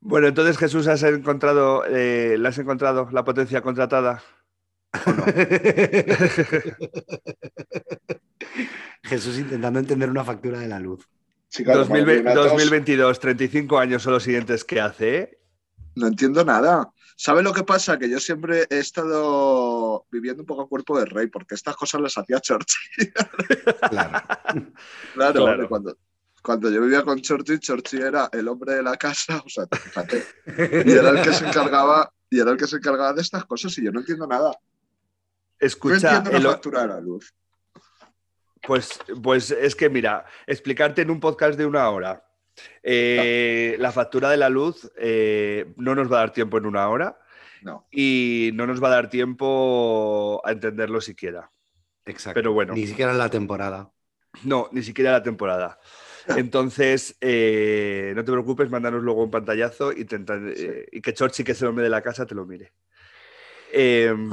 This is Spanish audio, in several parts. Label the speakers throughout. Speaker 1: Bueno, entonces Jesús, has encontrado, eh, ¿la has encontrado la potencia contratada?
Speaker 2: No? Jesús intentando entender una factura de la luz.
Speaker 1: Sí, claro, 2000, 2022, 35 años son los siguientes que hace. ¿eh?
Speaker 3: No entiendo nada. ¿Sabes lo que pasa? Que yo siempre he estado viviendo un poco a cuerpo de rey, porque estas cosas las hacía Churchill.
Speaker 2: Claro.
Speaker 3: claro, claro. Cuando, cuando, yo vivía con Churchill, Churchill era el hombre de la casa, o sea, fíjate. Y era el que se encargaba, y era el que se encargaba de estas cosas y yo no entiendo nada.
Speaker 1: Escucha,
Speaker 3: no entiendo la factura de la luz.
Speaker 1: Pues, pues, es que, mira, explicarte en un podcast de una hora eh, no. la factura de la luz eh, no nos va a dar tiempo en una hora
Speaker 3: no.
Speaker 1: y no nos va a dar tiempo a entenderlo siquiera.
Speaker 2: Exacto.
Speaker 1: Pero bueno.
Speaker 2: Ni siquiera la temporada.
Speaker 1: No, ni siquiera la temporada. Entonces, eh, no te preocupes, mándanos luego un pantallazo y, te, sí. y que Chorchi, que es el hombre de la casa, te lo mire. Em,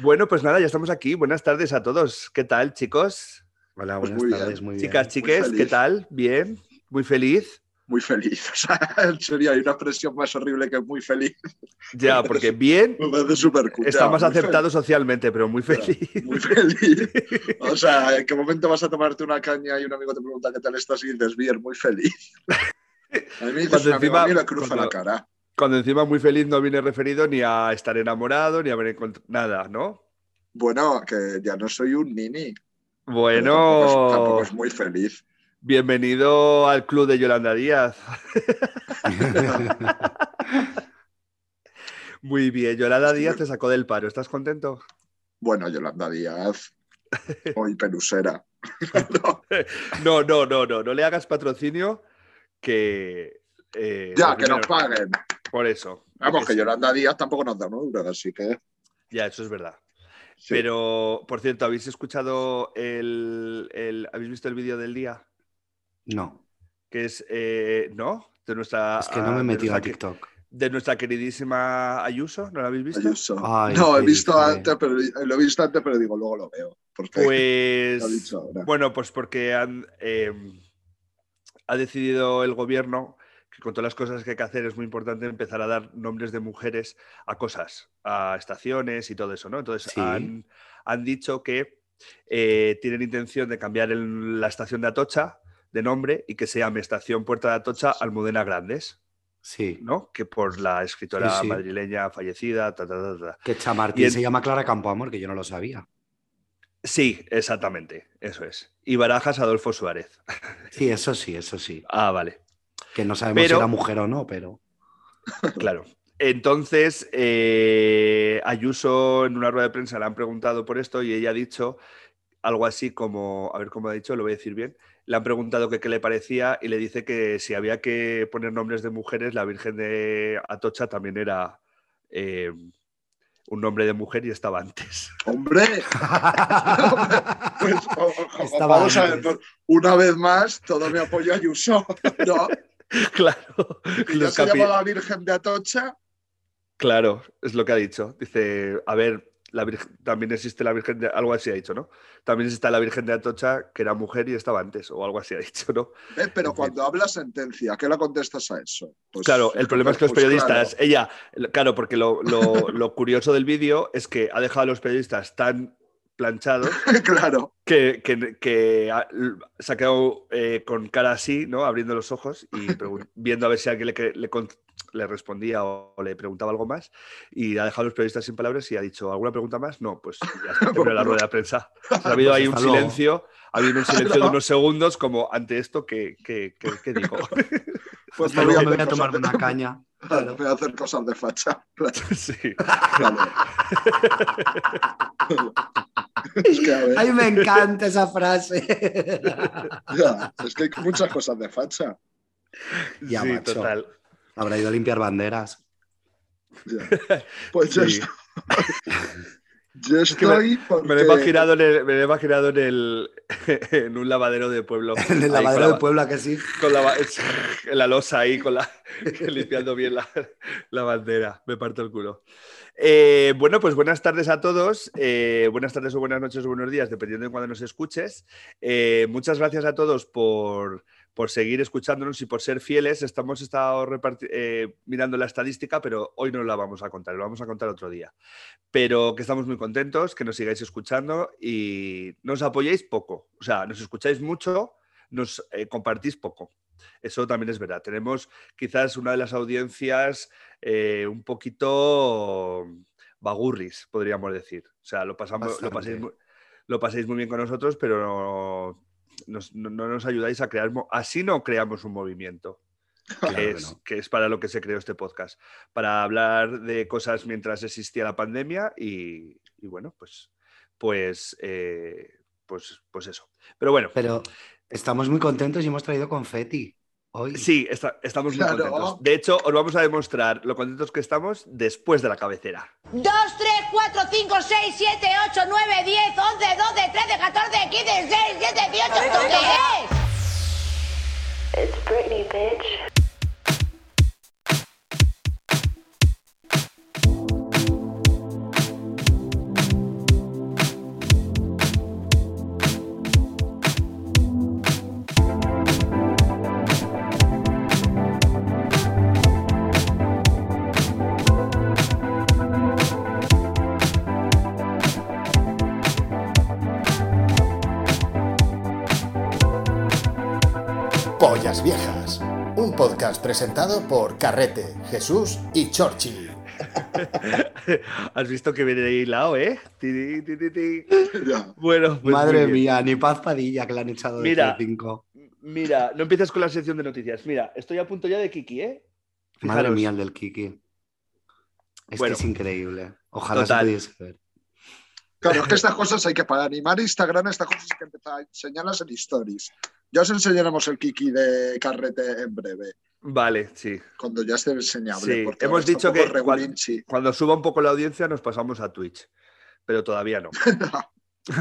Speaker 1: bueno, pues nada, ya estamos aquí. Buenas tardes a todos. ¿Qué tal, chicos?
Speaker 2: Hola, buenas muy tardes, bien. muy bien.
Speaker 1: Chicas, chiques, ¿qué tal? ¿Bien? ¿Muy feliz?
Speaker 3: Muy feliz. O sea, en serio, hay una expresión más horrible que muy feliz.
Speaker 1: Ya, porque bien
Speaker 3: super cool.
Speaker 1: está
Speaker 3: ya,
Speaker 1: más aceptado feliz. socialmente, pero muy feliz.
Speaker 3: Claro, muy feliz. O sea, ¿en qué momento vas a tomarte una caña y un amigo te pregunta qué tal estás y dices, bien, muy feliz? A mí me dices, cuando encima, amigo, a mí me cruza cuando, la cara.
Speaker 1: Cuando encima muy feliz no viene referido ni a estar enamorado, ni a haber encontrado nada, ¿no?
Speaker 3: Bueno, que ya no soy un nini.
Speaker 1: Bueno.
Speaker 3: Tampoco es, tampoco es, muy feliz.
Speaker 1: Bienvenido al club de Yolanda Díaz. muy bien, Yolanda Díaz te sacó del paro. ¿Estás contento?
Speaker 3: Bueno, Yolanda Díaz, hoy penusera.
Speaker 1: no, no, no, no, no le hagas patrocinio que.
Speaker 3: Eh, ya, que nos paguen.
Speaker 1: Por eso.
Speaker 3: Vamos, que sí. Yolanda Díaz tampoco nos da un euro, así que.
Speaker 1: Ya, eso es verdad. Sí. Pero, por cierto, ¿habéis escuchado el. el ¿Habéis visto el vídeo del día?
Speaker 2: No.
Speaker 1: Que es. Eh, ¿No? De nuestra.
Speaker 2: Es Ah, que no me he metido a TikTok.
Speaker 1: De nuestra queridísima Ayuso, ¿no la habéis visto?
Speaker 3: Ayuso. Ay, no, he visto triste. antes, pero eh, lo he visto antes, pero digo, luego lo veo.
Speaker 1: Pues. Lo dicho ahora. Bueno, pues porque han, eh, ha decidido el gobierno que con todas las cosas que hay que hacer es muy importante empezar a dar nombres de mujeres a cosas, a estaciones y todo eso, ¿no? Entonces sí. han, han, dicho que eh, tienen intención de cambiar el, la estación de Atocha de nombre y que se llame Estación Puerta de Atocha Almudena Grandes.
Speaker 2: Sí.
Speaker 1: ¿No? Que por la escritora sí, sí. madrileña fallecida, ta, ta, ta, ta.
Speaker 2: Que Chamartín el... se llama Clara Campoamor, que yo no lo sabía.
Speaker 1: Sí, exactamente, eso es. Y Barajas Adolfo Suárez.
Speaker 2: Sí, eso sí, eso sí.
Speaker 1: Ah, vale
Speaker 2: que no sabemos pero, si era mujer o no, pero.
Speaker 1: Claro. Entonces, eh, Ayuso en una rueda de prensa le han preguntado por esto y ella ha dicho algo así como, a ver cómo ha dicho, lo voy a decir bien, le han preguntado que qué le parecía y le dice que si había que poner nombres de mujeres, la Virgen de Atocha también era eh, un nombre de mujer y estaba antes.
Speaker 3: ¡Hombre! pues, oh, oh, vamos antes. a ver, pues, una vez más, todo mi apoyo a Ayuso, ¿no?
Speaker 1: claro.
Speaker 3: Y ya se capi... llama la Virgen de Atocha.
Speaker 1: Claro, es lo que ha dicho. Dice, a ver, la virgen... también existe la Virgen de... Algo así ha dicho, ¿no? También existe la Virgen de Atocha, que era mujer y estaba antes, o algo así ha dicho, ¿no?
Speaker 3: Eh, pero en cuando fin. habla sentencia, ¿qué la contestas a eso?
Speaker 1: Pues, claro, el problema pues, es que los periodistas, claro. ella, claro, porque lo, lo, lo curioso del vídeo es que ha dejado a los periodistas tan planchados.
Speaker 3: claro.
Speaker 1: Que, que, que ha, se ha quedado eh, con cara así, ¿no? Abriendo los ojos y viendo a ver si alguien le, que, le, le respondía o, o, le preguntaba algo más. Y ha dejado a los periodistas sin palabras y ha dicho, ¿alguna pregunta más? No, pues ya está, terminó la rueda de prensa. O sea, ha habido pues ahí un luego. silencio, ha habido un silencio de unos segundos como ante esto, ¿qué, qué, qué digo?
Speaker 2: pues luego me voy, voy a tomar de... una caña.
Speaker 3: Claro. Voy a hacer cosas de facha.
Speaker 1: Sí.
Speaker 2: Es que, a ver. Ay, me encanta esa frase.
Speaker 3: Ya, es que hay muchas cosas de facha.
Speaker 2: Ya, sí, macho. total. Habrá ido a limpiar banderas.
Speaker 3: Ya. Pues sí. yo estoy... Yo estoy
Speaker 1: me, porque... me, lo he imaginado en, el, me lo he imaginado en, el, en un lavadero de pueblo.
Speaker 2: en el lavadero ahí, de la, pueblo, que sí.
Speaker 1: Con la, en la losa ahí, con la, limpiando bien la, la bandera. Me parto el culo. Eh, bueno, pues buenas tardes a todos. Eh, buenas tardes o buenas noches o buenos días, dependiendo de cuando nos escuches. Eh, muchas gracias a todos por por seguir escuchándonos y por ser fieles. Estamos estado eh, mirando la estadística, pero hoy no la vamos a contar, lo vamos a contar otro día. Pero que estamos muy contentos, que nos sigáis escuchando y nos apoyáis poco. O sea, nos escucháis mucho, nos eh, compartís poco. Eso también es verdad. Tenemos quizás una de las audiencias eh, un poquito bagurris, podríamos decir. O sea, lo, pasamos, lo, paséis, lo paséis muy bien con nosotros, pero no, nos, no, no, nos ayudáis a crear, así no creamos un movimiento, claro que, es, que, no. que, es, para lo que se creó este podcast, para hablar de cosas mientras existía la pandemia y, y bueno, pues, pues, eh, pues, pues eso. Pero bueno.
Speaker 2: Pero estamos muy contentos y hemos traído confeti. Hoy.
Speaker 1: Sí, está, estamos muy claro. contentos. De hecho, os vamos a demostrar lo contentos que estamos después de la cabecera.
Speaker 4: 2, 3, 4, 5, 6, 7, 8, 9, 10, 11, 12, 13, 14, 15, 16, 17, 18, ¿esto qué es? It's Britney, bitch.
Speaker 5: Viejas, un podcast presentado por Carrete, Jesús y Chorchi.
Speaker 1: Has visto que viene ahí lao, ¿eh? Ti, ti, ti,
Speaker 2: bueno, pues madre mía, ni Paz Padilla que la han echado de
Speaker 1: mira, cinco. Mira, no empiezas con la sección de noticias. Mira, estoy a punto ya de Kiki, ¿eh?
Speaker 2: Fijaros. Madre mía, el del Kiki. Es bueno, que es increíble. Ojalá total. se pudiese ver.
Speaker 3: Claro, es que estas cosas hay que para animar Instagram, estas cosas hay que empezar a enseñarlas en stories. Ya os enseñaremos el Kiki de Carrete en breve.
Speaker 1: Vale, sí.
Speaker 3: Cuando ya esté enseñable.
Speaker 1: Sí. Hemos dicho que cuando, cuando, suba un poco la audiencia nos pasamos a Twitch, pero todavía no.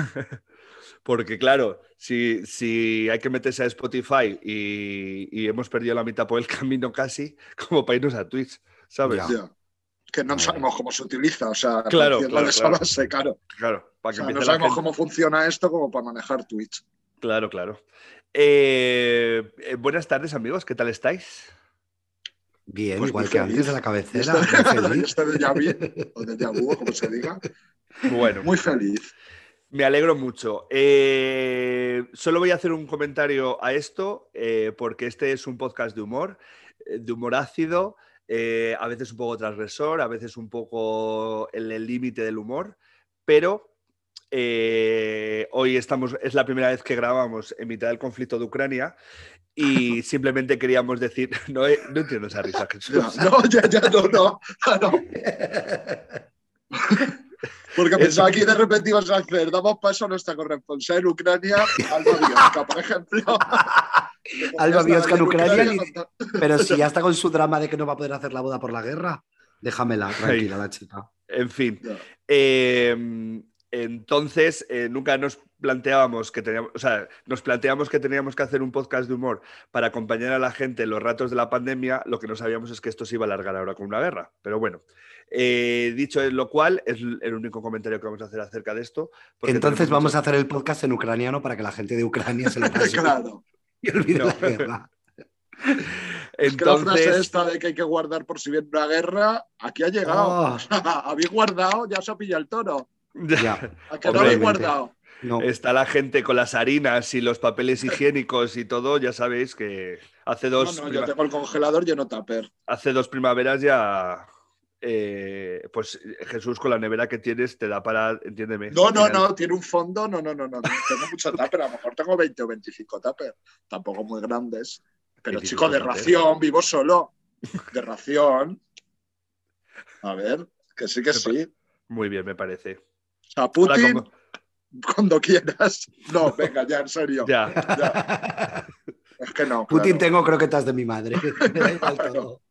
Speaker 1: Porque claro, si, si, hay que meterse a Spotify y, y, hemos perdido la mitad por el camino casi, como para irnos a Twitch, ¿sabes?
Speaker 3: Ya. Ya. Que no sabemos cómo se utiliza, o sea,
Speaker 1: claro, claro,
Speaker 3: de esa
Speaker 1: claro.
Speaker 3: Base, claro.
Speaker 1: claro
Speaker 3: para que o sea, no sabemos cómo funciona esto como para manejar Twitch.
Speaker 1: Claro, claro. Eh, buenas tardes, amigos. ¿Qué tal estáis?
Speaker 2: Bien, pues igual que antes de la cabecera.
Speaker 3: Muy feliz. bien, este o de vu, como se diga.
Speaker 1: Bueno.
Speaker 3: Muy feliz.
Speaker 1: Me alegro mucho. Eh, solo voy a hacer un comentario a esto, eh, porque este es un podcast de humor, eh, de humor ácido, eh, a veces un poco transgresor, a veces un poco en el límite del humor, pero eh, hoy estamos, es la primera vez que grabamos en mitad del conflicto de Ucrania y simplemente queríamos decir, no, no entiendo esa risa.
Speaker 3: No, no, ya, ya, no, no, no. Porque pensaba que de repente ibas a hacer, damos paso a nuestra corresponsal en Ucrania, Alba Biosca, por ejemplo.
Speaker 2: Alba Biosca en Ucrania, y, pero si ya está con su drama de que no va a poder hacer la boda por la guerra, déjamela, tranquila Ay. la chica.
Speaker 1: En fin. Eh, entonces, eh, nunca nos planteábamos que teníamos, o sea, nos planteamos que teníamos que hacer un podcast de humor para acompañar a la gente en los ratos de la pandemia. Lo que no sabíamos es que esto se iba a alargar ahora con una guerra. Pero bueno, eh, dicho lo cual, es el único comentario que vamos a hacer acerca de esto.
Speaker 2: Entonces vamos mucho... a hacer el podcast en ucraniano para que la gente de Ucrania se lo pase.
Speaker 3: claro.
Speaker 2: Y olvide no. la guerra.
Speaker 3: Entonces... Es que la frase esta de que hay que guardar por si viene una guerra, aquí ha llegado. Oh. Habéis guardado, ya se ha pillado el toro.
Speaker 1: Ya.
Speaker 3: ¿A que no lo he guardado?
Speaker 1: No. Está la gente con las harinas y los papeles higiénicos y todo, ya sabéis que hace dos.
Speaker 3: No, no, yo tengo el congelador lleno tupper.
Speaker 1: Hace dos primaveras ya. Eh, pues Jesús, con la nevera que tienes, te da para. Entiéndeme.
Speaker 3: No, no, no, tiene un fondo. No, no, no, no. Tengo mucho tupper, a lo mejor tengo 20 o 25 tupper. Tampoco muy grandes. Pero chico, de ración, vivo solo. De ración. A ver, que sí, que sí.
Speaker 1: Muy bien, me parece.
Speaker 3: A Putin, Hola, cuando quieras. No, venga, ya, en serio.
Speaker 1: Ya.
Speaker 3: ya. Es que no.
Speaker 2: Putin, claro. tengo croquetas de mi madre.
Speaker 1: claro.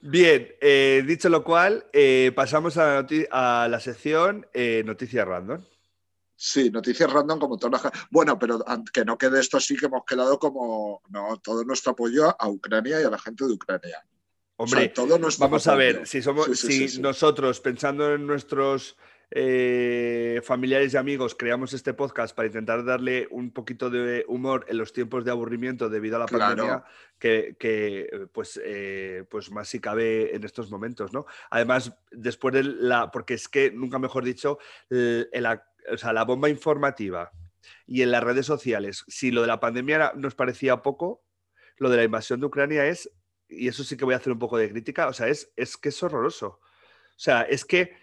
Speaker 1: Bien, eh, dicho lo cual, eh, pasamos a, la, a la sección eh, Noticias Random.
Speaker 3: Sí, noticias random como todas las... Bueno, pero que no quede esto así que hemos quedado como no, todo nuestro apoyo a Ucrania y a la gente de Ucrania.
Speaker 1: Hombre, o sea, todo vamos a ver, si, somos, sí, sí, si sí, nosotros pensando en nuestros eh, familiares y amigos creamos este podcast para intentar darle un poquito de humor en los tiempos de aburrimiento debido a la
Speaker 3: Claro.
Speaker 1: pandemia que, que, pues, eh, pues más si cabe en estos momentos, ¿no? Además, después de la, porque es que, nunca mejor dicho, el- el ac- o sea, la bomba informativa y en las redes sociales, si lo de la pandemia era- nos parecía poco, lo de la invasión de Ucrania es, y eso sí que voy a hacer un poco de crítica, o sea, es, es que es horroroso. O sea, es que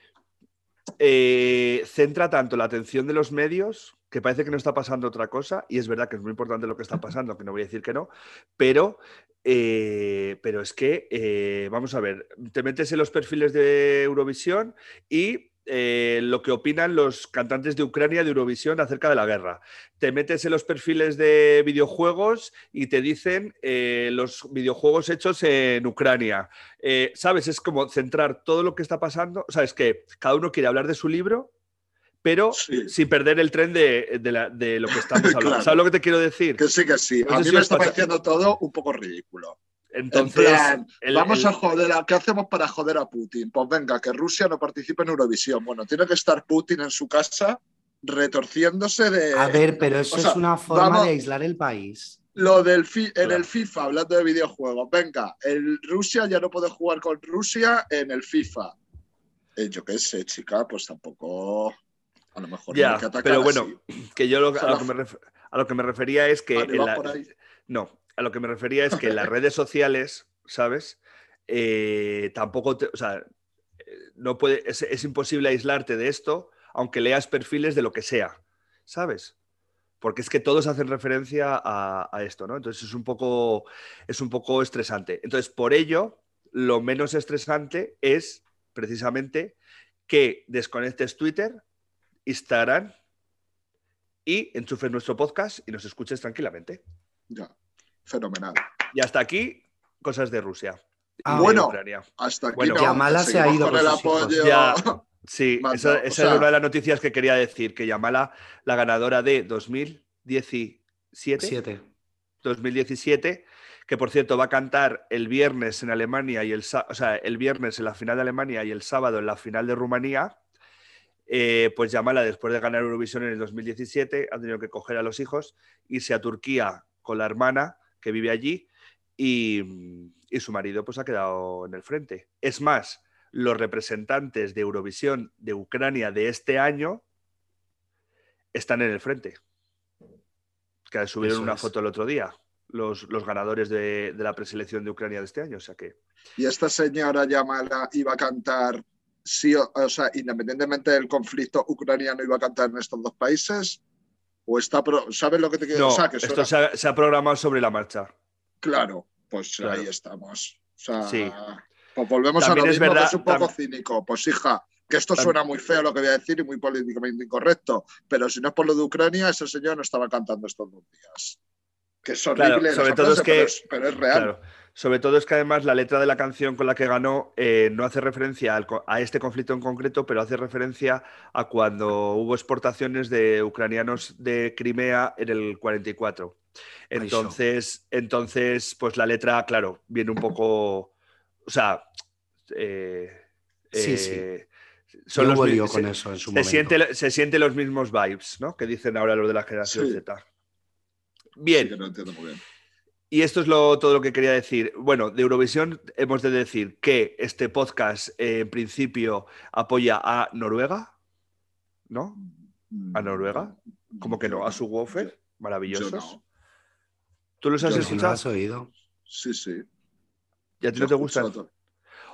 Speaker 1: eh, centra tanto la atención de los medios que parece que no está pasando otra cosa, y es verdad que es muy importante lo que está pasando, que no voy a decir que no, pero, eh, pero es que, eh, vamos a ver, te metes en los perfiles de Eurovisión y eh, lo que opinan los cantantes de Ucrania de Eurovisión acerca de la guerra. Te metes en los perfiles de videojuegos y te dicen eh, los videojuegos hechos en Ucrania. Eh, ¿Sabes? Es como centrar todo lo que está pasando. O sea, es que cada uno quiere hablar de su libro, pero
Speaker 3: Sí.
Speaker 1: sin perder el tren de, de la- de lo que estamos hablando.
Speaker 3: Claro.
Speaker 1: ¿Sabes lo que te quiero decir?
Speaker 3: Que sí, que sí.
Speaker 1: No
Speaker 3: A
Speaker 1: sé
Speaker 3: mí
Speaker 1: si
Speaker 3: me
Speaker 1: os
Speaker 3: está
Speaker 1: pasa.
Speaker 3: pareciendo todo un poco ridículo.
Speaker 1: Entonces,
Speaker 3: plan,
Speaker 1: el-
Speaker 3: Vamos
Speaker 1: el-
Speaker 3: a joder, a, ¿qué hacemos para joder a Putin? Pues venga, que Rusia no participe en Eurovisión. Bueno, tiene que estar Putin en su casa retorciéndose de...
Speaker 2: A ver, pero eso
Speaker 3: Eh, o sea,
Speaker 2: es una forma
Speaker 3: vamos-
Speaker 2: de aislar el país.
Speaker 3: Lo del fi- en
Speaker 1: Claro.
Speaker 3: el FIFA, hablando de videojuegos, venga, el Rusia ya no puede jugar con Rusia en el FIFA. Eh, yo qué sé, chica, pues tampoco. A lo mejor
Speaker 1: Ya,
Speaker 3: no hay que atacar
Speaker 1: pero bueno,
Speaker 3: así.
Speaker 1: que yo lo-
Speaker 3: o sea,
Speaker 1: a, lo
Speaker 3: la-
Speaker 1: que me ref- a lo que me refería es que...
Speaker 3: Vale,
Speaker 1: en
Speaker 3: va
Speaker 1: la-
Speaker 3: por ahí.
Speaker 1: No, a lo que me refería es que en las redes sociales, ¿sabes? Eh, tampoco, te- o sea, eh, no puede, es, es imposible aislarte de esto, aunque leas perfiles de lo que sea, ¿sabes? Porque es que todos hacen referencia a, a esto, ¿no? Entonces es un, poco, es un poco estresante. Entonces, por ello, lo menos estresante es precisamente que desconectes Twitter, Instagram y enchufes nuestro podcast y nos escuches tranquilamente.
Speaker 3: Ya, fenomenal.
Speaker 1: Y hasta aquí, cosas de Rusia.
Speaker 2: Ah,
Speaker 1: y de
Speaker 3: bueno.
Speaker 1: Ucrania.
Speaker 3: Hasta aquí.
Speaker 1: Bueno.
Speaker 3: no,
Speaker 2: Yamala se ha
Speaker 3: seguimos
Speaker 2: ido
Speaker 3: Con
Speaker 2: con
Speaker 3: el
Speaker 2: sus hijos.
Speaker 3: apoyo.
Speaker 1: Ya. Sí,
Speaker 3: Manda,
Speaker 1: esa,
Speaker 3: o
Speaker 1: esa
Speaker 3: sea-
Speaker 1: era una de las noticias que quería decir, que Yamala, la ganadora de 2017,
Speaker 2: Siete.
Speaker 1: 2017, que por cierto va a cantar el viernes en Alemania y el, sa- o sea, el viernes en la final de Alemania y el sábado en la final de Rumanía. eh, pues Yamala, después de ganar Eurovisión en el 2017, ha tenido que coger a los hijos, irse a Turquía con la hermana que vive allí y, y su marido pues ha quedado en el frente. Es más, los representantes de Eurovisión de Ucrania de este año están en el frente. Que subieron
Speaker 2: Eso
Speaker 1: una
Speaker 2: es.
Speaker 1: foto el otro día, los, los ganadores de, de la preselección de Ucrania de este año. O sea que,
Speaker 3: Y esta señora Yamala iba a cantar, sí, o, o sea, independientemente del conflicto ucraniano, iba a cantar en estos dos países. ¿O está, pro- ¿sabes lo que te quiero
Speaker 1: no,
Speaker 3: o sea, que
Speaker 1: esto
Speaker 3: suena-
Speaker 1: se ha, se ha programado sobre la marcha.
Speaker 3: Claro, pues
Speaker 1: Claro.
Speaker 3: ahí estamos. O sea,
Speaker 1: Sí.
Speaker 3: pues volvemos
Speaker 1: También
Speaker 3: a lo
Speaker 1: es
Speaker 3: mismo, que
Speaker 1: verdad-
Speaker 3: es un poco
Speaker 1: tam-
Speaker 3: cínico. Pues hija, que esto
Speaker 1: Tam-
Speaker 3: suena muy feo lo que voy a decir y muy políticamente incorrecto, pero si no es por lo de Ucrania, ese señor no estaba cantando estos dos días. Que es horrible,
Speaker 1: Claro,
Speaker 3: esa
Speaker 1: sobre todo es que-
Speaker 3: pero, es, pero es real.
Speaker 1: Claro. Sobre todo es que además la letra de la canción con la que ganó eh, no hace referencia al co- a este conflicto en concreto, pero hace referencia a cuando hubo exportaciones de ucranianos de Crimea en el 44.
Speaker 2: Ay,
Speaker 1: Entonces, entonces pues la letra, claro, viene un poco, o sea, eh,
Speaker 2: Sí, sí.
Speaker 1: eh, son
Speaker 2: Yo
Speaker 1: los
Speaker 2: hubo
Speaker 1: mi-
Speaker 2: lío
Speaker 1: se-
Speaker 2: con eso en su
Speaker 1: se
Speaker 2: momento.
Speaker 1: siente, se siente los mismos vibes, ¿no? Que dicen ahora los de la generación
Speaker 3: Sí.
Speaker 1: Z.
Speaker 3: Sí
Speaker 1: Bien.
Speaker 3: que no entiendo muy bien.
Speaker 1: Y esto es lo, todo lo que quería decir. Bueno, de Eurovisión hemos de decir que este podcast eh, en principio apoya a Noruega, ¿no? ¿A Noruega?
Speaker 3: Mm.
Speaker 1: Como que no, a su Wofer,
Speaker 3: Yo
Speaker 1: maravillosos.
Speaker 3: no.
Speaker 1: ¿Tú los has
Speaker 3: Yo
Speaker 2: Pero si no lo
Speaker 1: escuchado?
Speaker 2: has oído.
Speaker 3: Sí, sí.
Speaker 1: ¿Y a ti
Speaker 3: Yo
Speaker 1: no te
Speaker 3: escucho
Speaker 1: gustan?
Speaker 3: todo.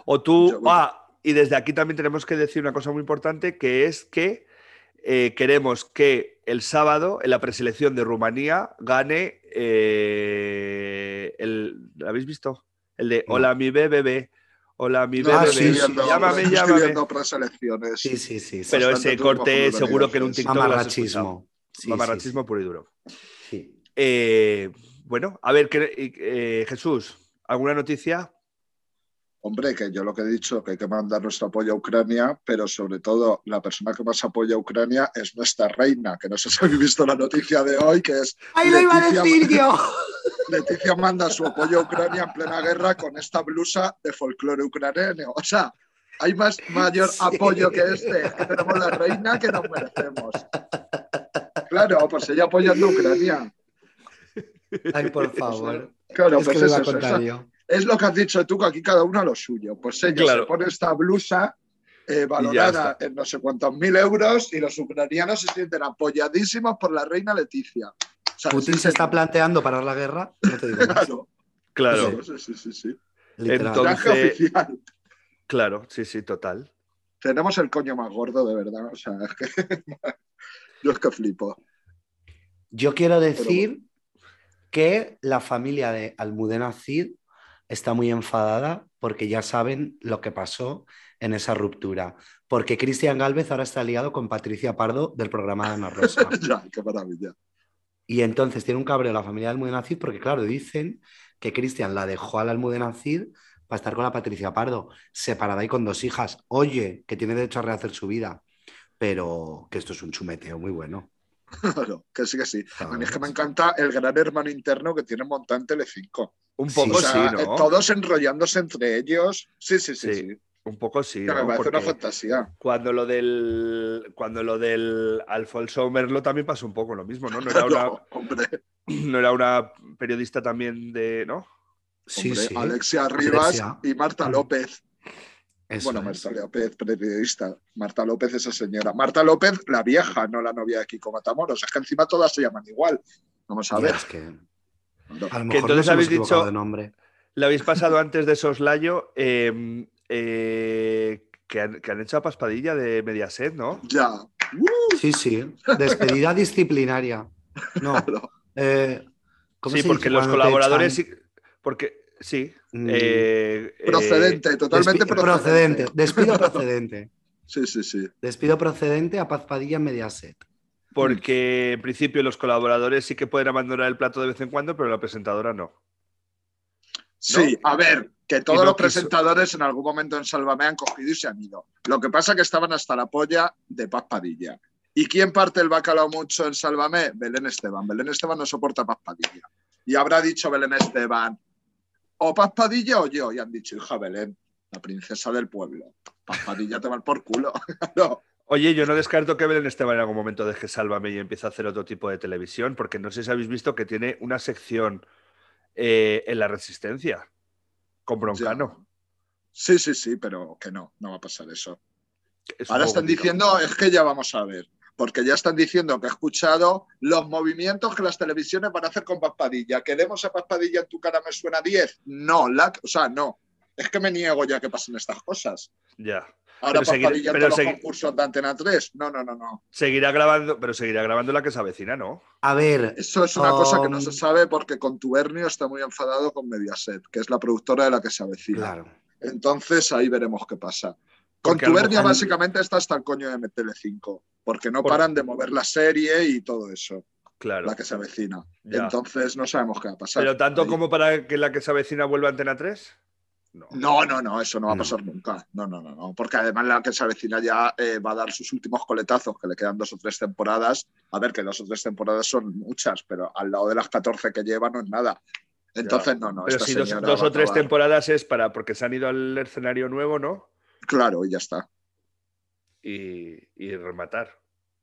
Speaker 1: O tú,
Speaker 3: Yo, bueno.
Speaker 1: ah, y desde aquí también tenemos que decir una cosa muy importante, que es que eh, queremos que el sábado, en la preselección de Rumanía, gane eh, el, ¿lo habéis visto? El de
Speaker 2: No.
Speaker 1: Hola mi bebé, hola mi
Speaker 3: No,
Speaker 1: bebé,
Speaker 2: ah, sí, sí,
Speaker 3: escribiendo-
Speaker 1: llámame,
Speaker 3: estoy
Speaker 1: llámame.
Speaker 3: viendo preselecciones.
Speaker 2: Sí, sí, sí. sí.
Speaker 1: Pero
Speaker 3: bastante
Speaker 1: ese
Speaker 3: turbo
Speaker 1: corte
Speaker 3: con
Speaker 1: seguro que en un
Speaker 3: Noruega,
Speaker 1: TikTok lo has escuchado.
Speaker 2: Mamarrachismo. Sí, sí,
Speaker 1: Mamarrachismo puro y duro.
Speaker 2: sí.
Speaker 1: Eh, bueno, a ver, ¿qué- eh, Jesús, ¿alguna noticia?
Speaker 3: Hombre, que yo lo que he dicho, que hay que mandar nuestro apoyo a Ucrania, pero sobre todo la persona que más apoya a Ucrania es nuestra reina, que no sé si habéis visto la noticia de hoy, que es
Speaker 2: ¡Ahí lo iba a
Speaker 3: Leticia-
Speaker 2: decir yo!
Speaker 3: Leticia manda su apoyo a Ucrania en plena guerra con esta blusa de folclore ucraniano. O sea, Hay más mayor apoyo que este. Tenemos la reina que nos merecemos. Claro, pues ella apoyando a Ucrania.
Speaker 2: Ay, por favor.
Speaker 3: Claro,
Speaker 2: es
Speaker 3: pues
Speaker 2: que lo iba a
Speaker 3: eso,
Speaker 2: contar
Speaker 3: eso.
Speaker 2: yo.
Speaker 3: Es lo que has dicho tú, que aquí cada uno a lo suyo. Pues ella
Speaker 1: Claro.
Speaker 3: se pone esta blusa eh, valorada en no sé cuántos mil euros y los ucranianos se sienten apoyadísimos por la reina Leticia. O sea,
Speaker 2: Putin se
Speaker 3: sienten-
Speaker 2: está planteando parar la guerra. No te digo más.
Speaker 3: Claro,
Speaker 1: Claro,
Speaker 3: sí, sí, sí, sí.
Speaker 2: literal.
Speaker 1: Entonces-
Speaker 3: Traje oficial.
Speaker 1: claro, sí, sí, total.
Speaker 3: Tenemos el coño más gordo, de verdad. O sea, es que... Yo es que flipo.
Speaker 2: Yo quiero decir que la familia de Almudena Cid está muy enfadada porque ya saben lo que pasó en esa ruptura. Porque Cristian Galvez ahora está liado con Patricia Pardo del programa de Ana Rosa.
Speaker 3: ya, qué maravilla.
Speaker 2: Y entonces tiene un cabreo la familia del Almudena Cid porque, claro, dicen que Cristian la dejó al Almudena Cid para estar con la Patricia Pardo, separada y con dos hijas. Oye, que tiene derecho a rehacer su vida, pero que esto es un chumeteo muy bueno.
Speaker 3: Claro, que sí, que sí. A mí es que
Speaker 2: Ah.
Speaker 3: me encanta el gran hermano interno que tiene montante en Telecinco.
Speaker 1: Un
Speaker 2: Sí,
Speaker 1: poco
Speaker 3: O
Speaker 1: sí,
Speaker 3: sea,
Speaker 1: ¿no?
Speaker 3: eh, todos enrollándose entre ellos. Sí, sí, sí.
Speaker 1: Sí,
Speaker 3: sí.
Speaker 1: Un poco sí,
Speaker 3: Que me
Speaker 1: ¿no?
Speaker 3: parece una
Speaker 1: Porque
Speaker 3: fantasía.
Speaker 1: cuando lo del cuando lo del Alfonso Merlo también pasó un poco lo mismo, ¿no? No era una,
Speaker 3: No, hombre,
Speaker 1: no era una periodista también de, ¿no?
Speaker 2: Sí,
Speaker 3: hombre,
Speaker 2: sí.
Speaker 3: Alexia Rivas
Speaker 2: Alexia.
Speaker 3: y Marta López.
Speaker 2: eso
Speaker 3: bueno,
Speaker 2: es.
Speaker 3: Marta López, periodista. Marta López, esa señora. Marta López, la vieja, no la novia de Kiko Matamoros. Es que encima todas se llaman igual. Vamos a
Speaker 2: Ya,
Speaker 3: ver.
Speaker 2: es que
Speaker 3: No.
Speaker 2: a lo mejor
Speaker 1: Que entonces
Speaker 2: nos hemos
Speaker 1: habéis
Speaker 2: equivocado
Speaker 1: dicho-
Speaker 2: de nombre.
Speaker 1: Le habéis pasado antes de Soslayo eh, eh, que, han, que han hecho a Paspadilla de Mediaset, ¿no?
Speaker 3: Ya.
Speaker 2: Sí, sí. Despedida disciplinaria. No.
Speaker 3: Claro.
Speaker 2: eh, ¿cómo
Speaker 1: Sí,
Speaker 2: se
Speaker 1: porque
Speaker 2: dice
Speaker 1: los
Speaker 2: cuando te
Speaker 1: colaboradores
Speaker 2: echan?
Speaker 1: sí. Porque, sí.
Speaker 2: Mm,
Speaker 1: eh, eh,
Speaker 3: procedente, totalmente
Speaker 2: despi-
Speaker 3: procedente.
Speaker 2: Despido procedente.
Speaker 3: Sí, sí, sí.
Speaker 2: Despido procedente a Paz Padilla en Mediaset.
Speaker 1: porque en principio los colaboradores sí que pueden abandonar el plato de vez en cuando, pero la presentadora no.
Speaker 3: Sí, a ver, que todos
Speaker 1: no
Speaker 3: los
Speaker 1: quiso.
Speaker 3: presentadores en algún momento en Sálvame han cogido y se han ido. Lo que pasa es que estaban hasta la polla de Paz Padilla. ¿Y quién parte el bacalao mucho en Sálvame? Belén Esteban. Belén Esteban no soporta a Paz Padilla. Y habrá dicho Belén Esteban, o Paz Padilla o yo. Y han dicho, hija Belén, la princesa del pueblo. Paz Padilla te va por culo. no,
Speaker 1: Oye, yo no descarto que Belén Esteban en algún momento deje Sálvame y empiece a hacer otro tipo de televisión, porque no sé si habéis visto que tiene una sección eh, en La Resistencia con Broncano.
Speaker 3: sí, sí, sí, pero que no, no va a pasar eso.
Speaker 1: Es un
Speaker 3: Ahora
Speaker 1: poco
Speaker 3: están
Speaker 1: complicado.
Speaker 3: diciendo, es que ya vamos a ver, porque ya están diciendo que he escuchado los movimientos que las televisiones van a hacer con Paspadilla. ¿Queremos a Paspadilla en tu cara me suena 10? No, la, o sea, no. Es que me niego ya que pasen estas cosas.
Speaker 1: Ya.
Speaker 3: Ahora
Speaker 1: Pero seguir-
Speaker 3: Paspadilla en
Speaker 1: pero
Speaker 3: todos los
Speaker 1: seguir-
Speaker 3: concursos de Antena 3. No, no, no, no.
Speaker 1: Seguirá grabando, pero seguirá grabando la que se avecina, ¿no?
Speaker 2: A ver,
Speaker 3: Eso es una cosa que no
Speaker 2: Um,
Speaker 3: se sabe porque con Tubernio está muy enfadado con Mediaset, que es la productora de la que se avecina.
Speaker 2: claro.
Speaker 3: Entonces ahí veremos qué pasa. Con
Speaker 1: Porque a lo
Speaker 3: Tubernia
Speaker 1: mejor-
Speaker 3: básicamente está hasta el coño de MTL5, porque no
Speaker 1: Por-
Speaker 3: paran de mover la serie y todo eso,
Speaker 1: Claro.
Speaker 3: la que se avecina.
Speaker 1: ya.
Speaker 3: Entonces no sabemos qué va a pasar.
Speaker 1: pero tanto
Speaker 3: Ahí-
Speaker 1: como para que la que se avecina vuelva a Antena 3? No.
Speaker 3: No, no, no, eso no va a
Speaker 2: No.
Speaker 3: pasar nunca. No, no, no, no, porque además la que se avecina ya eh, va a dar sus últimos coletazos, que le quedan dos o tres temporadas. A ver, que dos o tres temporadas son muchas, pero al lado de las 14 que lleva no es nada. Entonces, no, no.
Speaker 1: pero
Speaker 3: esta
Speaker 1: si dos,
Speaker 3: señora
Speaker 1: dos
Speaker 3: va
Speaker 1: o
Speaker 3: a
Speaker 1: tres
Speaker 3: acabar.
Speaker 1: temporadas es para porque se han ido al escenario nuevo, ¿no?
Speaker 3: Claro, y ya está.
Speaker 1: Y, y rematar.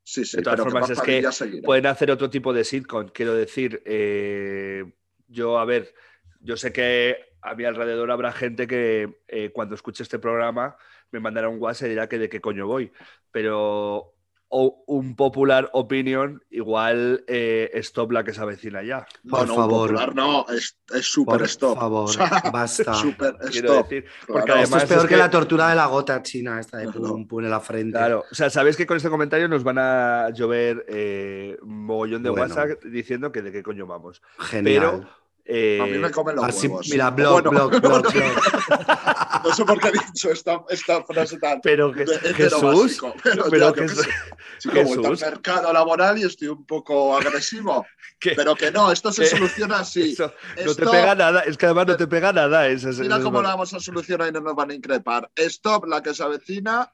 Speaker 3: Sí, sí,
Speaker 1: De todas
Speaker 3: pero
Speaker 1: formas,
Speaker 3: Paz
Speaker 1: es que
Speaker 3: Padilla seguirá.
Speaker 1: Pueden hacer otro tipo de sitcom, quiero decir. eh, yo, a ver, yo sé que a mi alrededor habrá gente que eh, cuando escuche este programa me mandará un WhatsApp y dirá que de qué coño voy. Pero o- un popular opinion, igual eh, stop la que se avecina ya.
Speaker 3: No,
Speaker 2: Por
Speaker 3: no,
Speaker 2: favor.
Speaker 3: popular no, es, es
Speaker 2: Por
Speaker 3: super stop.
Speaker 2: favor, basta.
Speaker 3: Es super
Speaker 1: Quiero
Speaker 3: stop.
Speaker 1: decir.
Speaker 3: claro.
Speaker 1: porque
Speaker 2: Esto
Speaker 1: además
Speaker 2: es peor
Speaker 1: es
Speaker 2: que,
Speaker 1: que-
Speaker 2: la tortura de la gota china, esta de
Speaker 3: No,
Speaker 2: pum,
Speaker 3: no.
Speaker 2: pum en la frente.
Speaker 1: Claro, o sea, sabéis que con este comentario nos van a llover eh, mogollón de
Speaker 2: Bueno.
Speaker 1: WhatsApp diciendo que de qué coño vamos.
Speaker 2: Genial.
Speaker 1: Eh,
Speaker 3: a mí me comen los
Speaker 2: Así,
Speaker 3: huevos.
Speaker 2: mira, blog,
Speaker 3: Bueno,
Speaker 2: blog, blog, blog.
Speaker 3: No sé por qué he dicho esta, esta frase tan.
Speaker 1: pero que,
Speaker 3: de- de lo
Speaker 1: Jesús,
Speaker 3: básico, pero
Speaker 1: pero
Speaker 3: ya,
Speaker 1: que
Speaker 3: yo qué
Speaker 1: es-
Speaker 3: sé. Sí, que he vuelto al
Speaker 1: Jesús.
Speaker 3: mercado laboral y estoy un poco agresivo.
Speaker 1: que-
Speaker 3: Pero que no, esto se
Speaker 1: Eh,
Speaker 3: soluciona así.
Speaker 1: Eso, no te
Speaker 3: Esto-
Speaker 1: pega nada, es que además no te pega nada. es- es-
Speaker 3: Mira
Speaker 1: es-
Speaker 3: cómo la vamos a solucionar y no nos van a increpar. Stop, la que se avecina,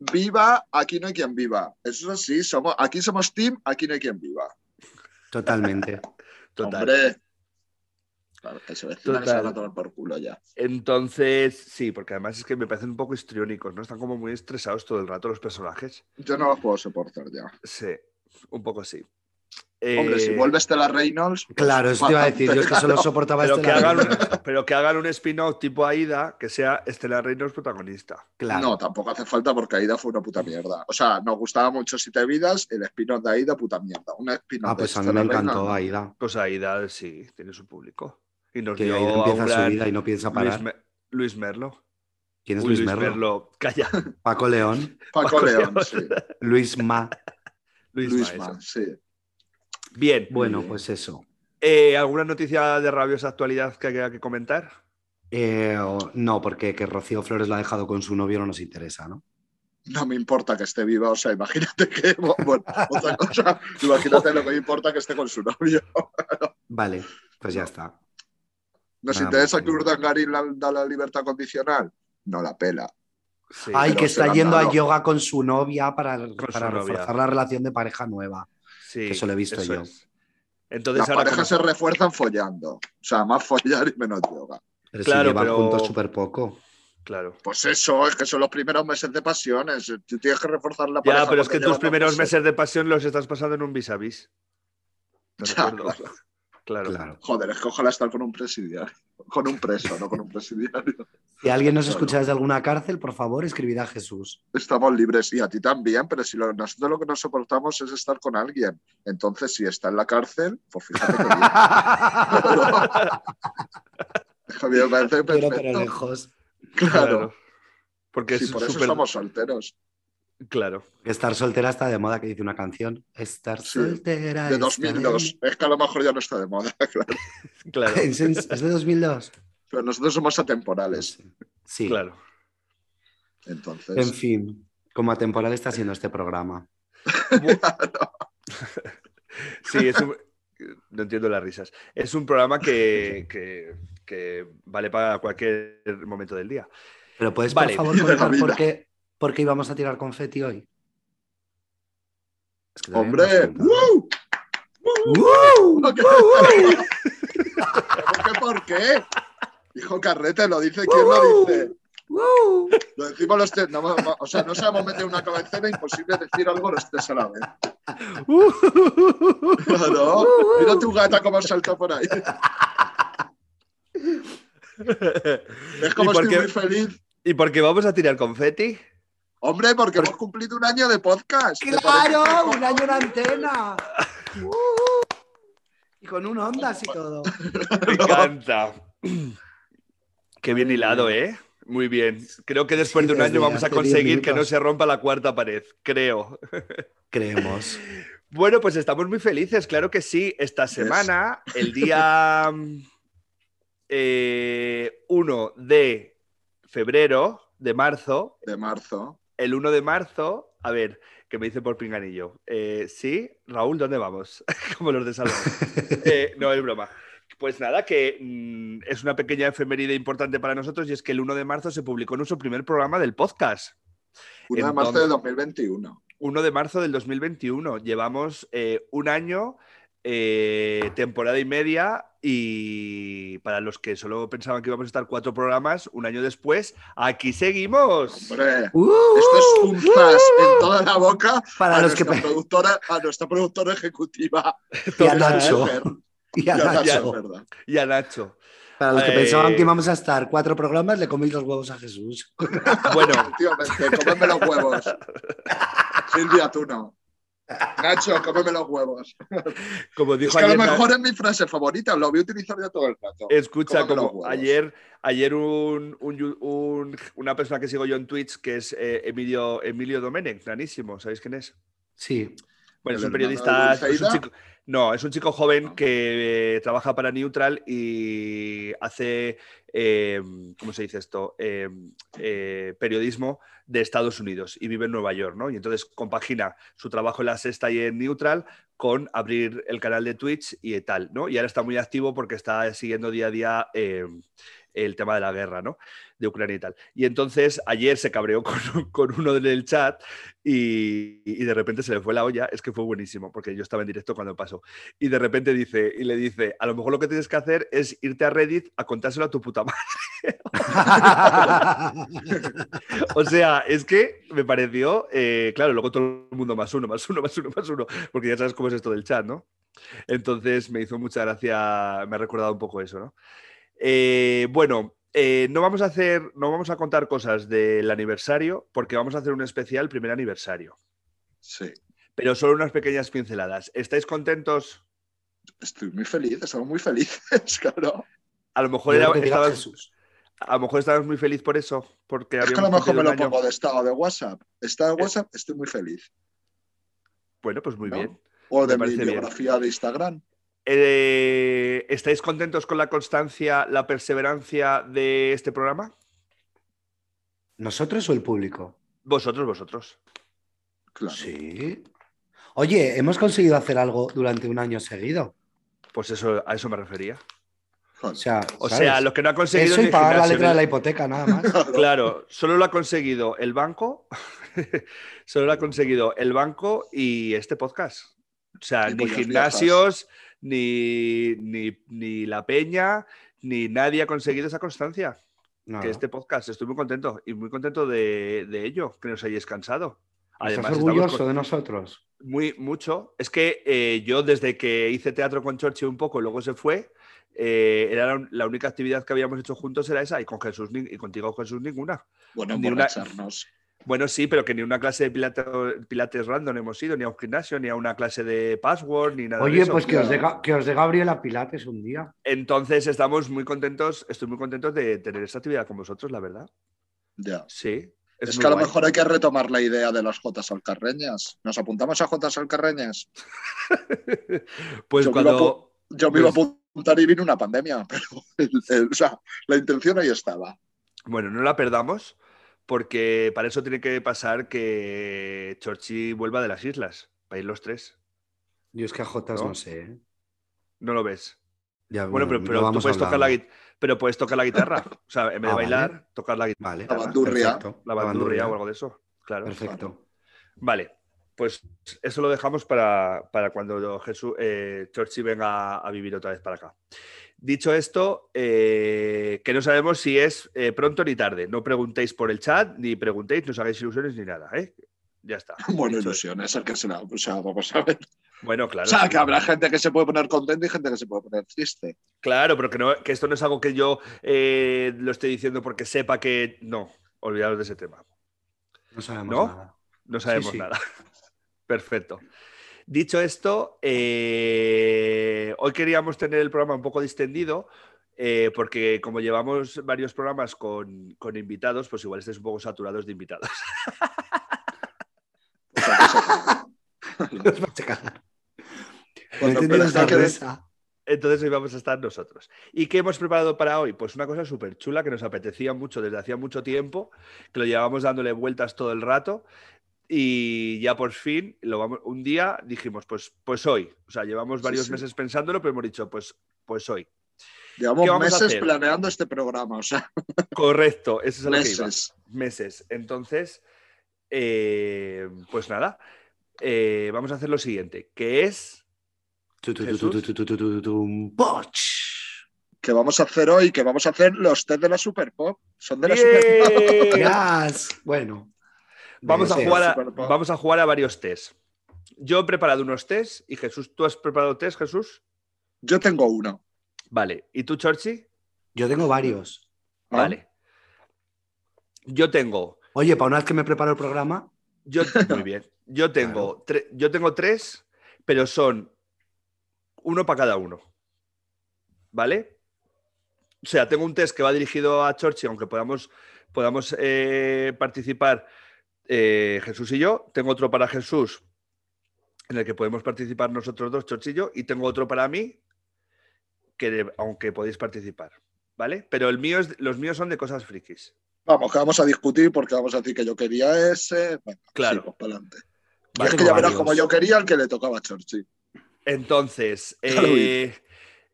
Speaker 3: viva, aquí no hay quien viva. Eso es así, somos, aquí somos team, aquí no hay quien viva.
Speaker 2: Totalmente.
Speaker 1: Total.
Speaker 3: Hombre, Claro, que se vecina que se van a tomar por culo ya.
Speaker 1: Entonces, sí, porque además es que me parecen un poco histriónicos, ¿no? Están como muy estresados todo el rato los personajes.
Speaker 3: Yo no los puedo soportar ya.
Speaker 1: Sí, un poco sí.
Speaker 3: Hombre,
Speaker 1: Eh,
Speaker 3: si vuelve Estela Reynolds. pues,
Speaker 2: Claro, eso te iba a
Speaker 3: bastante,
Speaker 2: decir. Yo es que solo
Speaker 3: claro.
Speaker 2: soportaba
Speaker 1: pero,
Speaker 2: este
Speaker 1: que hagan, pero que hagan un spin-off tipo Aida que sea Estela Reynolds protagonista.
Speaker 2: Claro.
Speaker 3: No, tampoco hace falta porque Aida fue una puta mierda. O sea, nos gustaba mucho Siete Vidas, el spin-off de Aida, puta mierda. Un spin-off
Speaker 2: ah,
Speaker 3: de
Speaker 2: pues a mí
Speaker 3: Estela
Speaker 2: me
Speaker 3: Reynolds,
Speaker 2: encantó
Speaker 3: no.
Speaker 2: Aida.
Speaker 1: Pues Aida sí, tiene su público. Y nos
Speaker 2: Que
Speaker 1: dio
Speaker 2: Aida
Speaker 1: a un
Speaker 2: empieza su
Speaker 1: gran
Speaker 2: vida y no piensa
Speaker 1: Luis,
Speaker 2: parar.
Speaker 1: Me- Luis Merlo.
Speaker 2: ¿Quién es
Speaker 1: Uy,
Speaker 2: Luis, Merlo?
Speaker 1: Calla.
Speaker 2: Paco León.
Speaker 3: Paco,
Speaker 1: Paco
Speaker 3: León,
Speaker 1: León.
Speaker 3: sí.
Speaker 2: Luis Ma.
Speaker 1: Luis,
Speaker 3: Luis
Speaker 1: Ma, eso.
Speaker 3: Ma, sí.
Speaker 1: Bien.
Speaker 2: Bueno,
Speaker 3: bien.
Speaker 2: pues eso.
Speaker 1: Eh, ¿Alguna noticia de rabiosa actualidad que haya que comentar?
Speaker 2: Eh, o- no, porque que Rocío Flores la ha dejado con su novio no nos interesa, ¿no?
Speaker 3: No me importa que esté viva, o sea, imagínate que. Bueno, otra cosa, imagínate lo que me importa que esté con su novio.
Speaker 2: Vale, pues ya está.
Speaker 3: ¿Nos
Speaker 2: Nada
Speaker 3: interesa
Speaker 2: más,
Speaker 3: que
Speaker 2: sí.
Speaker 3: Urdangarín la- da la libertad condicional? No la pela.
Speaker 1: Sí.
Speaker 2: Ay,
Speaker 3: pero
Speaker 2: que
Speaker 3: se la
Speaker 2: está
Speaker 3: han
Speaker 2: yendo a
Speaker 3: dado.
Speaker 2: yoga con su novia para, para
Speaker 1: su novia.
Speaker 2: reforzar la relación de pareja nueva.
Speaker 1: Sí,
Speaker 2: que eso lo he visto
Speaker 1: eso
Speaker 2: yo.
Speaker 1: es. Entonces,
Speaker 3: Las
Speaker 1: ahora
Speaker 3: parejas
Speaker 1: como-
Speaker 3: se refuerzan follando. O sea, más follar y menos yoga.
Speaker 2: Pero
Speaker 1: Claro,
Speaker 2: si llevan
Speaker 1: pero-
Speaker 2: juntos súper poco.
Speaker 1: Claro.
Speaker 3: Pues eso, es que son los primeros meses de pasiones. Tú tienes que reforzar la pareja.
Speaker 1: Ya, pero es que
Speaker 3: cuando llevan
Speaker 1: tus
Speaker 3: dos
Speaker 1: primeros meses de pasión los estás pasando en un vis a vis. Te
Speaker 3: Ya,
Speaker 1: recuerdo. Claro.
Speaker 2: Claro.
Speaker 3: Joder, es que ojalá estar con un presidiario. Con un preso, no con un presidiario.
Speaker 2: Si alguien nos
Speaker 3: Claro.
Speaker 2: escucha desde alguna cárcel, por favor, escribid a Jesús.
Speaker 3: Estamos libres y a ti también, pero si lo- nosotros lo que nos soportamos es estar con alguien. Entonces, si está en la cárcel, pues fíjate que bien. Es que a mí me parece
Speaker 2: Pero,
Speaker 3: perfecto.
Speaker 2: pero lejos.
Speaker 3: Claro.
Speaker 1: Porque
Speaker 3: Sí,
Speaker 1: es
Speaker 3: por eso
Speaker 1: súper-
Speaker 3: estamos solteros.
Speaker 1: Claro.
Speaker 2: Que Estar soltera está de moda, que dice una canción. Estar
Speaker 3: Sí,
Speaker 2: soltera.
Speaker 3: De
Speaker 2: está
Speaker 3: 2002. Es que a lo mejor ya no está de moda, claro.
Speaker 1: Claro.
Speaker 2: Es es de 2002.
Speaker 3: Pero nosotros somos atemporales.
Speaker 2: Sí.
Speaker 1: Claro.
Speaker 3: Entonces,
Speaker 2: En fin, como atemporal está siendo este programa.
Speaker 1: Sí, es un- no entiendo las risas. Es un programa que, que- que vale para cualquier momento del día.
Speaker 2: Pero puedes,
Speaker 1: Vale.
Speaker 2: por
Speaker 3: De
Speaker 2: favor,
Speaker 3: la
Speaker 2: contar
Speaker 3: vida.
Speaker 2: por qué, por qué íbamos a tirar confeti hoy. Es que todavía no
Speaker 3: hombre,
Speaker 2: has contado.
Speaker 3: ¡wow!
Speaker 2: ¡Woo!
Speaker 3: ¿Por qué? ¿Por qué? Dijo Carrete, lo dice. ¿Quién lo dice?
Speaker 2: ¡Woo!
Speaker 3: Lo decimos los tres. no, no, no, o sea, no sabemos meter una cabecera, imposible decir algo los tres a la vez. Claro. Mira tu gata cómo salta por ahí. Es como
Speaker 1: ¿Y por
Speaker 3: estoy
Speaker 1: qué-
Speaker 3: muy feliz.
Speaker 1: ¿Y por qué vamos a tirar confeti?
Speaker 3: Hombre, porque hemos cumplido un año de podcast. ¿Te
Speaker 2: ¡Claro!
Speaker 3: parece?
Speaker 2: ¡Un año en antena! ¡Uh! Y con un Ondas y todo.
Speaker 1: Me encanta. Qué bien hilado, ¿eh? Muy bien. Creo que después
Speaker 2: Sí,
Speaker 1: de un
Speaker 2: desde
Speaker 1: año vamos a
Speaker 2: hace diez
Speaker 1: conseguir que no
Speaker 2: minutos.
Speaker 1: se rompa la cuarta pared, creo.
Speaker 2: Creemos.
Speaker 1: Bueno, pues estamos muy felices, claro que sí. Esta semana, el día 1 de febrero, de marzo,
Speaker 3: De marzo.
Speaker 1: el 1 de marzo, a ver, que me dice por pinganillo. Eh, sí, Raúl, ¿dónde vamos? Como los de Salón. Eh, no, es broma. Pues nada, que mm, es una pequeña efeméride importante para nosotros y es que el 1 de marzo se publicó nuestro primer programa del podcast.
Speaker 3: 1 de
Speaker 1: Entonces-
Speaker 3: marzo de 2021.
Speaker 1: 1 de marzo del 2021. Llevamos eh, un año, eh, temporada y media, y para los que solo pensaban que íbamos a estar cuatro programas, un año después, aquí seguimos.
Speaker 3: Hombre,
Speaker 2: ¡Uh!
Speaker 3: esto es un zas en toda la boca
Speaker 2: Para
Speaker 3: a,
Speaker 2: los que.
Speaker 3: nuestra productora, a nuestra productora ejecutiva.
Speaker 2: Y a Nacho.
Speaker 3: Fer.
Speaker 2: Y a
Speaker 3: Ya, Nacho,
Speaker 2: Nacho.
Speaker 3: ¿verdad?
Speaker 1: Y a Nacho.
Speaker 2: Para los que
Speaker 1: Eh,
Speaker 2: pensaban que íbamos a estar cuatro programas, le comí los huevos a Jesús.
Speaker 1: Bueno,
Speaker 3: Efectivamente, cómeme los huevos. Silvia, tú no. Nacho, cómeme los huevos.
Speaker 1: como dijo
Speaker 3: es que a
Speaker 1: ayer
Speaker 3: lo
Speaker 1: Na-
Speaker 3: mejor es mi frase favorita, lo voy a utilizar ya todo el rato.
Speaker 2: Eh.
Speaker 1: Escucha,
Speaker 3: Cómete los
Speaker 1: como
Speaker 3: huevos.
Speaker 1: ayer, ayer un, un yu- un- una persona que sigo yo en Twitch, que es eh, Emilio, Emilio Domenech, granísimo, ¿sabéis quién es?
Speaker 2: Sí.
Speaker 1: Bueno, es
Speaker 3: ¿El
Speaker 1: un
Speaker 3: hermano de
Speaker 1: periodista. es un
Speaker 3: Dulceida?
Speaker 1: chico- no, es un chico joven que eh, trabaja para Neutral y hace, eh, ¿cómo se dice esto? Eh, eh, periodismo de Estados Unidos y vive en Nueva York, ¿no? Y entonces compagina su trabajo en La Sexta y en Neutral con abrir el canal de Twitch y tal, ¿no? Y ahora está muy activo porque está siguiendo día a día eh, el tema de la guerra, ¿no? De Ucrania y tal. Y entonces ayer se cabreó con, con uno del chat y, y, de repente se le fue la olla. Es que fue buenísimo, porque yo estaba en directo cuando pasó. Y de repente dice, y le dice, a lo mejor lo que tienes que hacer es irte a Reddit a contárselo a tu puta madre. o sea, es que me pareció, eh, claro, luego todo el mundo más uno, más uno, más uno, más uno, porque ya sabes cómo es esto del chat, ¿no? Entonces me hizo mucha gracia, me ha recordado un poco eso, ¿no? Eh, bueno, eh, no vamos a hacer, no vamos a contar cosas del aniversario, porque vamos a hacer un especial primer aniversario.
Speaker 3: Sí.
Speaker 1: Pero solo unas pequeñas pinceladas. ¿Estáis contentos?
Speaker 3: Estoy muy feliz, estamos muy felices, claro.
Speaker 1: A lo mejor era, estabas, Jesús. a lo mejor estabas muy feliz por eso, porque
Speaker 3: es que a lo mejor me lo pongo de estado de WhatsApp. Estado de WhatsApp, eh. estoy muy feliz.
Speaker 1: Bueno, pues muy ¿No? bien.
Speaker 3: O de mi biografía bien. de Instagram.
Speaker 1: Eh, ¿Estáis contentos con la constancia, la perseverancia de este programa?
Speaker 2: ¿Nosotros o el público?
Speaker 1: Vosotros, vosotros.
Speaker 2: Claro. Sí. Oye, hemos conseguido hacer algo durante un año seguido.
Speaker 1: Pues eso, a eso me refería.
Speaker 2: O sea,
Speaker 1: o sea lo que no ha conseguido.
Speaker 2: Eso y pagar la letra de la hipoteca, nada más.
Speaker 1: claro, solo lo ha conseguido el banco. solo lo ha conseguido el banco y este podcast. O sea, y ni gimnasios, ni, ni, ni, la peña, ni nadie ha conseguido esa constancia. No. Que este podcast, estoy muy contento y muy contento de, de ello, que nos hayáis cansado.
Speaker 2: Además, ¿Estás orgulloso ¿eh? con... de nosotros?
Speaker 1: Muy, mucho. Es que eh, yo desde que hice teatro con Chorchi un poco, luego se fue, eh, era la, la, única actividad que habíamos hecho juntos era esa, y con Jesús y contigo Jesús ninguna.
Speaker 3: Bueno, ni emborracharnos.
Speaker 1: Una... Bueno, sí, pero que ni una clase de pilates, pilates, random hemos ido, ni a un gimnasio, ni a una clase de password, ni nada
Speaker 2: Oye,
Speaker 1: de eso.
Speaker 2: Oye, pues que os, de, que os, dé, Gabriela Pilates un día.
Speaker 1: Entonces estamos muy contentos, estoy muy contento de tener esta actividad con vosotros, la verdad.
Speaker 3: Ya.
Speaker 1: Sí.
Speaker 3: Es, es que a lo guay. mejor hay que retomar la idea de las Jotas Alcarreñas. ¿Nos apuntamos a Jotas Alcarreñas?
Speaker 1: pues
Speaker 3: yo
Speaker 1: cuando.
Speaker 3: Me yo me iba pues... a apuntar y vino una pandemia, pero el, el, o sea, la intención ahí estaba.
Speaker 1: Bueno, no la perdamos porque para eso tiene que pasar que Chorchi vuelva de las islas, para ir los tres.
Speaker 2: Yo es que a Jotas no, no sé. ¿eh?
Speaker 1: No lo ves. Ya, bueno, bueno, pero, pero tú puedes tocar la, pero puedes tocar la guitarra. O sea, en vez de ah, bailar, vale. tocar la guitarra.
Speaker 2: Vale.
Speaker 3: La bandurria.
Speaker 1: La bandurria o algo de eso. Claro.
Speaker 2: Ah, Perfecto.
Speaker 1: Vale. Pues eso lo dejamos para, para cuando Jesús, eh, Chorchi venga a vivir otra vez para acá. Dicho esto, eh, que no sabemos si es eh, pronto ni tarde. No preguntéis por el chat, ni preguntéis, no os hagáis ilusiones ni nada. ¿eh? Ya está.
Speaker 3: Bueno, ilusiones, al que se la. O sea, vamos a ver.
Speaker 1: Bueno, claro.
Speaker 3: O sea, que habrá gente que se puede poner contenta y gente que se puede poner triste.
Speaker 1: Claro, pero que, no, que esto no es algo que yo eh, lo estoy diciendo porque sepa que. No, olvidaros de ese tema.
Speaker 2: No sabemos ¿No? nada.
Speaker 1: No sabemos sí, sí. nada. Perfecto. Dicho esto, eh, hoy queríamos tener el programa un poco distendido. Eh, porque como llevamos varios programas con, con, invitados, pues igual estáis un poco saturados de invitados. Entonces hoy vamos a estar nosotros. ¿Y qué hemos preparado para hoy? Pues una cosa súper chula que nos apetecía mucho desde hacía mucho tiempo, que lo llevábamos dándole vueltas todo el rato y ya por fin lo vamos un día dijimos pues pues hoy o sea llevamos varios sí, sí. meses pensándolo pero hemos dicho pues pues hoy
Speaker 3: llevamos meses planeando este programa o sea
Speaker 1: correcto eso es meses. lo que iba. meses entonces eh, pues nada eh, vamos a hacer lo siguiente que es
Speaker 3: que vamos a hacer hoy que vamos a hacer los test de la Super Pop son de la Super
Speaker 2: Pop yes. bueno
Speaker 1: Vamos a, jugar a, vamos a, jugar a, varios test. Yo he preparado unos test y Jesús, ¿tú has preparado test, Jesús?
Speaker 3: Yo tengo uno.
Speaker 1: Vale. ¿Y tú, Chorchi?
Speaker 2: Yo tengo varios.
Speaker 1: ¿Ah? Vale. Yo tengo.
Speaker 2: Oye, para una vez que me preparo el programa.
Speaker 1: Yo, muy bien. Yo tengo, claro. tre, yo tengo tres, pero son uno para cada uno. ¿Vale? O sea, tengo un test que va dirigido a Chorchi, aunque podamos, podamos eh, participar. Eh, Jesús y yo. Tengo otro para Jesús, en el que podemos participar nosotros dos, Chochillo, y tengo otro para mí, que aunque podéis participar, ¿vale? Pero el mío es, los míos son de cosas frikis.
Speaker 3: Vamos, que vamos a discutir porque vamos a decir que yo quería ese. Bueno,
Speaker 1: claro.
Speaker 3: Sí, pues, para adelante. Vale, es que ya verás varios. como yo quería el que le tocaba a Chorchi.
Speaker 1: Entonces, eh,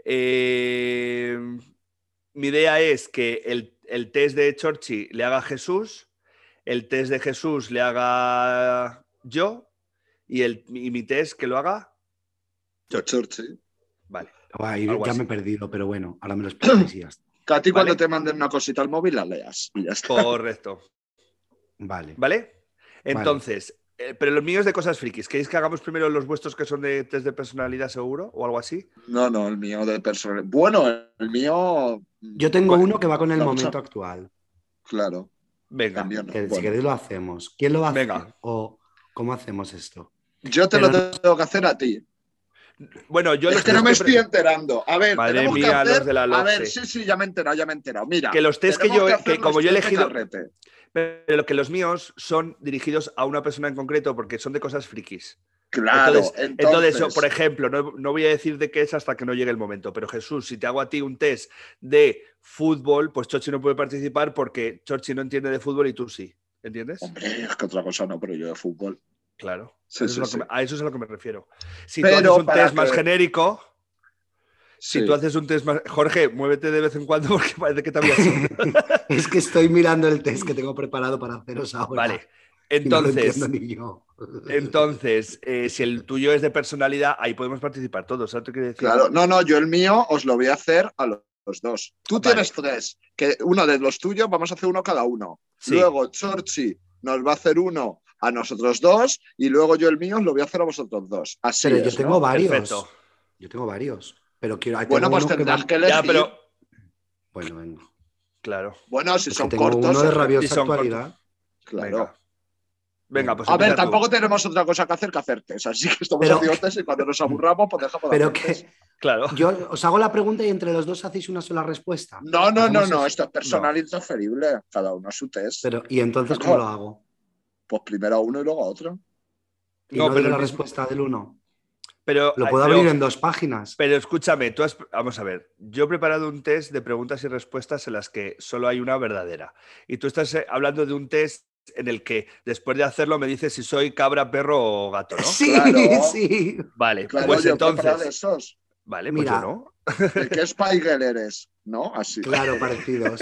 Speaker 1: eh, mi idea es que el, el test de Chorchi le haga Jesús, el test de Jesús le haga yo y, el, y mi test que lo haga.
Speaker 3: Yo, Pues Chorchi.
Speaker 1: Vale.
Speaker 2: Guay,
Speaker 1: Algo
Speaker 2: ya
Speaker 1: así.
Speaker 2: me he perdido, pero bueno, ahora me lo explicáis y ya está.
Speaker 3: Que a ti cuando
Speaker 1: Vale.
Speaker 3: te manden una cosita al móvil la leas y ya está.
Speaker 1: Correcto.
Speaker 2: Vale.
Speaker 1: ¿Vale? Entonces, eh, pero los míos de cosas frikis. ¿Queréis que hagamos primero los vuestros que son de test de personalidad seguro o algo así?
Speaker 3: No, no, el mío de personal. Bueno, el mío.
Speaker 2: Yo tengo
Speaker 3: Bueno,
Speaker 2: uno que va con el
Speaker 3: vamos a-
Speaker 2: momento actual.
Speaker 3: Claro,
Speaker 1: Venga.
Speaker 3: también. no.
Speaker 2: Que si
Speaker 3: Bueno.
Speaker 2: queréis lo hacemos. ¿Quién lo hace?
Speaker 1: Venga.
Speaker 2: ¿O cómo hacemos esto?
Speaker 3: Yo te
Speaker 2: Pero
Speaker 3: lo tengo que hacer a ti.
Speaker 1: Bueno, yo
Speaker 3: es
Speaker 1: los
Speaker 3: que Este no
Speaker 1: tres
Speaker 3: me
Speaker 1: pre-
Speaker 3: estoy enterando. A ver,
Speaker 1: Madre
Speaker 3: tenemos que
Speaker 1: mía,
Speaker 3: hacer-
Speaker 1: los de la
Speaker 3: A ver,
Speaker 1: LOCE.
Speaker 3: sí, sí, ya me he enterado, ya me he enterado. Mira.
Speaker 1: Que los test que
Speaker 3: tenemos
Speaker 1: yo-
Speaker 3: hacer
Speaker 1: que como
Speaker 3: los
Speaker 1: yo he
Speaker 3: test de
Speaker 1: elegido-
Speaker 3: carrete.
Speaker 1: Pero que los míos son dirigidos a una persona en concreto porque son de cosas frikis.
Speaker 3: Claro,
Speaker 1: entonces,
Speaker 3: entonces,
Speaker 1: entonces, yo, por ejemplo, no, no voy a decir de qué es hasta que no llegue el momento, pero Jesús, si te hago a ti un test de fútbol, pues Chochi no puede participar porque Chochi no entiende de fútbol y tú sí. ¿Entiendes?
Speaker 3: Hombre, es que otra cosa no, pero yo de fútbol.
Speaker 1: Claro. Eso
Speaker 3: Sí,
Speaker 1: es
Speaker 3: sí,
Speaker 1: lo que
Speaker 3: sí.
Speaker 1: me- a eso es a lo que me refiero. Si
Speaker 3: Pero
Speaker 1: tú haces un
Speaker 3: para
Speaker 1: test más
Speaker 3: que-
Speaker 1: genérico,
Speaker 3: Sí.
Speaker 1: si tú haces un test más. Jorge, muévete de vez en cuando porque parece que te habías ido.
Speaker 2: Es que estoy mirando el test que tengo preparado para haceros ahora.
Speaker 1: Vale.
Speaker 2: y no lo
Speaker 1: Entonces,
Speaker 2: entiendo ni yo.
Speaker 1: entonces eh, si el tuyo es de personalidad, ahí podemos participar todos. ¿Sabes qué quiero decir?
Speaker 3: Claro, no, no, yo el mío os lo voy a hacer a lo- los dos. Tú
Speaker 1: Vale.
Speaker 3: tienes tres, que uno de los tuyos vamos a hacer uno cada uno.
Speaker 1: Sí.
Speaker 3: Luego Chorchi nos va a hacer uno a nosotros dos y luego yo el mío os lo voy a hacer a vosotros dos. Así
Speaker 2: Pero
Speaker 3: es,
Speaker 2: yo
Speaker 3: ¿no?
Speaker 2: tengo varios.
Speaker 1: Perfecto.
Speaker 2: Yo tengo varios. Pero quiero. tengo
Speaker 3: Bueno, pues
Speaker 2: uno que
Speaker 3: tendrás
Speaker 2: va-
Speaker 3: que elegir.
Speaker 1: Ya, pero.
Speaker 2: Bueno, venga.
Speaker 1: Claro.
Speaker 3: Bueno, si
Speaker 2: Es que
Speaker 3: son
Speaker 2: tengo uno
Speaker 3: cortos,
Speaker 2: de
Speaker 1: y
Speaker 2: rabiosa
Speaker 1: son
Speaker 2: actualidad.
Speaker 3: claro.
Speaker 1: Venga. Venga, pues.
Speaker 3: A ver,
Speaker 1: empieza tú.
Speaker 3: tampoco tenemos otra cosa que hacer que hacer test, así que estamos
Speaker 2: Pero-
Speaker 3: haciendo test y cuando nos aburramos, pues dejamos de
Speaker 2: Pero
Speaker 3: hacer test.
Speaker 2: que
Speaker 1: Claro.
Speaker 2: yo os hago la pregunta y entre los dos hacéis una sola respuesta.
Speaker 1: Mm.
Speaker 3: No, no, no,
Speaker 2: Hacemos
Speaker 3: no,
Speaker 2: eso.
Speaker 3: esto es personal intransferible, cada uno a su test.
Speaker 2: Pero, ¿y entonces
Speaker 3: No.
Speaker 2: cómo lo hago?
Speaker 3: Pues primero a uno y luego a otro.
Speaker 2: Y
Speaker 1: No, pero
Speaker 2: no, doy la
Speaker 1: el mismo-
Speaker 2: respuesta del uno.
Speaker 1: Pero, ah,
Speaker 2: Lo puedo
Speaker 1: pero-
Speaker 2: abrir en dos páginas.
Speaker 1: Pero escúchame, tú has, vamos a ver, yo he preparado un test de preguntas y respuestas en las que solo hay una verdadera. Y tú estás eh, hablando de un test en el que después de hacerlo me dices si soy cabra, perro o gato, ¿no?
Speaker 2: Sí,
Speaker 3: Claro.
Speaker 2: sí.
Speaker 1: Vale,
Speaker 3: Claro,
Speaker 1: pues
Speaker 3: yo he preparado
Speaker 1: entonces,
Speaker 3: esos.
Speaker 1: vale, pues yo
Speaker 2: Mira.
Speaker 1: no.
Speaker 3: ¿De qué Spiegel eres? ¿No? Así.
Speaker 2: Claro, parecidos.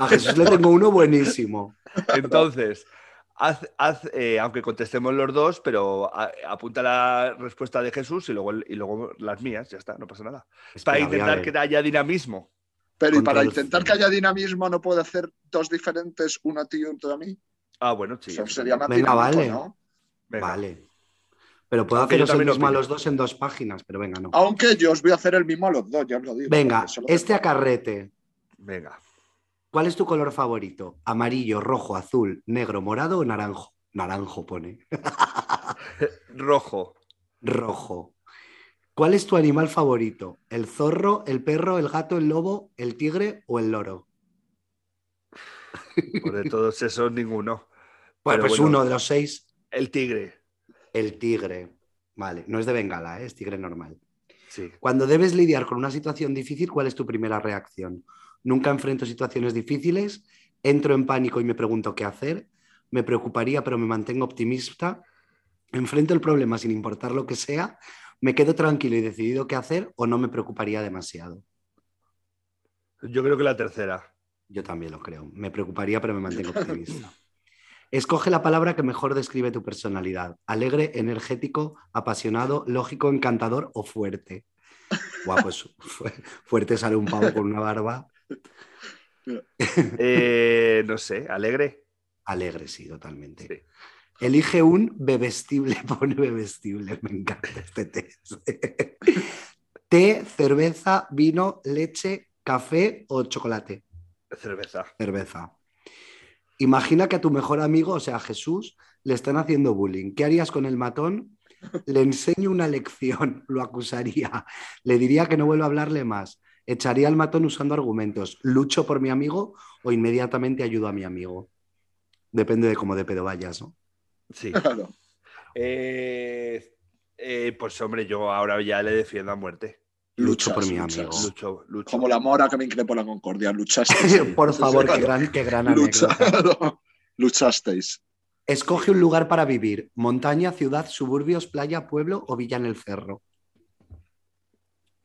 Speaker 2: A Jesús le tengo uno buenísimo.
Speaker 1: Entonces, haz, haz, eh, aunque contestemos los dos, pero a- apunta la respuesta de Jesús y luego, el- y luego las mías, ya está, no pasa nada. Para
Speaker 2: Espera, voy a
Speaker 1: intentar
Speaker 2: ver.
Speaker 1: que haya dinamismo.
Speaker 3: Pero y
Speaker 2: Control
Speaker 3: para intentar
Speaker 2: C.
Speaker 3: que haya dinamismo, ¿no puedo hacer dos diferentes, uno a ti y otro a mí?
Speaker 1: Ah, bueno, sí.
Speaker 3: Eso
Speaker 1: eso
Speaker 3: sería
Speaker 1: también.
Speaker 2: Venga,
Speaker 3: más dinámico,
Speaker 2: vale.
Speaker 3: ¿no?
Speaker 1: Venga.
Speaker 2: Vale. Pero puedo
Speaker 1: Aunque yo
Speaker 2: haceros el
Speaker 1: también
Speaker 2: mismo a
Speaker 1: opino. Ah,
Speaker 2: los dos en dos páginas, pero venga, no.
Speaker 3: Aunque yo os voy a hacer el mismo a los dos, ya os lo digo.
Speaker 2: Venga,
Speaker 3: porque solo
Speaker 2: este
Speaker 3: tengo-
Speaker 2: acarrete.
Speaker 1: Venga.
Speaker 2: ¿Cuál es tu color favorito? ¿Amarillo, rojo, azul, negro, morado o naranjo? Naranjo pone.
Speaker 1: Rojo.
Speaker 2: Rojo. ¿Cuál es tu animal favorito? ¿El zorro, el perro, el gato, el lobo, el tigre o el loro?
Speaker 1: Por de todos esos, ninguno.
Speaker 2: Bueno,
Speaker 1: Pero
Speaker 2: pues
Speaker 1: bueno.
Speaker 2: uno de los seis.
Speaker 1: El tigre.
Speaker 2: El tigre. Vale, no es de Bengala, ¿eh? es tigre normal.
Speaker 1: Sí.
Speaker 2: Cuando debes lidiar con una situación difícil, ¿cuál es tu primera reacción? Nunca enfrento situaciones difíciles, entro en pánico y me pregunto qué hacer, me preocuparía pero me mantengo optimista, enfrento el problema sin importar lo que sea, me quedo tranquilo y decidido qué hacer o no me preocuparía demasiado.
Speaker 1: Yo creo que la tercera.
Speaker 2: Yo también lo creo, me preocuparía pero me mantengo optimista. Escoge la palabra que mejor describe tu personalidad. Alegre, energético, apasionado, lógico, encantador o fuerte. Guau, pues fu- fuerte sale un pavo con una barba.
Speaker 1: Eh, no sé, alegre.
Speaker 2: Alegre, sí, totalmente.
Speaker 1: Sí.
Speaker 2: Elige un bebestible, pone bebestible, me encanta este test. Té, cerveza, vino, leche, café o chocolate.
Speaker 1: Cerveza.
Speaker 2: Cerveza. Imagina que a tu mejor amigo, o sea, Jesús, le están haciendo bullying. ¿Qué harías con el matón? Le enseño una lección, lo acusaría, le diría que no vuelva a hablarle más, echaría al matón usando argumentos, lucho por mi amigo o inmediatamente ayudo a mi amigo. Depende de cómo de pedo vayas, ¿no?
Speaker 1: Sí.
Speaker 3: Claro.
Speaker 1: Eh, eh, pues hombre, yo ahora ya le defiendo a muerte.
Speaker 2: Lucho
Speaker 3: Luchas,
Speaker 2: por mi
Speaker 3: luchas.
Speaker 2: amigo.
Speaker 1: Lucho, lucho.
Speaker 3: Como la mora que me increpó la concordia, luchasteis.
Speaker 2: Por
Speaker 3: Sí,
Speaker 2: favor, qué
Speaker 3: claro.
Speaker 2: gran, qué gran
Speaker 3: Lucha-
Speaker 2: anécdota.
Speaker 3: Luchasteis.
Speaker 2: Escoge un lugar para vivir, montaña, ciudad, suburbios, playa, pueblo o villa en el cerro.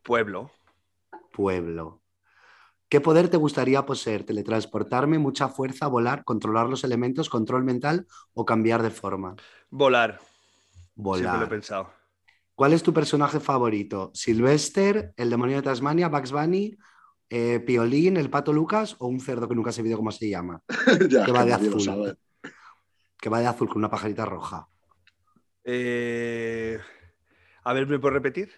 Speaker 1: Pueblo.
Speaker 2: pueblo. ¿Qué poder te gustaría poseer? ¿Teletransportarme, mucha fuerza, volar, controlar los elementos, control mental o cambiar de forma?
Speaker 1: Volar.
Speaker 2: Volar.
Speaker 1: Siempre lo he pensado.
Speaker 2: ¿Cuál es tu personaje favorito? ¿Sylvester, el demonio de Tasmania, Bugs Bunny, eh, Piolín, el pato Lucas o un cerdo que nunca se vio cómo se llama?
Speaker 3: Ya,
Speaker 2: que va de
Speaker 3: nadie lo
Speaker 2: azul.
Speaker 3: sabe.
Speaker 2: Que va de azul con una pajarita roja.
Speaker 1: Eh, A ver, ¿me puedo repetir?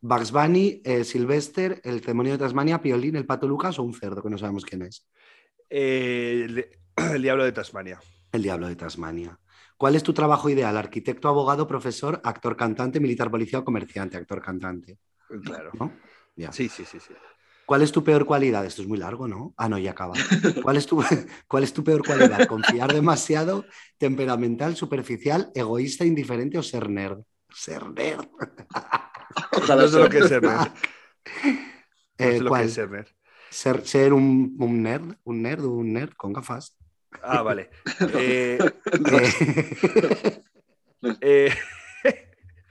Speaker 2: Bugs Bunny, eh, Sylvester, el demonio de Tasmania, Piolín, el pato Lucas o un cerdo que no sabemos quién es.
Speaker 1: Eh, el, el diablo de Tasmania.
Speaker 2: El diablo de Tasmania. ¿Cuál es tu trabajo ideal? Arquitecto, abogado, profesor, actor, cantante, militar, policía o comerciante, actor, cantante.
Speaker 1: Claro.
Speaker 2: ¿No? Ya.
Speaker 1: Sí, sí, sí, sí.
Speaker 2: ¿Cuál es tu peor cualidad? Esto es muy largo, ¿no? Ah, no, ya acaba. ¿Cuál es tu, cuál es tu peor cualidad? ¿Confiar demasiado, temperamental, superficial, egoísta, indiferente o ser nerd? Ser nerd.
Speaker 1: No
Speaker 3: Ojalá
Speaker 1: sé lo que es
Speaker 3: sea.
Speaker 1: ser nerd. No
Speaker 2: Eh,
Speaker 1: sé lo que
Speaker 2: ¿cuál?
Speaker 1: es ser nerd.
Speaker 2: Ser, ser un, un nerd, un nerd, un nerd con gafas.
Speaker 1: Ah, vale. Eh,
Speaker 2: Eh,
Speaker 1: eh,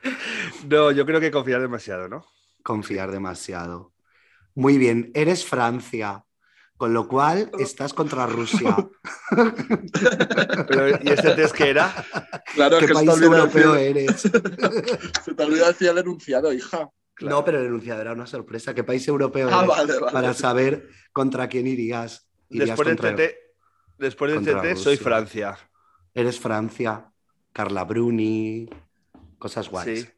Speaker 1: no, yo creo que confiar demasiado, ¿no?
Speaker 2: confiar demasiado. Muy bien, eres Francia, con lo cual estás contra Rusia.
Speaker 1: Pero, ¿Y este test que era?
Speaker 3: Claro,
Speaker 2: ¿Qué
Speaker 3: es que se te,
Speaker 2: país
Speaker 3: olvida
Speaker 2: europeo
Speaker 3: decir,
Speaker 2: eres? eh.
Speaker 3: se te olvida decir el enunciado, hija.
Speaker 1: Claro.
Speaker 2: No, pero el enunciado era una sorpresa. ¿Qué país europeo
Speaker 3: Ah,
Speaker 2: eres?
Speaker 3: vale, vale.
Speaker 2: Para saber contra quién irías. Irías
Speaker 1: Después del
Speaker 2: contra-
Speaker 1: TT, después del
Speaker 2: contra
Speaker 1: TT soy
Speaker 2: Rusia.
Speaker 1: Francia.
Speaker 2: Eres Francia, Carla Bruni, cosas guays.
Speaker 1: Sí.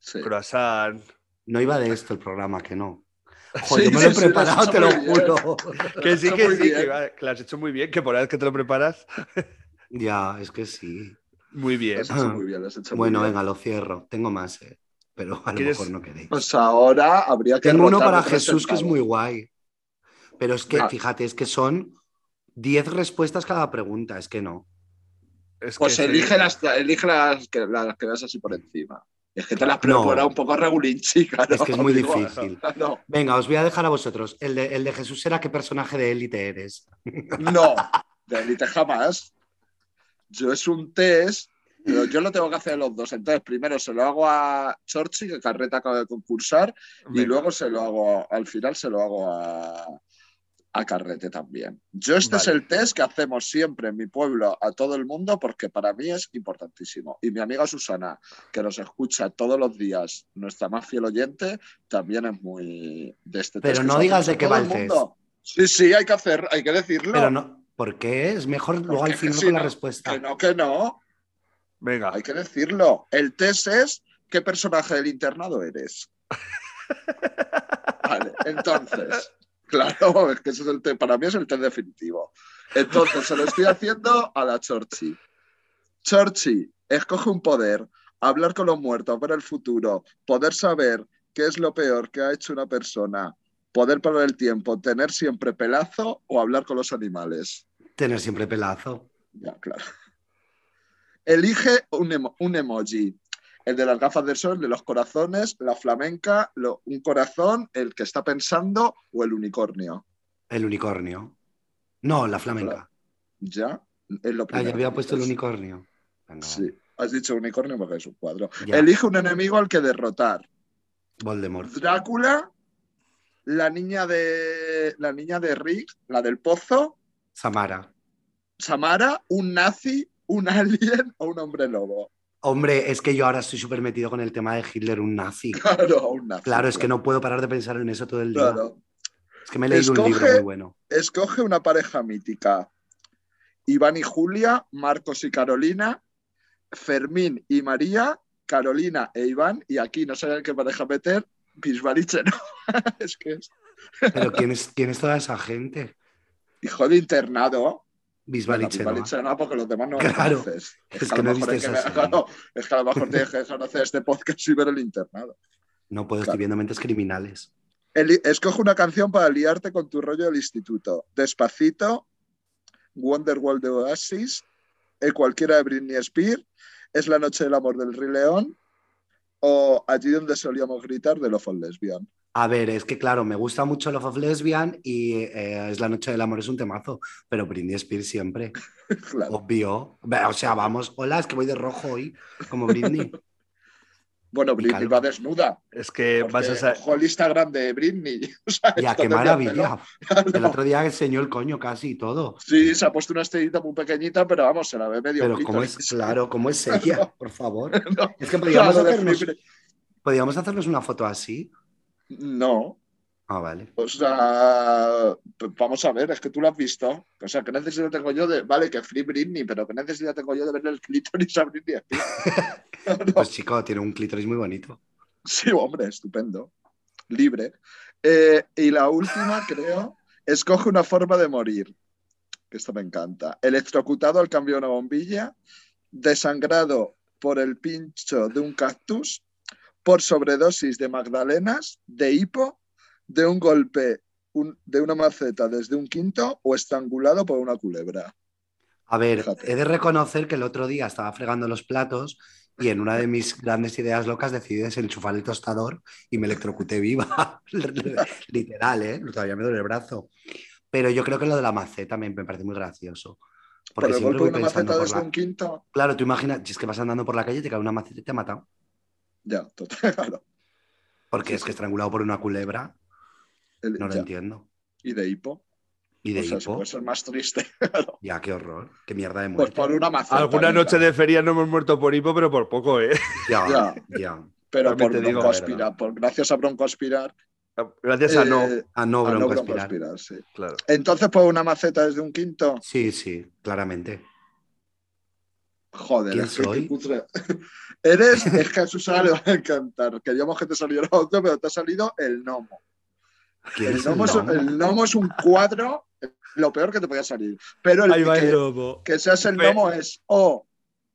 Speaker 3: Sí.
Speaker 1: Croissant.
Speaker 2: No iba de esto el programa, que no. Jo, yo me
Speaker 3: Sí,
Speaker 2: lo he
Speaker 3: sí, sí, lo has
Speaker 2: preparado,
Speaker 3: hecho
Speaker 2: te lo
Speaker 3: muy bien.
Speaker 2: juro.
Speaker 1: Que sí,
Speaker 3: hecho
Speaker 1: que
Speaker 3: muy
Speaker 1: sí, que,
Speaker 3: bien.
Speaker 1: va- que lo has hecho muy bien, que por la vez que te lo preparas,
Speaker 2: Ya, es que sí.
Speaker 1: muy
Speaker 3: Lo
Speaker 1: bien.
Speaker 3: has hecho muy bien, lo has hecho muy
Speaker 2: Bueno,
Speaker 3: bien.
Speaker 2: venga, lo cierro. Tengo más, eh, pero a lo
Speaker 1: ¿Quieres-
Speaker 2: mejor no queréis.
Speaker 3: Pues ahora habría que.
Speaker 2: Tengo uno
Speaker 3: rotar
Speaker 2: para
Speaker 3: de
Speaker 2: Jesús que es
Speaker 3: presentador.
Speaker 2: muy guay. Pero es que,
Speaker 3: Venga.
Speaker 2: fíjate, es que son 10 respuestas cada pregunta, es que no.
Speaker 1: Es
Speaker 3: Pues
Speaker 1: que sí.
Speaker 3: elige, las, elige las, que, las que veas así por encima. Es que te las
Speaker 2: No.
Speaker 3: prepara un poco regulín, chica. ¿no?
Speaker 2: Es que es muy
Speaker 3: Digo,
Speaker 2: difícil.
Speaker 3: No,
Speaker 2: Venga, os voy a dejar a vosotros. El de, el de Jesús era qué personaje de élite eres.
Speaker 3: no, de élite jamás. Yo es un test, pero yo lo tengo que hacer a los dos. Entonces, primero se lo hago a Chorchi, que Carreta acaba de concursar, y
Speaker 1: Venga.
Speaker 3: luego se lo hago, al final se lo hago a, a Carrete también. Yo este es
Speaker 1: Vale.
Speaker 3: el test que hacemos siempre en mi pueblo a todo el mundo porque para mí es importantísimo. Y mi amiga Susana, que nos escucha todos los días, nuestra más fiel oyente, también es muy de este
Speaker 2: Pero
Speaker 3: test. que
Speaker 2: no
Speaker 3: se lo
Speaker 2: digas
Speaker 3: hace
Speaker 2: de qué
Speaker 3: todo
Speaker 2: va
Speaker 3: el
Speaker 2: el test.
Speaker 3: mundo. Sí, sí, hay que hacer, hay que decirlo.
Speaker 2: Pero no, ¿por qué? Es mejor luego al
Speaker 3: Porque
Speaker 2: final
Speaker 3: sí,
Speaker 2: con la
Speaker 3: no,
Speaker 2: respuesta.
Speaker 3: Que no, que no.
Speaker 1: Venga.
Speaker 3: Hay que decirlo. El test es qué personaje del internado eres. Vale, entonces, claro, es que ese es el test, para mí es el test definitivo. Entonces, se lo estoy haciendo a la Chorchi. Chorchi, escoge un poder, hablar con los muertos, ver el futuro, poder saber qué es lo peor que ha hecho una persona, poder parar el tiempo, tener siempre pelazo o hablar con los animales.
Speaker 2: Tener siempre pelazo.
Speaker 3: Ya, claro. Elige un, emo- un emoji. El de las gafas de sol, de los corazones, la flamenca, lo- un corazón, el que está pensando o el unicornio.
Speaker 2: El unicornio. No, la flamenca.
Speaker 3: ¿Ya? Es lo
Speaker 2: Ah,
Speaker 3: primero.
Speaker 2: ya había puesto el
Speaker 3: Es-
Speaker 2: unicornio. Venga,
Speaker 3: pues Sí. Has dicho unicornio porque es un cuadro.
Speaker 2: Ya.
Speaker 3: Elige un enemigo al que derrotar.
Speaker 2: Voldemort.
Speaker 3: Drácula, la niña de, la niña de Rick, la del pozo,
Speaker 2: Samara.
Speaker 3: Samara, un nazi, un alien o un hombre lobo.
Speaker 2: Hombre, es que yo ahora estoy súper metido con el tema de Hitler, un nazi.
Speaker 3: Claro, un nazi.
Speaker 2: Claro, es que no puedo parar de pensar en eso todo el día.
Speaker 3: Claro.
Speaker 2: Es que me he leído un libro
Speaker 3: Escoge-
Speaker 2: muy bueno.
Speaker 3: Escoge una pareja mítica. Iván y Julia, Marcos y Carolina, Fermín y María, Carolina e Iván, y aquí no sé qué pareja meter, Bisbal y Chenoa. es que es
Speaker 2: Pero ¿quién es, quién es toda esa gente?
Speaker 3: hijo de internado.
Speaker 2: Bisbal y
Speaker 3: Bueno, Bisbal
Speaker 2: Chenoa.
Speaker 3: porque los demás no
Speaker 2: ¿eh? Claro.
Speaker 3: lo conoces.
Speaker 2: Es
Speaker 3: a
Speaker 2: que
Speaker 3: lo
Speaker 2: no viste
Speaker 3: mejor hay que
Speaker 2: esa
Speaker 3: ver-
Speaker 2: serie.
Speaker 3: claro, es que a lo mejor tienes que dejar de hacer este podcast y ver el internado.
Speaker 2: No puedo, estoy
Speaker 3: Claro.
Speaker 2: viendo mentes criminales.
Speaker 3: Eli- escoge una canción para liarte con tu rollo del instituto. Despacito, Wonderwall de Oasis, eh, cualquiera de Britney Spears, Es la noche del amor del Rey León o Allí donde solíamos gritar de Love on Lesbian.
Speaker 2: A ver, es que claro, me gusta mucho Love of Lesbian y eh, Es la noche del amor, es un temazo, pero Britney Spears siempre,
Speaker 3: Claro.
Speaker 2: Oh, obvio. Ve, O sea, vamos, hola, es que voy de rojo hoy, como Britney.
Speaker 3: Bueno, Britney va desnuda.
Speaker 1: Es
Speaker 2: Eh,
Speaker 1: que vas a
Speaker 3: saber. Ojo el Instagram de Britney. O sea,
Speaker 2: Ya,
Speaker 3: esto
Speaker 2: qué
Speaker 3: tenía
Speaker 2: maravilla.
Speaker 3: pelo.
Speaker 2: El otro día enseñó el coño casi y todo.
Speaker 3: Sí, se ha puesto una estrellita muy pequeñita, pero vamos, se la ve medio
Speaker 2: Pero
Speaker 3: pito.
Speaker 2: cómo es, claro, cómo es ella, por favor.
Speaker 3: No,
Speaker 2: Es que podíamos
Speaker 3: claro, de
Speaker 2: hacernos,
Speaker 3: flibre.
Speaker 2: podíamos hacernos una foto así.
Speaker 3: no,
Speaker 2: Ah, vale.
Speaker 3: o sea, pues vamos a ver, es que tú lo has visto. O sea, ¿qué necesidad tengo yo de. Vale, que Free Britney, pero ¿qué necesidad tengo yo de verle el clítoris a Britney?
Speaker 2: Pues chico, tiene un clítoris muy bonito.
Speaker 3: Sí, hombre, estupendo. Libre. Eh, y la última, creo, escoge una forma de morir. Que esto me encanta. Electrocutado al cambio de una bombilla, desangrado por el pincho de un cactus, por sobredosis de magdalenas, de hipo, de un golpe un- de una maceta desde un quinto o estrangulado por una culebra.
Speaker 2: A ver,
Speaker 3: Fíjate.
Speaker 2: he de reconocer que el otro día estaba fregando los platos y en una de mis grandes ideas locas decidí desenchufar el tostador y me electrocuté viva. Literal, ¿eh? Todavía me duele el brazo. Pero yo creo que lo de la maceta me, me parece muy gracioso.
Speaker 3: Por
Speaker 2: Porque
Speaker 3: el
Speaker 2: siempre
Speaker 3: golpe de
Speaker 2: voy
Speaker 3: una
Speaker 2: pensando
Speaker 3: maceta
Speaker 2: por
Speaker 3: desde
Speaker 2: la...
Speaker 3: un quinto.
Speaker 2: Claro, tú imaginas, si es que vas andando por la calle y te cae una maceta y te ha matado.
Speaker 3: Ya, total. claro.
Speaker 2: Porque es que estrangulado por una culebra,
Speaker 3: El-
Speaker 2: no lo
Speaker 3: ya. Pues
Speaker 2: entiendo.
Speaker 3: Y de hipo.
Speaker 2: Y de
Speaker 3: o sea, se
Speaker 2: hipo,
Speaker 3: puede ser más triste.
Speaker 2: ya, qué horror, qué mierda de
Speaker 3: Pues
Speaker 2: muerte.
Speaker 3: por una maceta.
Speaker 1: Alguna
Speaker 3: venga.
Speaker 1: noche de feria no hemos muerto por hipo, pero por poco, ¿eh?
Speaker 2: Ya,
Speaker 3: Ya.
Speaker 2: ya,
Speaker 3: Pero
Speaker 1: También
Speaker 3: por
Speaker 1: te digo la
Speaker 3: broncoaspirar, por, gracias a broncoaspirar.
Speaker 1: Gracias a no.
Speaker 3: eh,
Speaker 2: Ah, no,
Speaker 3: a no
Speaker 2: bronco aspirar.
Speaker 3: broncoaspirar, sí.
Speaker 1: Claro.
Speaker 3: Entonces, pues una maceta desde un quinto.
Speaker 2: Sí, sí, claramente.
Speaker 3: Joder,
Speaker 2: ¿Quién
Speaker 3: es que
Speaker 2: soy?
Speaker 3: qué putre. Eres, es que a Susana le va a encantar. Queríamos que te saliera otro, pero te ha salido el gnomo.
Speaker 2: ¿Quién
Speaker 3: El
Speaker 2: es el
Speaker 3: gnomo, es,
Speaker 2: gnomo?
Speaker 3: el gnomo es un cuadro, lo peor que te podía salir. Pero el,
Speaker 1: Ahí va el
Speaker 3: que,
Speaker 1: lobo.
Speaker 3: que seas el
Speaker 1: Ve.
Speaker 3: gnomo es o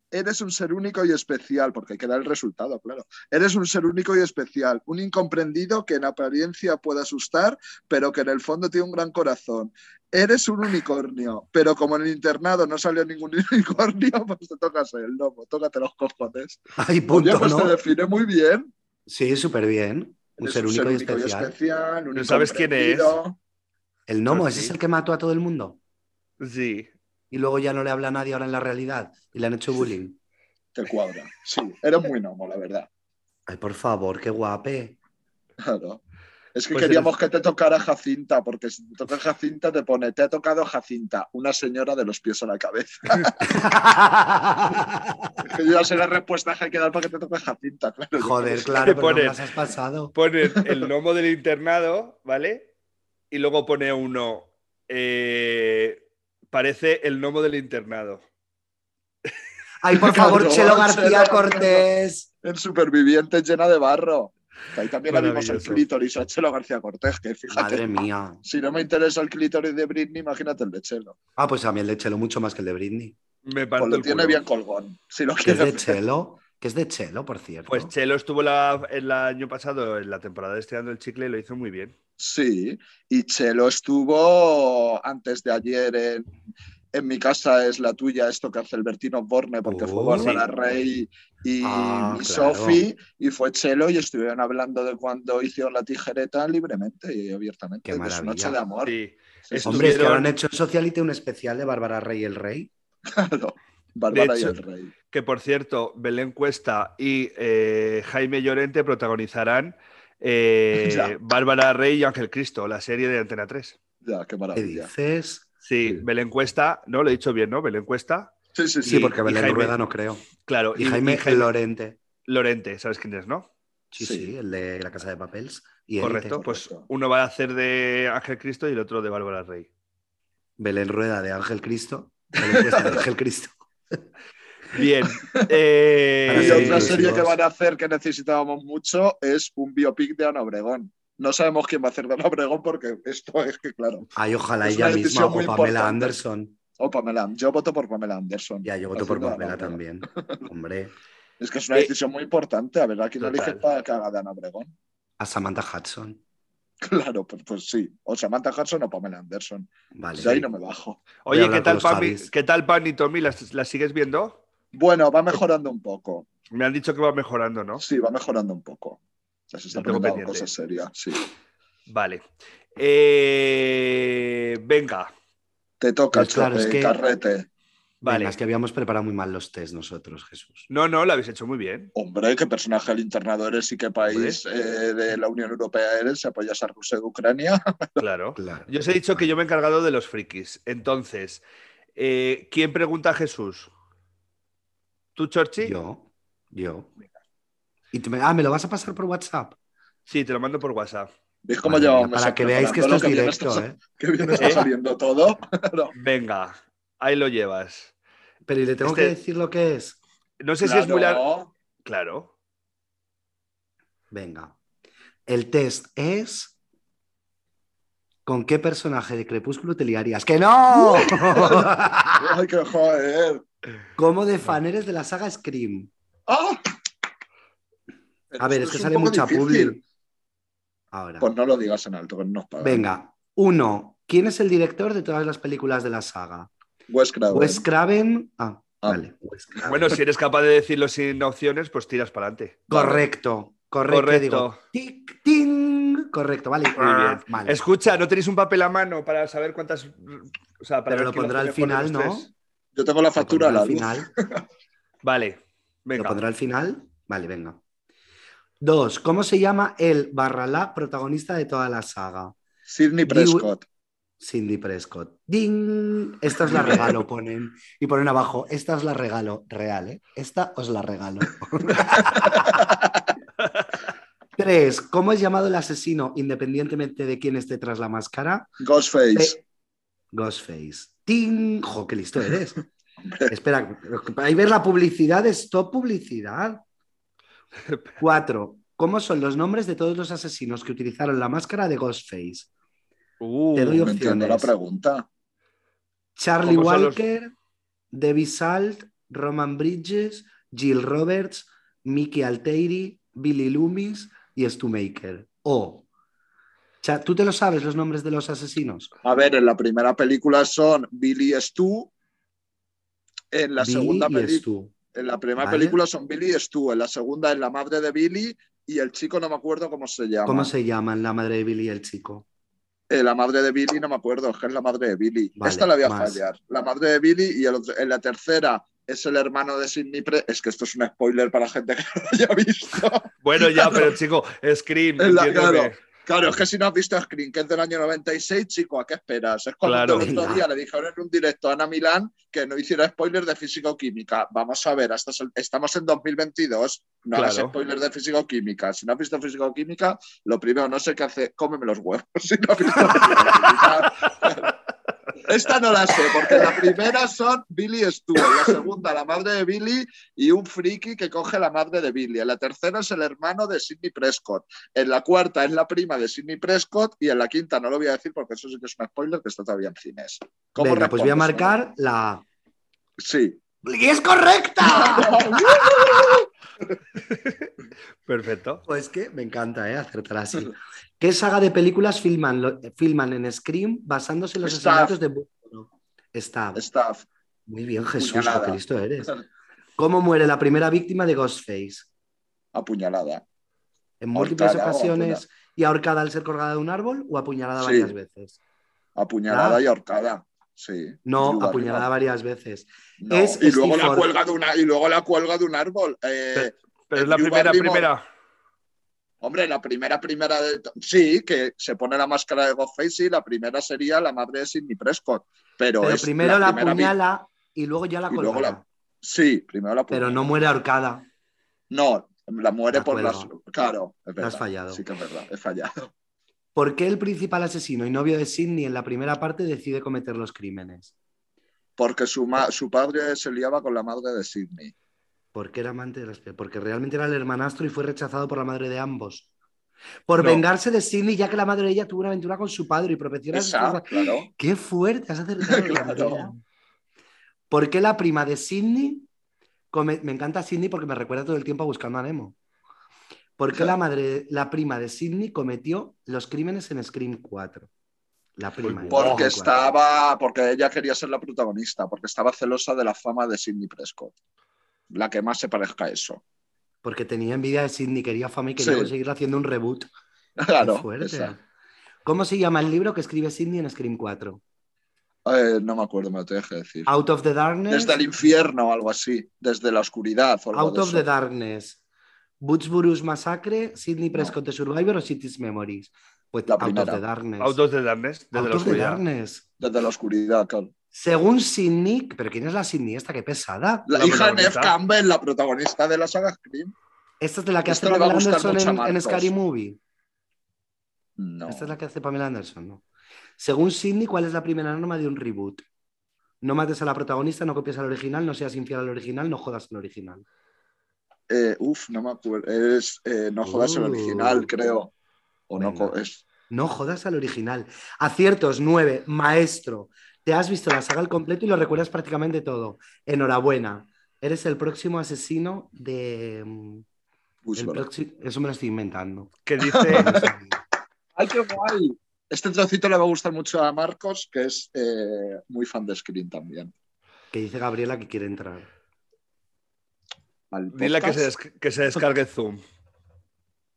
Speaker 3: eres un ser único y especial, porque hay que dar el resultado, claro. Eres un ser único y especial, un incomprendido que en apariencia puede asustar, pero que en el fondo tiene un gran corazón. Eres un unicornio, pero como en el internado no salió ningún unicornio, pues te tocas el lomo, tócate los cojones.
Speaker 2: Ay,
Speaker 3: Oye,
Speaker 2: punto,
Speaker 3: pues te
Speaker 2: ¿no?
Speaker 3: define muy bien.
Speaker 2: Sí, súper bien. Un
Speaker 3: Eres
Speaker 2: ser único y especial. Ah,
Speaker 3: especial, un
Speaker 1: Pero ¿sabes quién es?
Speaker 3: incomprendido.
Speaker 2: El gnomo,
Speaker 1: Pues
Speaker 2: ese
Speaker 1: sí.
Speaker 2: es el que mató a todo el mundo.
Speaker 1: Sí.
Speaker 2: Y luego ya no le habla a nadie ahora en la realidad. Y le han hecho bullying.
Speaker 3: Te cuadra. Sí, eres muy gnomo, la verdad.
Speaker 2: Ay, por favor, qué guape.
Speaker 3: Claro. Es que
Speaker 1: Pues
Speaker 3: queríamos que te tocara Jacinta, porque si te toca Jacinta te pone, te ha tocado Jacinta, una señora de los pies a la cabeza. Es que yo ya sé la respuesta que hay que dar para que te toque Jacinta, claro.
Speaker 2: Joder,
Speaker 1: ¿Qué
Speaker 2: claro, pero no
Speaker 1: pone?
Speaker 2: me las has pasado.
Speaker 1: Ponen el gnomo del internado, ¿vale? Y luego pone uno. eh, parece el gnomo del internado.
Speaker 2: Ay, por favor,
Speaker 3: Cabrón,
Speaker 2: Chelo
Speaker 3: Chelo
Speaker 2: García
Speaker 3: García.
Speaker 2: Cortés.
Speaker 3: En Supervivientes llena de barro. Que ahí también la vimos el
Speaker 1: Maravilloso.
Speaker 3: clítoris a Chelo García Cortés, que fíjate,
Speaker 2: Madre mía.
Speaker 3: si no me interesa el clítoris de Britney, imagínate el de Chelo.
Speaker 2: Ah, pues a mí el de Chelo mucho más que el de Britney.
Speaker 1: Me
Speaker 3: Pues
Speaker 1: parto
Speaker 3: lo
Speaker 1: el
Speaker 3: tiene
Speaker 1: culo.
Speaker 3: bien colgón. Si lo
Speaker 2: ¿Qué es de
Speaker 3: quieres ver.
Speaker 2: Chelo? ¿Qué es de Chelo, por cierto?
Speaker 1: Pues Chelo estuvo la- el año pasado, en la temporada de Estirando el Chicle, y lo hizo muy bien.
Speaker 3: Sí, y Chelo estuvo antes de ayer en, en mi casa es la tuya, esto que hace el Bertino Borne, porque fue
Speaker 2: Oh.
Speaker 3: Bárbara
Speaker 1: Sí.
Speaker 3: Rey y
Speaker 2: Ah,
Speaker 3: mi
Speaker 2: claro.
Speaker 3: Sofi, y fue Chelo, y estuvieron hablando de cuando hicieron la tijereta libremente y abiertamente,
Speaker 2: Qué
Speaker 3: de su
Speaker 2: maravilla.
Speaker 3: noche de amor.
Speaker 1: Sí.
Speaker 3: Sí,
Speaker 1: Es-
Speaker 2: Hombre, es que ahora
Speaker 1: estuvieron-
Speaker 2: han hecho en Socialite un especial de Bárbara Rey y el Rey.
Speaker 3: claro. Bárbara
Speaker 1: De
Speaker 3: y
Speaker 1: hecho-
Speaker 3: el Rey.
Speaker 1: Que por cierto, Belén Cuesta y eh, Jaime Llorente protagonizarán eh,
Speaker 3: Ya.
Speaker 1: Bárbara Rey y Ángel Cristo, la serie de Antena 3.
Speaker 3: Ya, qué
Speaker 2: ¿Qué
Speaker 3: maravilla.
Speaker 2: dices?
Speaker 1: Sí,
Speaker 2: Sí.
Speaker 1: Belén Cuesta, no, lo he dicho bien, ¿no? Belén Cuesta,
Speaker 3: Sí, sí, sí.
Speaker 2: Sí, porque
Speaker 1: y
Speaker 2: Belén
Speaker 1: Jaime-
Speaker 2: Rueda no creo.
Speaker 1: claro.
Speaker 2: Y Jaime, Lorente.
Speaker 1: Lorente, ¿sabes quién es, no?
Speaker 2: Sí,
Speaker 3: Sí.
Speaker 2: sí, el de La Casa de Papeles. Y Élite.
Speaker 1: Correcto. Pues
Speaker 3: Correcto.
Speaker 1: uno va a hacer de Ángel Cristo y el otro de Bárbara Rey.
Speaker 2: Belén Rueda de Ángel Cristo. Belén Cuesta de Ángel Cristo.
Speaker 1: Bien. eh,
Speaker 2: Para
Speaker 3: Y
Speaker 2: ser
Speaker 3: otra serie
Speaker 2: inclusivos.
Speaker 3: que van a hacer que necesitábamos mucho es un biopic de Ana Obregón. No sabemos quién va a hacer de Ana Obregón porque esto es que, claro.
Speaker 2: Ay, ojalá
Speaker 3: Es
Speaker 2: ella
Speaker 3: una
Speaker 2: misma
Speaker 3: decisión
Speaker 2: o
Speaker 3: muy
Speaker 2: Pamela
Speaker 3: importante.
Speaker 2: Anderson.
Speaker 3: O Pamela, yo voto por Pamela Anderson.
Speaker 2: Ya, yo voto por
Speaker 3: Afirma,
Speaker 2: Pamela
Speaker 3: Ana.
Speaker 2: también. Hombre,
Speaker 3: Es que es una
Speaker 1: Eh,
Speaker 3: decisión muy importante, a ver, aquí no
Speaker 1: total.
Speaker 3: eliges para que haga de Ana Obregón.
Speaker 2: a Samantha Hudson.
Speaker 3: Claro, pues, pues sí. O Samantha Hudson o Pamela Anderson.
Speaker 2: Vale.
Speaker 1: Pues
Speaker 3: Yo ahí no me bajo.
Speaker 2: Voy a
Speaker 1: Oye,
Speaker 2: hablar
Speaker 1: ¿qué
Speaker 2: con
Speaker 1: tal,
Speaker 2: los
Speaker 1: Pami,
Speaker 2: Javis.
Speaker 1: ¿qué tal Pan y Tommy? ¿Las, las sigues viendo?
Speaker 3: Bueno, va mejorando un poco.
Speaker 1: Me han dicho que va mejorando, ¿no?
Speaker 3: Sí, va mejorando un poco. Ya se está
Speaker 1: Lo tengo
Speaker 3: poniendo
Speaker 1: pendiente.
Speaker 3: cosas serias. Sí.
Speaker 1: Vale. Eh, venga.
Speaker 3: Te toca,
Speaker 2: Pues claro,
Speaker 3: Chope,
Speaker 2: es que-
Speaker 3: carrete.
Speaker 2: Vale. Venga, es que habíamos preparado muy mal los test nosotros, Jesús.
Speaker 1: No, no, lo habéis hecho muy bien.
Speaker 3: Hombre, qué personaje del internado eres y qué país eh, de la Unión Europea eres. Si apoyas a Rusia y Ucrania.
Speaker 1: Claro. claro. Yo os he dicho que yo me he encargado de los frikis. Entonces, eh, ¿quién pregunta a Jesús? ¿Tú, Chorchi?
Speaker 2: Yo. Yo. Y te me... Ah, ¿me lo vas a pasar por WhatsApp?
Speaker 1: Sí, te lo mando por WhatsApp.
Speaker 3: ¿Veis cómo vale, llevamos?
Speaker 2: Para que veáis que esto es que directo,
Speaker 3: bien estás, ¿eh? Que bien está saliendo todo.
Speaker 1: no. Venga, ahí lo llevas.
Speaker 2: Pero ¿y le tengo este... que decir lo que es?
Speaker 1: No sé claro. si es muy largo. Claro.
Speaker 2: Venga. El test es. ¿Con qué personaje de Crepúsculo te liarías? ¡Que no!
Speaker 3: ¡Ay, qué joder!
Speaker 2: ¿Cómo de fan eres de la saga Scream?
Speaker 3: ¡Oh!
Speaker 2: A ver, es, es que sale mucha publi. Ahora.
Speaker 3: Pues no lo digas en alto, que no nos pagan.
Speaker 2: Venga, uno. ¿Quién es el director de todas las películas de la saga?
Speaker 3: Wes Craven.
Speaker 2: Wes Craven. Ah, ah. vale. Wes Craven.
Speaker 1: Bueno, si eres capaz de decirlo sin opciones, pues tiras para adelante.
Speaker 2: Correcto. Correcto. correcto. Digo, tic, ting. Correcto, vale.
Speaker 1: Muy bien. Vale. Escucha, ¿no tenéis un papel a mano para saber cuántas. O sea, para
Speaker 2: Pero lo pondrá al final, ¿no?
Speaker 3: Yo tengo la factura
Speaker 2: pues al final.
Speaker 1: vale, venga.
Speaker 2: ¿Lo pondrá al final? Vale, venga. Dos, ¿cómo se llama el barra la protagonista de toda la saga?
Speaker 3: Sidney Prescott. Diu...
Speaker 2: Cindy Prescott. ¡Ding! Esta os la regalo, ponen. Y ponen abajo, esta os la regalo, real, ¿eh? Esta os la regalo. Tres, ¿cómo es llamado el asesino independientemente de quién esté tras la máscara?
Speaker 3: Ghostface.
Speaker 2: Ghostface. ¡Ding! ¡Jo, qué listo eres! Espera, ahí ver la publicidad, es top publicidad. Cuatro. ¿Cómo son los nombres de todos los asesinos que utilizaron la máscara de Ghostface?
Speaker 3: Uh,
Speaker 2: Te doy
Speaker 3: opciones. la pregunta.
Speaker 2: Charlie Walker, los... Debbie Salt, Roman Bridges, Jill Roberts, Mickey Alteiri, Billy Loomis y Stumaker. O. Oh. ¿Tú te lo sabes los nombres de los asesinos?
Speaker 3: A ver, en la primera película son Billy Stu. En la Billy segunda película. En la primera ¿Vale? película son Billy y Stu, en la segunda es la madre de Billy y el chico no me acuerdo cómo se llama.
Speaker 2: ¿Cómo se llaman la madre de Billy y el chico?
Speaker 3: Eh, la madre de Billy no me acuerdo, es que es la madre de Billy. Vale, Esta la voy a más. fallar. La madre de Billy y el otro, en la tercera es el hermano de Sidney Pre. Es que esto es un spoiler para gente que no lo haya visto.
Speaker 1: bueno, ya, pero chico, Scream.
Speaker 3: La, claro, claro, es que si no has visto Scream, que es del año 96, chico, ¿a qué esperas? Es cuando el otro día le dijeron en un directo a Ana Milán que no hiciera spoiler de físico-química. Vamos a ver, hasta estamos en 2022, no hagas claro. spoiler de físico-química. Si no has visto físico-química, lo primero, no sé qué hace, cómeme los huevos. Si no has visto físico-química. Esta no la sé, porque la primera son Billy Stu, la segunda la madre de Billy y un friki que coge la madre de Billy. En la tercera es el hermano de Sidney Prescott. En la cuarta es la prima de Sidney Prescott y en la quinta no lo voy a decir porque eso sí que es un spoiler que está todavía en cines.
Speaker 2: ¿Cómo Venga, pues voy a marcar la...
Speaker 3: Sí.
Speaker 2: ¡Y es correcta!
Speaker 1: Perfecto.
Speaker 2: Pues que me encanta, ¿eh? Acertar así. ¿Qué saga de películas filman, lo, filman en Scream basándose en los
Speaker 3: Staff.
Speaker 2: asesinatos de Staff.
Speaker 3: Staff.
Speaker 2: Muy bien, Jesús, qué listo eres. ¿Cómo muere la primera víctima de Ghostface?
Speaker 3: Apuñalada.
Speaker 2: En múltiples Hortada ocasiones y ahorcada al ser colgada de un árbol o apuñalada
Speaker 3: sí.
Speaker 2: varias veces.
Speaker 3: Apuñalada ¿Ah? y ahorcada. Sí,
Speaker 2: no, apuñalada arriba. varias veces.
Speaker 3: No, es y, luego la cuelga de una, y luego la cuelga de un árbol. Eh,
Speaker 1: pero es la primera, Barrymore. primera.
Speaker 3: Hombre, la primera, primera. De... Sí, que se pone la máscara de Ghostface y la primera sería la madre de Sidney Prescott. Pero,
Speaker 2: pero
Speaker 3: es
Speaker 2: primero
Speaker 3: la,
Speaker 2: primera... la apuñala y luego ya la cuelga. La...
Speaker 3: Sí, primero la
Speaker 2: apuñala. Pero no muere ahorcada.
Speaker 3: No, la muere la por las. Claro, es verdad.
Speaker 2: Has fallado.
Speaker 3: Sí, que es verdad, he fallado.
Speaker 2: ¿Por qué el principal asesino y novio de Sidney en la primera parte decide cometer los crímenes?
Speaker 3: Porque su, su padre se liaba con la madre de Sidney.
Speaker 2: Porque era amante de las Porque realmente era el hermanastro y fue rechazado por la madre de ambos. Por no. vengarse de Sidney, ya que la madre de ella tuvo una aventura con su padre y propiciara
Speaker 3: su claro.
Speaker 2: ¡Qué fuerte! Has acertado.
Speaker 3: claro.
Speaker 2: ¿Por qué la prima de Sidney? Come... Me encanta Sidney porque me recuerda todo el tiempo a buscando a Nemo. ¿Por qué la, madre, la prima de Sidney cometió los crímenes en Scream 4? La prima.
Speaker 3: Porque 4. estaba, porque ella quería ser la protagonista, porque estaba celosa de la fama de Sidney Prescott, la que más se parezca a eso.
Speaker 2: Porque tenía envidia de Sidney, quería fama y quería sí. conseguirla haciendo un reboot.
Speaker 3: Claro.
Speaker 2: Qué fuerte. Esa. ¿Cómo se llama el libro que escribe Sidney en Scream 4?
Speaker 3: Eh, no me acuerdo, me lo tengo que decir.
Speaker 2: Out of the Darkness.
Speaker 3: Desde el infierno o algo así. Desde la oscuridad o algo
Speaker 2: Out
Speaker 3: de
Speaker 2: of
Speaker 3: eso.
Speaker 2: the Darkness. Bootsburus Massacre, Sidney Prescott de Survivor o Cities Memories. Pues
Speaker 3: Ah. La
Speaker 2: Out of
Speaker 3: primera.
Speaker 2: the Darkness.
Speaker 1: Autos de Darkness, desde la
Speaker 2: Out of the
Speaker 1: oscuridad.
Speaker 2: Darkness.
Speaker 3: Desde la oscuridad, claro.
Speaker 2: Según Sidney, pero ¿quién es la Sidney esta? Qué pesada.
Speaker 3: La,
Speaker 1: La
Speaker 3: hija de Neve
Speaker 1: protagonista.
Speaker 3: Campbell, la protagonista de la saga Scream.
Speaker 2: Esta es de la que
Speaker 3: Esto
Speaker 2: hace
Speaker 3: le va a
Speaker 2: Pamela
Speaker 3: gustar
Speaker 2: Anderson
Speaker 3: mucho a
Speaker 2: en- en,
Speaker 3: Marcos.
Speaker 2: Scary Movie.
Speaker 3: No.
Speaker 2: Esta es la que hace Pamela Anderson, ¿no? Según Sidney, ¿cuál es la primera norma de un reboot? No mates a la protagonista, no copies al original, no seas infiel al original, no jodas al original.
Speaker 3: Eh, uf, no me acuerdo. Es, eh, no jodas el
Speaker 2: Uh.
Speaker 3: original, creo. O no,
Speaker 2: Venga.
Speaker 3: co- es,
Speaker 2: No jodas al original. Aciertos 9, maestro. Te has visto la saga al completo y lo recuerdas prácticamente todo. Enhorabuena. Eres el próximo asesino de. mm,
Speaker 3: Uy,
Speaker 2: el
Speaker 3: vale.
Speaker 2: proxi- Eso me lo estoy inventando.
Speaker 1: Que dice,
Speaker 2: Este
Speaker 3: ¡Ay, qué guay! Este trocito le va a gustar mucho a Marcos, que es eh, muy fan de Scream también.
Speaker 2: que dice Gabriela que quiere entrar.
Speaker 3: Al
Speaker 1: dile que se,
Speaker 3: podcast,
Speaker 1: des- que se descargue Zoom.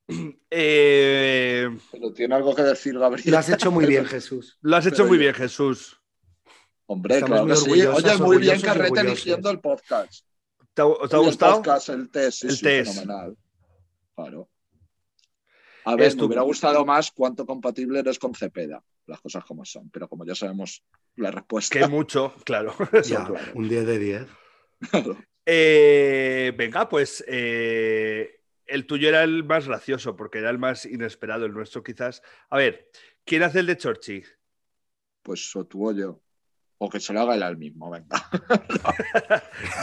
Speaker 1: Eh,
Speaker 3: Pero tiene algo que decir
Speaker 2: Lo
Speaker 3: Gabriel.
Speaker 2: has hecho muy bien, Jesús.
Speaker 1: lo has hecho
Speaker 3: Pero
Speaker 1: muy
Speaker 3: yo-
Speaker 1: bien, Jesús.
Speaker 3: Hombre,
Speaker 2: Estamos
Speaker 3: claro
Speaker 2: muy
Speaker 3: que sí.
Speaker 2: orgullosas,
Speaker 3: Oye, muy bien
Speaker 2: orgullosos y
Speaker 3: Carrete
Speaker 2: orgullosas.
Speaker 3: eligiendo el podcast.
Speaker 1: ¿Te ha, os ha
Speaker 3: Oye,
Speaker 1: gustado?
Speaker 3: El podcast, el test, sí,
Speaker 1: El
Speaker 3: sí,
Speaker 1: test.
Speaker 3: fenomenal. Claro. A ver,
Speaker 1: Estu-
Speaker 3: me hubiera gustado más cuánto compatible eres con Cepeda. Las cosas como son, pero como ya sabemos la respuesta.
Speaker 1: Que mucho, claro.
Speaker 2: Ya, un 10 de 10.
Speaker 1: Eh, venga, pues eh, el tuyo era el más gracioso, porque era el más inesperado, el nuestro quizás. A ver, ¿quién hace el de Chorchi?
Speaker 3: Pues o tú o yo. O que se lo haga él al mismo, venga.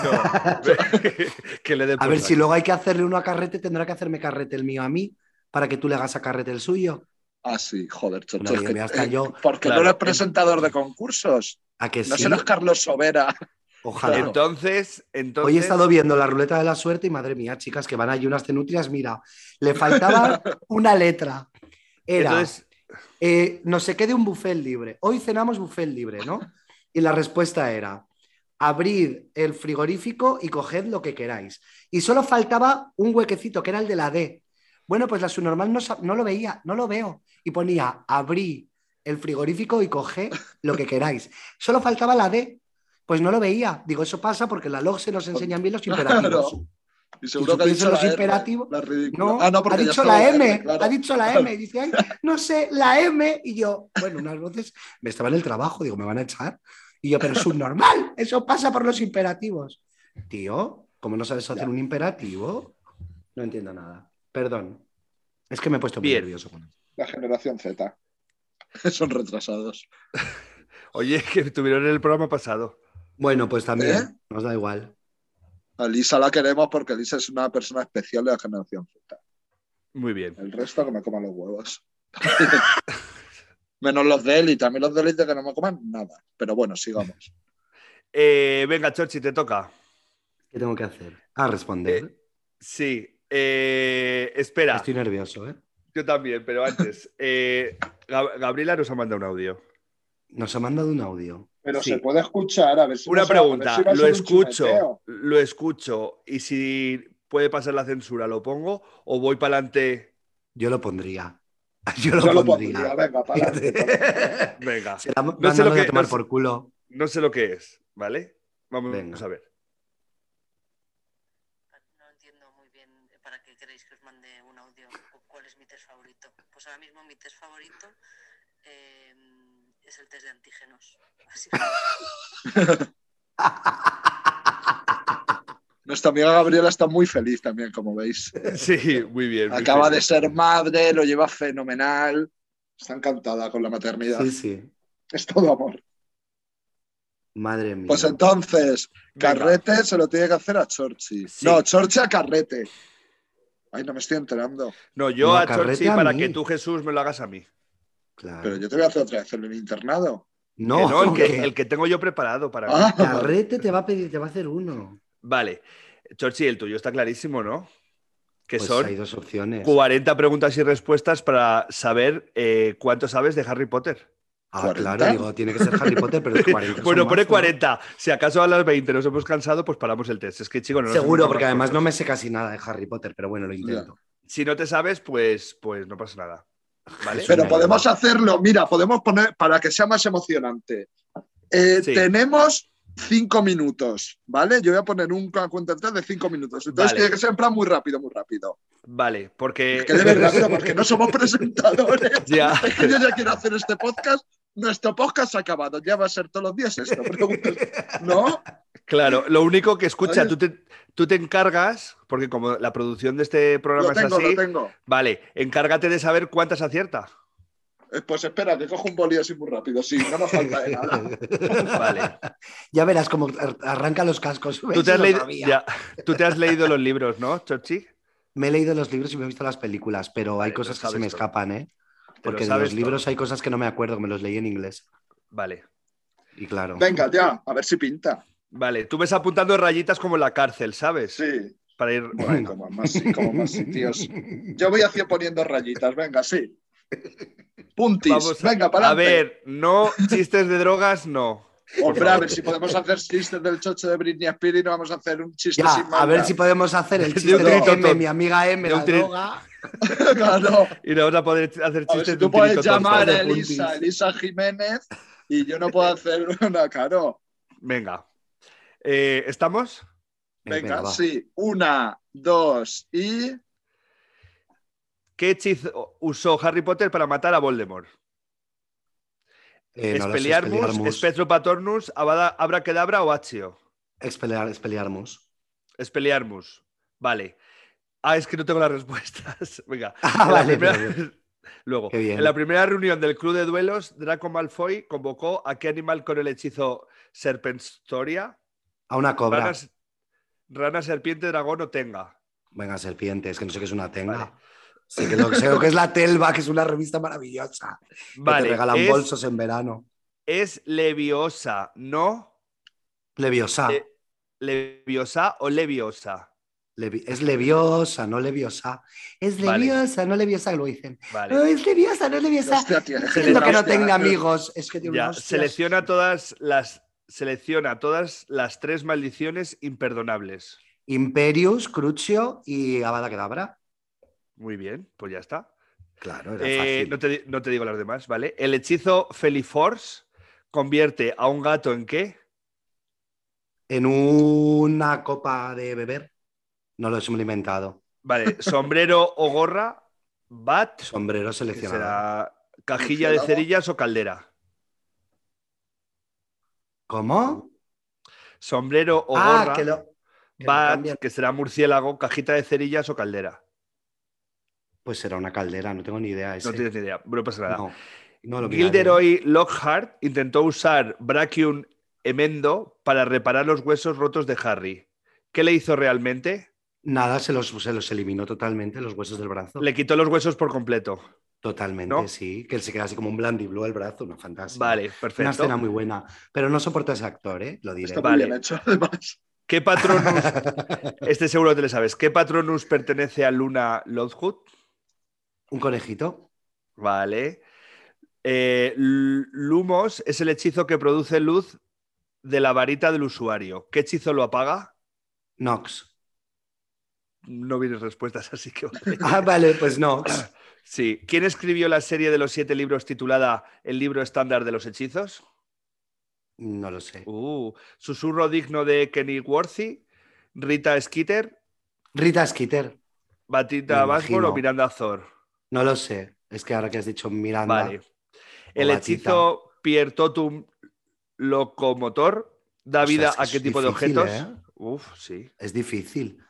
Speaker 1: No, que le dé
Speaker 2: A
Speaker 1: por
Speaker 2: ver,
Speaker 1: saco.
Speaker 2: si luego hay que hacerle uno a Carrete, tendrá que hacerme Carrete el mío a mí para que tú le hagas a Carrete el suyo.
Speaker 3: Ah, sí, joder, chocho.
Speaker 2: Bueno,
Speaker 3: es que- eh,
Speaker 2: bien, hasta yo.
Speaker 3: Porque
Speaker 1: Claro.
Speaker 3: no eres presentador de concursos.
Speaker 2: A que
Speaker 3: No
Speaker 2: sí.
Speaker 3: serás Carlos Sobera.
Speaker 2: Ojalá.
Speaker 3: Claro.
Speaker 1: Entonces, entonces.
Speaker 2: Hoy he estado viendo la ruleta de la suerte y madre mía, chicas, que van allí unas tenutrias. Mira, le faltaba una letra. Era
Speaker 1: entonces,
Speaker 2: eh, no sé qué de un buffet libre. Hoy cenamos buffet libre, ¿no? Y la respuesta era, abrid el frigorífico y coged lo que queráis. Y solo faltaba un huequecito, que era el de la D. Bueno, pues la subnormal no, sa- no lo veía, no lo veo. Y ponía, abrí el frigorífico y coged lo que queráis. Solo faltaba la D. Pues no lo veía. Digo, eso pasa porque en la log se nos enseñan bien los imperativos.
Speaker 3: Claro. Y seguro
Speaker 2: Si
Speaker 3: que ha dicho
Speaker 2: supiese los
Speaker 3: la R,
Speaker 2: imperativos-
Speaker 3: la ridícula.
Speaker 2: No,
Speaker 3: Ah, no,
Speaker 2: ha
Speaker 3: porque ya
Speaker 2: dicho
Speaker 3: estaba
Speaker 2: la M,
Speaker 3: claro.
Speaker 2: ha dicho la M, y dice, ay, no sé, la M, y yo, bueno, unas voces, me estaba en el trabajo, digo, me van a echar, y yo, pero subnormal, eso pasa por los imperativos. Tío, ¿cómo no sabes hacer
Speaker 3: Ya.
Speaker 2: un imperativo? No entiendo nada, perdón, es que me he puesto muy
Speaker 1: Bien.
Speaker 2: nervioso con esto.
Speaker 3: La generación Z. Son retrasados.
Speaker 1: oye, que tuvieron en el programa pasado.
Speaker 2: Bueno, pues también,
Speaker 3: ¿Eh?
Speaker 2: nos da igual.
Speaker 3: A Lisa la queremos porque Lisa es una persona especial de la generación Z.
Speaker 1: Muy bien.
Speaker 3: El resto que me coman los huevos. Menos los de élite. A mí los de élite que no me coman nada. Pero bueno, sigamos.
Speaker 1: Eh, venga, Chorchi, te toca.
Speaker 2: ¿Qué tengo que hacer? Ah, responder.
Speaker 3: Eh,
Speaker 1: Sí. eh, espera,
Speaker 2: Estoy nervioso, ¿eh?
Speaker 1: yo también, pero antes. eh, Gab- Gabriela nos ha mandado un audio.
Speaker 2: Nos ha mandado un audio.
Speaker 3: Pero
Speaker 1: Sí.
Speaker 3: se puede escuchar. A ver si
Speaker 1: Una
Speaker 3: no se- a ver
Speaker 1: pregunta,
Speaker 3: si va a
Speaker 1: lo
Speaker 3: ser un
Speaker 1: escucho,
Speaker 3: chumeteo.
Speaker 1: lo escucho, y si puede pasar la censura, ¿lo pongo? ¿O voy para adelante?
Speaker 2: Yo lo pondría. Yo lo
Speaker 3: Yo lo
Speaker 2: pondría.
Speaker 3: pondría. Venga, para.
Speaker 1: Venga,
Speaker 2: Se la no
Speaker 1: sé lo que-
Speaker 2: a tomar
Speaker 1: no sé-
Speaker 2: por culo.
Speaker 1: no sé lo que es, ¿vale? Vamos
Speaker 2: Venga.
Speaker 1: a ver.
Speaker 6: No entiendo muy bien eh, para qué queréis que os mande un audio. cu- ¿Cuál es mi test favorito? Pues ahora mismo mi test favorito eh, es el test de antígenos. Así que
Speaker 3: Nuestra amiga Gabriela está muy feliz también, como veis.
Speaker 1: Sí, muy bien. muy
Speaker 3: Acaba de
Speaker 1: bien.
Speaker 3: ser madre, lo lleva fenomenal. Está encantada con la maternidad.
Speaker 2: Sí, sí.
Speaker 3: Es todo amor.
Speaker 2: Madre mía.
Speaker 3: Pues entonces,
Speaker 1: Venga.
Speaker 3: Carrete se lo tiene que hacer a Chorchi.
Speaker 1: Sí.
Speaker 3: No, Chorchi a Carrete. Ay, no me estoy enterando.
Speaker 1: No, yo
Speaker 2: No,
Speaker 1: a
Speaker 2: carrete
Speaker 1: Chorchi
Speaker 2: a
Speaker 1: para
Speaker 2: mí.
Speaker 1: que tú, Jesús, me lo hagas a mí. Ah.
Speaker 2: Claro.
Speaker 3: Pero yo te voy a hacer otra vez en el internado.
Speaker 1: Que
Speaker 2: No,
Speaker 1: no, el, que,
Speaker 2: porque
Speaker 1: el que tengo yo preparado para.
Speaker 3: Ah,
Speaker 2: Carrete te va a pedir, te va a hacer uno.
Speaker 1: Vale. Chorchi, el tuyo está clarísimo, ¿no? Que
Speaker 2: Pues hay
Speaker 1: son
Speaker 2: dos opciones.
Speaker 1: 40 preguntas y respuestas para saber eh, cuánto sabes de Harry Potter.
Speaker 2: Ah,
Speaker 3: 40.
Speaker 2: claro, digo, tiene que ser Harry Potter, pero es 40.
Speaker 1: bueno,
Speaker 2: son
Speaker 1: pone
Speaker 2: más, ¿no?
Speaker 1: 40. Si acaso a las 20 nos hemos cansado, pues paramos el test. Es que, chico, no nos
Speaker 2: Seguro,
Speaker 1: hemos
Speaker 2: porque
Speaker 1: pasado.
Speaker 2: además no me sé casi nada de Harry Potter, pero bueno, lo intento.
Speaker 1: Si no te sabes, pues, pues no pasa nada. ¿Vale?
Speaker 2: Jesús.
Speaker 3: Pero
Speaker 2: una
Speaker 3: podemos
Speaker 2: idea.
Speaker 3: hacerlo, mira, podemos poner para que sea más emocionante. Eh,
Speaker 1: Sí.
Speaker 3: Tenemos cinco minutos, ¿vale? Yo voy a poner un cu- cuenta atrás de cinco minutos. Entonces
Speaker 1: Vale.
Speaker 3: tiene que ser en plan muy rápido, muy rápido.
Speaker 1: Vale, porque.
Speaker 3: Que de verdad, pero porque no somos presentadores.
Speaker 1: Ya.
Speaker 3: Es que yo ya quiero hacer este podcast. Nuestro podcast se ha acabado. Ya va a ser todos los días esto. preguntas, ¿No?
Speaker 1: Claro, lo único que escucha,
Speaker 3: Oye.
Speaker 1: tú te, tú te encargas, porque como la producción de este programa
Speaker 3: Lo
Speaker 1: es
Speaker 3: tengo,
Speaker 1: así,
Speaker 3: lo tengo.
Speaker 1: vale, encárgate de saber cuántas acierta.
Speaker 3: Eh, Pues espera, que cojo un bolí así muy rápido. Sí, no nos falta de nada.
Speaker 1: Vale.
Speaker 2: Ya verás cómo ar- arranca los cascos.
Speaker 1: ¿Tú te, has
Speaker 2: Lo
Speaker 1: leído,
Speaker 2: sabía.
Speaker 1: ya. tú te has leído los libros, ¿no, Chochi? Te
Speaker 2: Me he leído los libros y me he visto las películas, pero hay
Speaker 1: Vale, lo
Speaker 2: cosas que se
Speaker 1: sabes
Speaker 2: me
Speaker 1: todo.
Speaker 2: escapan, ¿eh?
Speaker 1: lo
Speaker 2: Porque de
Speaker 1: sabes
Speaker 2: los libros hay cosas que no me acuerdo, que me los leí en inglés.
Speaker 1: todo. Vale,
Speaker 2: Y claro.
Speaker 3: Venga, ya, a ver si pinta.
Speaker 1: vale. Tú ves apuntando rayitas como en la cárcel, ¿sabes?
Speaker 3: Sí.
Speaker 1: Para ir.
Speaker 3: Bueno, como más, sí, como más sitios. Yo voy hacia poniendo rayitas, venga, sí. Puntis,
Speaker 1: Vamos a-
Speaker 3: venga, para
Speaker 1: A ver, no chistes de drogas, no.
Speaker 3: Hombre, a ver si podemos hacer chistes del chocho de Britney Spears y no vamos a hacer un chiste
Speaker 2: Ya,
Speaker 3: sin
Speaker 2: a ver
Speaker 3: maldad.
Speaker 2: si podemos hacer el
Speaker 1: De
Speaker 2: chiste
Speaker 1: un
Speaker 2: de
Speaker 1: trito
Speaker 2: M,
Speaker 1: tot.
Speaker 2: mi amiga M,
Speaker 1: De un
Speaker 2: la
Speaker 1: tri-
Speaker 2: droga.
Speaker 3: Claro.
Speaker 1: Y no vas a poder ch- hacer
Speaker 3: A ver
Speaker 1: chistes
Speaker 3: si
Speaker 1: de
Speaker 3: tú
Speaker 1: un
Speaker 3: puedes
Speaker 1: tirito tonto.
Speaker 3: llamar eh. a
Speaker 2: de
Speaker 3: Elisa,
Speaker 2: puntis.
Speaker 3: Elisa Jiménez, y yo no puedo hacer una, claro.
Speaker 1: Venga. Eh, ¿Estamos?
Speaker 3: Venga,
Speaker 2: Eh, va.
Speaker 3: sí. Una, dos y.
Speaker 1: ¿Qué hechizo usó Harry Potter para matar a Voldemort?
Speaker 2: Eh, no lo sé,
Speaker 1: Expelliarmus,
Speaker 2: Expelliarmus.
Speaker 1: Espectro Patronus, Avada, Abracadabra o Accio.
Speaker 2: Expelear- Expelliarmus.
Speaker 1: Expelliarmus. Vale. Ah, es que no tengo las respuestas. Venga.
Speaker 2: Ah,
Speaker 1: En la
Speaker 2: vale,
Speaker 1: primera-
Speaker 2: pero-
Speaker 1: Luego,
Speaker 2: Qué bien.
Speaker 1: en la primera reunión del Club de Duelos, Draco Malfoy convocó a qué animal con el hechizo Serpentoria?
Speaker 2: a una cobra.
Speaker 1: Rana, rana, serpiente, dragón o tenga.
Speaker 2: Venga, serpientes, que no sé qué es una tenga.
Speaker 1: Vale.
Speaker 2: Sé que lo sé lo que es la Telva, que es una revista maravillosa. que te
Speaker 1: Vale.
Speaker 2: regalan
Speaker 1: es-
Speaker 2: bolsos en verano.
Speaker 1: es leviosa, ¿no?
Speaker 2: Leviosa.
Speaker 1: Le- leviosa o leviosa.
Speaker 2: Levi- es leviosa, no leviosa. Es
Speaker 1: Vale.
Speaker 2: leviosa, no leviosa, que lo dicen. No,
Speaker 1: Vale.
Speaker 2: es leviosa, no es leviosa.
Speaker 3: Hostia, tío,
Speaker 2: No
Speaker 3: es
Speaker 2: Siento
Speaker 3: una
Speaker 2: que no
Speaker 3: hostia.
Speaker 2: tenga amigos. Es que tiene
Speaker 1: Ya,
Speaker 2: una hostia.
Speaker 1: selecciona todas las selecciona todas las tres maldiciones imperdonables.
Speaker 2: Imperius, Crucio y Avada Kedavra.
Speaker 1: Muy bien, pues ya está.
Speaker 2: Claro, era
Speaker 1: Eh,
Speaker 2: fácil.
Speaker 1: no, te, di- no te digo las demás, ¿vale? El hechizo Feliforce convierte a un gato en qué?
Speaker 2: En una copa de beber. No lo he inventado.
Speaker 1: Vale, sombrero o gorra, bat,
Speaker 2: Sombrero
Speaker 1: que
Speaker 2: seleccionado.
Speaker 1: será cajilla de
Speaker 3: Murciélago.
Speaker 1: cerillas o caldera.
Speaker 2: ¿Cómo?
Speaker 1: Sombrero o
Speaker 2: ah,
Speaker 1: gorra,
Speaker 2: que lo. que lo
Speaker 1: bat,
Speaker 2: cambian.
Speaker 1: que será murciélago, cajita de cerillas o caldera.
Speaker 2: Pues será una caldera, no tengo ni idea. Ese.
Speaker 1: No tienes ni idea, no pasa nada.
Speaker 2: No, no lo miraré.
Speaker 1: Gilderoy Lockhart intentó usar Brachium Emendo para reparar los huesos rotos de Harry. ¿Qué le hizo realmente?
Speaker 2: Nada, se los, se los eliminó totalmente, los huesos del brazo.
Speaker 1: Le quitó los huesos por completo.
Speaker 2: Totalmente,
Speaker 1: ¿No?
Speaker 2: sí. Que él se queda así como un blandiblú el brazo, una fantasía.
Speaker 1: Vale,
Speaker 2: Una escena
Speaker 1: perfecto.
Speaker 2: muy buena. Pero no soporta ese actor, ¿eh? Lo diré.
Speaker 3: Está
Speaker 1: Vale.
Speaker 3: muy bien hecho, además.
Speaker 1: ¿Qué patronus? este seguro te lo sabes. ¿Qué patronus pertenece a Luna Lovegood?
Speaker 2: Un conejito.
Speaker 1: Vale. Eh, L- Lumos es el hechizo que produce luz de la varita del usuario. ¿Qué hechizo lo apaga?
Speaker 2: Nox.
Speaker 1: No vienen respuestas, así que vale.
Speaker 2: Ah, vale, pues Nox.
Speaker 1: Sí. ¿Quién escribió la serie de los siete libros titulada El libro estándar de los hechizos?
Speaker 2: No lo sé.
Speaker 1: Uh, Susurro digno de Kenny Worthy, Rita Skeeter,
Speaker 2: Rita Skeeter.
Speaker 1: Batita
Speaker 2: Me
Speaker 1: Basbor o
Speaker 2: imagino.
Speaker 1: Miranda Zor.
Speaker 2: No lo sé. Es que ahora que has dicho Miranda.
Speaker 1: Vale. El
Speaker 2: batita.
Speaker 1: hechizo Piertotum Locomotor da
Speaker 2: Ostras,
Speaker 1: vida
Speaker 2: es que
Speaker 1: a
Speaker 2: es
Speaker 1: qué tipo de
Speaker 2: difícil,
Speaker 1: objetos.
Speaker 2: ¿eh?
Speaker 1: Uf, sí.
Speaker 2: Es difícil.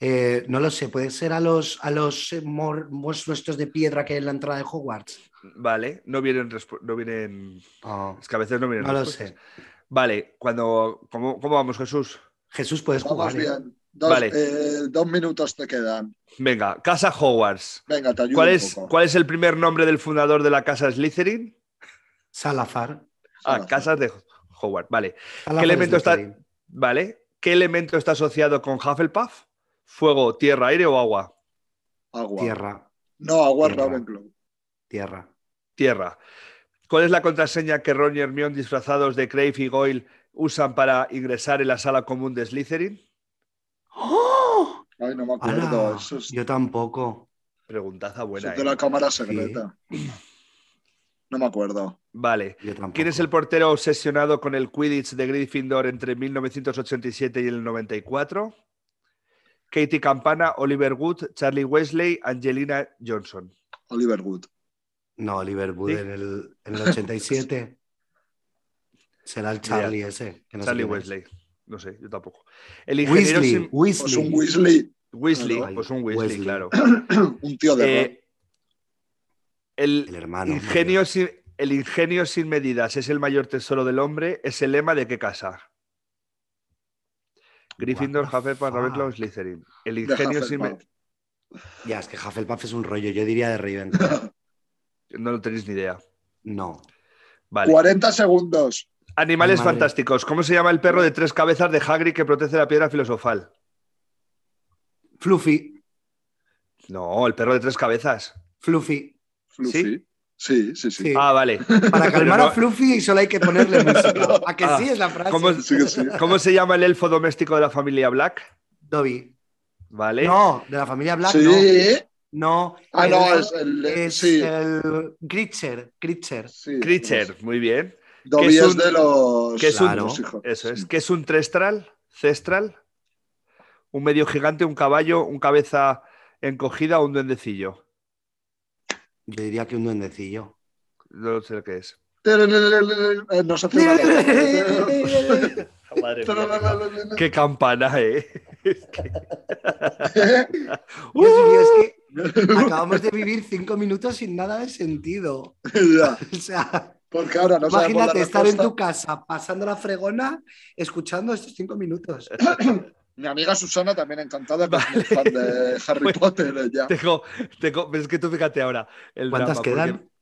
Speaker 2: Eh, no lo sé. Puede ser a los, a los eh, mor- mos- nuestros de piedra que hay en la entrada de Hogwarts.
Speaker 1: Vale, no vienen, respu- no vienen.
Speaker 2: Ah,
Speaker 1: Es que a veces no vienen.
Speaker 2: no lo
Speaker 1: respuestas.
Speaker 2: sé.
Speaker 1: Vale, cuando. ¿Cómo, cómo vamos, Jesús?
Speaker 2: Jesús, puedes
Speaker 3: Vamos
Speaker 2: jugar. ¿eh?
Speaker 3: bien. Dos,
Speaker 1: Vale.
Speaker 3: eh, dos minutos te quedan.
Speaker 1: Venga, Casa Hogwarts.
Speaker 3: Venga, te ayudo
Speaker 1: ¿Cuál
Speaker 3: un
Speaker 1: es,
Speaker 3: poco.
Speaker 1: ¿Cuál es el primer nombre del fundador de la casa Slytherin?
Speaker 2: Salazar.
Speaker 1: Ah,
Speaker 3: Salazar.
Speaker 1: Casas de Hogwarts. Vale.
Speaker 2: Salazar
Speaker 1: elemento
Speaker 2: es
Speaker 1: está-
Speaker 2: Slytherin.
Speaker 1: Vale. ¿Qué elemento está asociado con Hufflepuff? ¿Fuego, tierra, aire o agua?
Speaker 3: Agua.
Speaker 2: Tierra.
Speaker 3: No, agua
Speaker 2: Tierra.
Speaker 3: Ravenclaw.
Speaker 2: Tierra.
Speaker 1: Tierra. ¿Cuál es la contraseña que Ron y Hermione disfrazados de Crave y Goyle usan para ingresar en la sala común de Slytherin?
Speaker 2: ¡Oh!
Speaker 3: Ay, no me
Speaker 2: Ala,
Speaker 3: acuerdo. Eso es,
Speaker 2: Yo tampoco.
Speaker 1: Preguntaza
Speaker 3: eso
Speaker 1: buena.
Speaker 3: es de
Speaker 1: ¿eh?
Speaker 3: la cámara secreta. No me acuerdo.
Speaker 1: Vale.
Speaker 2: Yo tampoco.
Speaker 1: ¿Quién es el portero obsesionado con el Quidditch de Gryffindor entre 1987 y el 94? Katie Campana, Oliver Wood, Charlie Wesley, Angelina Johnson.
Speaker 3: Oliver Wood.
Speaker 2: No, Oliver Wood
Speaker 1: Sí.
Speaker 2: en, el, en el 87. Será el Charlie ese. que no sé
Speaker 1: Charlie
Speaker 2: quién es.
Speaker 1: Wesley. No sé, yo tampoco. El ingeniero
Speaker 2: Weasley.
Speaker 1: sim-
Speaker 3: Pues
Speaker 2: Weasley.
Speaker 3: un Weasley,
Speaker 1: Weasley,
Speaker 2: Claro.
Speaker 1: pues un Weasley,
Speaker 2: Weasley.
Speaker 1: claro.
Speaker 3: un tío de rock.
Speaker 1: Eh, el,
Speaker 2: El hermano.
Speaker 1: ingenio sin, el ingenio sin medidas es el mayor tesoro del hombre, es el lema de qué casa. Gryffindor,
Speaker 2: What the
Speaker 1: Hufflepuff,
Speaker 2: fuck?
Speaker 1: Ravenclaw, Slytherin. El
Speaker 3: de
Speaker 1: ingenio sin
Speaker 3: Hufflepuff.
Speaker 1: medidas.
Speaker 2: Ya, es que Hufflepuff es un rollo. Yo diría de Ravenclaw.
Speaker 1: No lo tenéis ni idea.
Speaker 2: No.
Speaker 1: Vale.
Speaker 3: 40 segundos.
Speaker 1: Animales
Speaker 2: Madre.
Speaker 1: fantásticos. ¿Cómo se llama el perro de tres cabezas de Hagrid que protege la piedra filosofal?
Speaker 2: Fluffy.
Speaker 1: No, el perro de tres cabezas.
Speaker 2: Fluffy.
Speaker 3: Fluffy.
Speaker 1: ¿Sí?
Speaker 3: Sí, sí, sí.
Speaker 2: Sí.
Speaker 1: Ah, vale.
Speaker 2: Para calmar
Speaker 1: no-
Speaker 2: a Fluffy solo hay que ponerle música. ¿A que
Speaker 1: Ah,
Speaker 2: sí es la frase?
Speaker 1: ¿Cómo,
Speaker 3: Sí que sí.
Speaker 1: cómo se llama el elfo doméstico de la familia Black?
Speaker 2: Dobby.
Speaker 1: Vale.
Speaker 2: No, de la familia Black
Speaker 3: Sí.
Speaker 2: no. No.
Speaker 3: Ah,
Speaker 2: el-
Speaker 3: no, es el.
Speaker 2: es eh,
Speaker 3: sí.
Speaker 2: el Gritcher. Gritcher.
Speaker 3: sí.
Speaker 1: Creature, muy bien.
Speaker 3: Dobby
Speaker 1: Que es
Speaker 3: es,
Speaker 1: un-
Speaker 3: de
Speaker 2: Pues
Speaker 3: los.
Speaker 1: que es un- eh,
Speaker 3: de los hijos.
Speaker 1: Eso es.
Speaker 3: Sí.
Speaker 1: ¿Qué es un trestral? ¿Cestral? ¿Un medio gigante, un caballo, un cabeza encogida o un duendecillo?
Speaker 2: Yo diría que un duendecillo.
Speaker 1: No sé lo que es.
Speaker 3: Eh, Nos hace una loca.
Speaker 1: ¡Qué campana, eh!
Speaker 2: Yo
Speaker 1: Uh.
Speaker 2: diría, es que acabamos de vivir cinco minutos sin nada de sentido.
Speaker 3: Ya,
Speaker 2: O sea,
Speaker 3: Porque ahora no sabemos
Speaker 2: imagínate
Speaker 3: la
Speaker 2: estar en
Speaker 3: respuesta.
Speaker 2: tu casa pasando la fregona escuchando estos cinco minutos.
Speaker 3: Mi amiga Susana también encantada, que es muy fan de Harry
Speaker 1: Bueno.
Speaker 3: Potter. eh, Ya.
Speaker 1: Tengo, tengo, pero es que tú fíjate ahora. el drama,
Speaker 2: ¿Cuántas quedan?
Speaker 1: porque,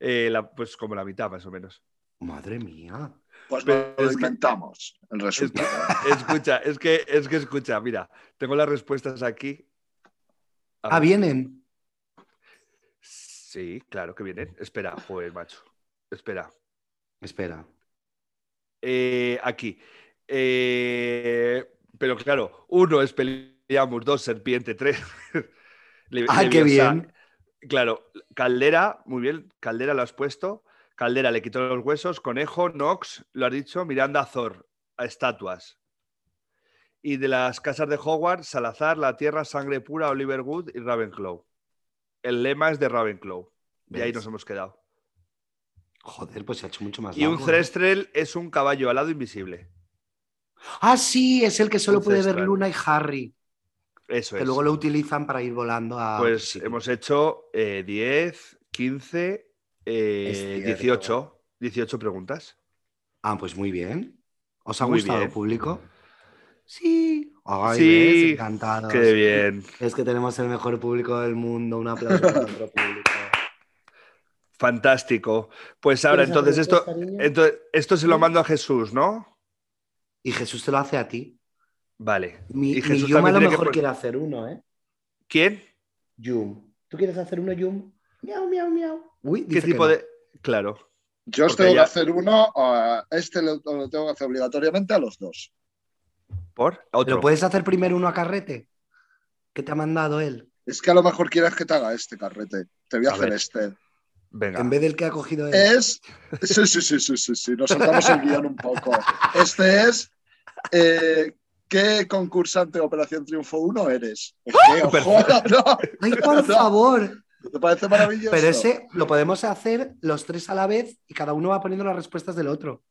Speaker 1: eh, la- pues como la mitad, más o menos.
Speaker 2: Madre mía.
Speaker 3: Pues
Speaker 1: Pero
Speaker 3: lo
Speaker 1: es que-
Speaker 3: inventamos el
Speaker 1: Es que,
Speaker 3: resultado.
Speaker 1: escucha, es que, es que escucha, mira, tengo las respuestas aquí. A
Speaker 2: Ah,
Speaker 1: ver.
Speaker 2: vienen.
Speaker 1: Sí, claro que vienen. Espera, joder, macho. Espera.
Speaker 2: Espera.
Speaker 1: Eh, aquí. Eh, pero claro, uno es Peliamus, dos serpiente, tres. Le-
Speaker 2: Ah, qué
Speaker 1: Leviosa.
Speaker 2: bien.
Speaker 1: Claro, Caldera, muy bien, Caldera lo has puesto. Caldera le quitó los huesos, Conejo, Nox, lo has dicho, Miranda Azor, a estatuas. Y de las casas de Hogwarts, Salazar, La Tierra, Sangre Pura, Oliver Wood y Ravenclaw. El lema es de Ravenclaw. Y ahí
Speaker 2: ¿Ves?
Speaker 1: nos hemos quedado.
Speaker 2: Joder, pues se ha hecho mucho más
Speaker 1: Y un
Speaker 2: largo, ¿no?
Speaker 1: Cerestrel es un caballo alado invisible.
Speaker 2: Ah, sí, es el que solo
Speaker 1: Un
Speaker 2: puede ver
Speaker 1: cestral.
Speaker 2: Luna y Harry,
Speaker 1: Eso
Speaker 2: que
Speaker 1: es.
Speaker 2: luego lo utilizan para ir volando a...
Speaker 1: Pues
Speaker 2: sí.
Speaker 1: hemos hecho eh, 10, 15, eh,
Speaker 2: Es cierto.
Speaker 1: 18, 18 preguntas.
Speaker 2: Ah, pues muy bien. ¿Os ha
Speaker 1: Muy
Speaker 2: gustado,
Speaker 1: bien.
Speaker 2: público? Sí. Ay,
Speaker 1: Sí,
Speaker 2: ves, encantados.
Speaker 1: Qué bien.
Speaker 2: Es que tenemos el mejor público del mundo. Un aplauso para nuestro público.
Speaker 1: Fantástico. Pues ahora,
Speaker 7: ¿Tienes
Speaker 1: entonces
Speaker 7: alguna
Speaker 1: esto,
Speaker 7: cosa, niño?
Speaker 1: entonces esto se lo mando a Jesús, ¿no?
Speaker 2: Y Jesús te lo hace a ti.
Speaker 1: Vale.
Speaker 2: Mi,
Speaker 1: Y
Speaker 2: mi
Speaker 1: Jesús
Speaker 2: Yuma a
Speaker 1: también
Speaker 2: lo
Speaker 1: tiene que
Speaker 2: mejor
Speaker 1: poner-
Speaker 2: quiere hacer.
Speaker 7: hacer uno, ¿eh?
Speaker 1: ¿Quién?
Speaker 7: Yum. ¿Tú quieres hacer uno, Yum? Miau, miau, miau.
Speaker 2: Uy,
Speaker 1: ¿Qué
Speaker 2: dice que
Speaker 1: tipo
Speaker 2: no.
Speaker 1: de...? Claro.
Speaker 3: Yo os
Speaker 1: Porque
Speaker 3: tengo que
Speaker 1: ya-
Speaker 3: hacer uno, a este lo, lo tengo que hacer obligatoriamente a los dos.
Speaker 1: ¿Por?
Speaker 2: ¿Pero
Speaker 1: Otro.
Speaker 2: puedes hacer primero uno a carrete? ¿Qué te ha mandado él?
Speaker 3: Es que a lo mejor quieres que te haga este carrete. Te voy a,
Speaker 1: A
Speaker 3: hacer
Speaker 1: ver. Eh.
Speaker 3: este.
Speaker 1: Venga.
Speaker 2: En vez del que ha cogido él.
Speaker 3: Es. Sí, sí, sí, sí, sí, sí. Nos saltamos el guión un poco. Este es. eh, ¿Qué concursante de Operación Triunfo 1 eres? Es que, ojo, no,
Speaker 2: ¡Ay, por favor!
Speaker 3: ¿Te parece maravilloso?
Speaker 2: Pero ese lo podemos hacer los tres a la vez y cada uno va poniendo las respuestas del otro.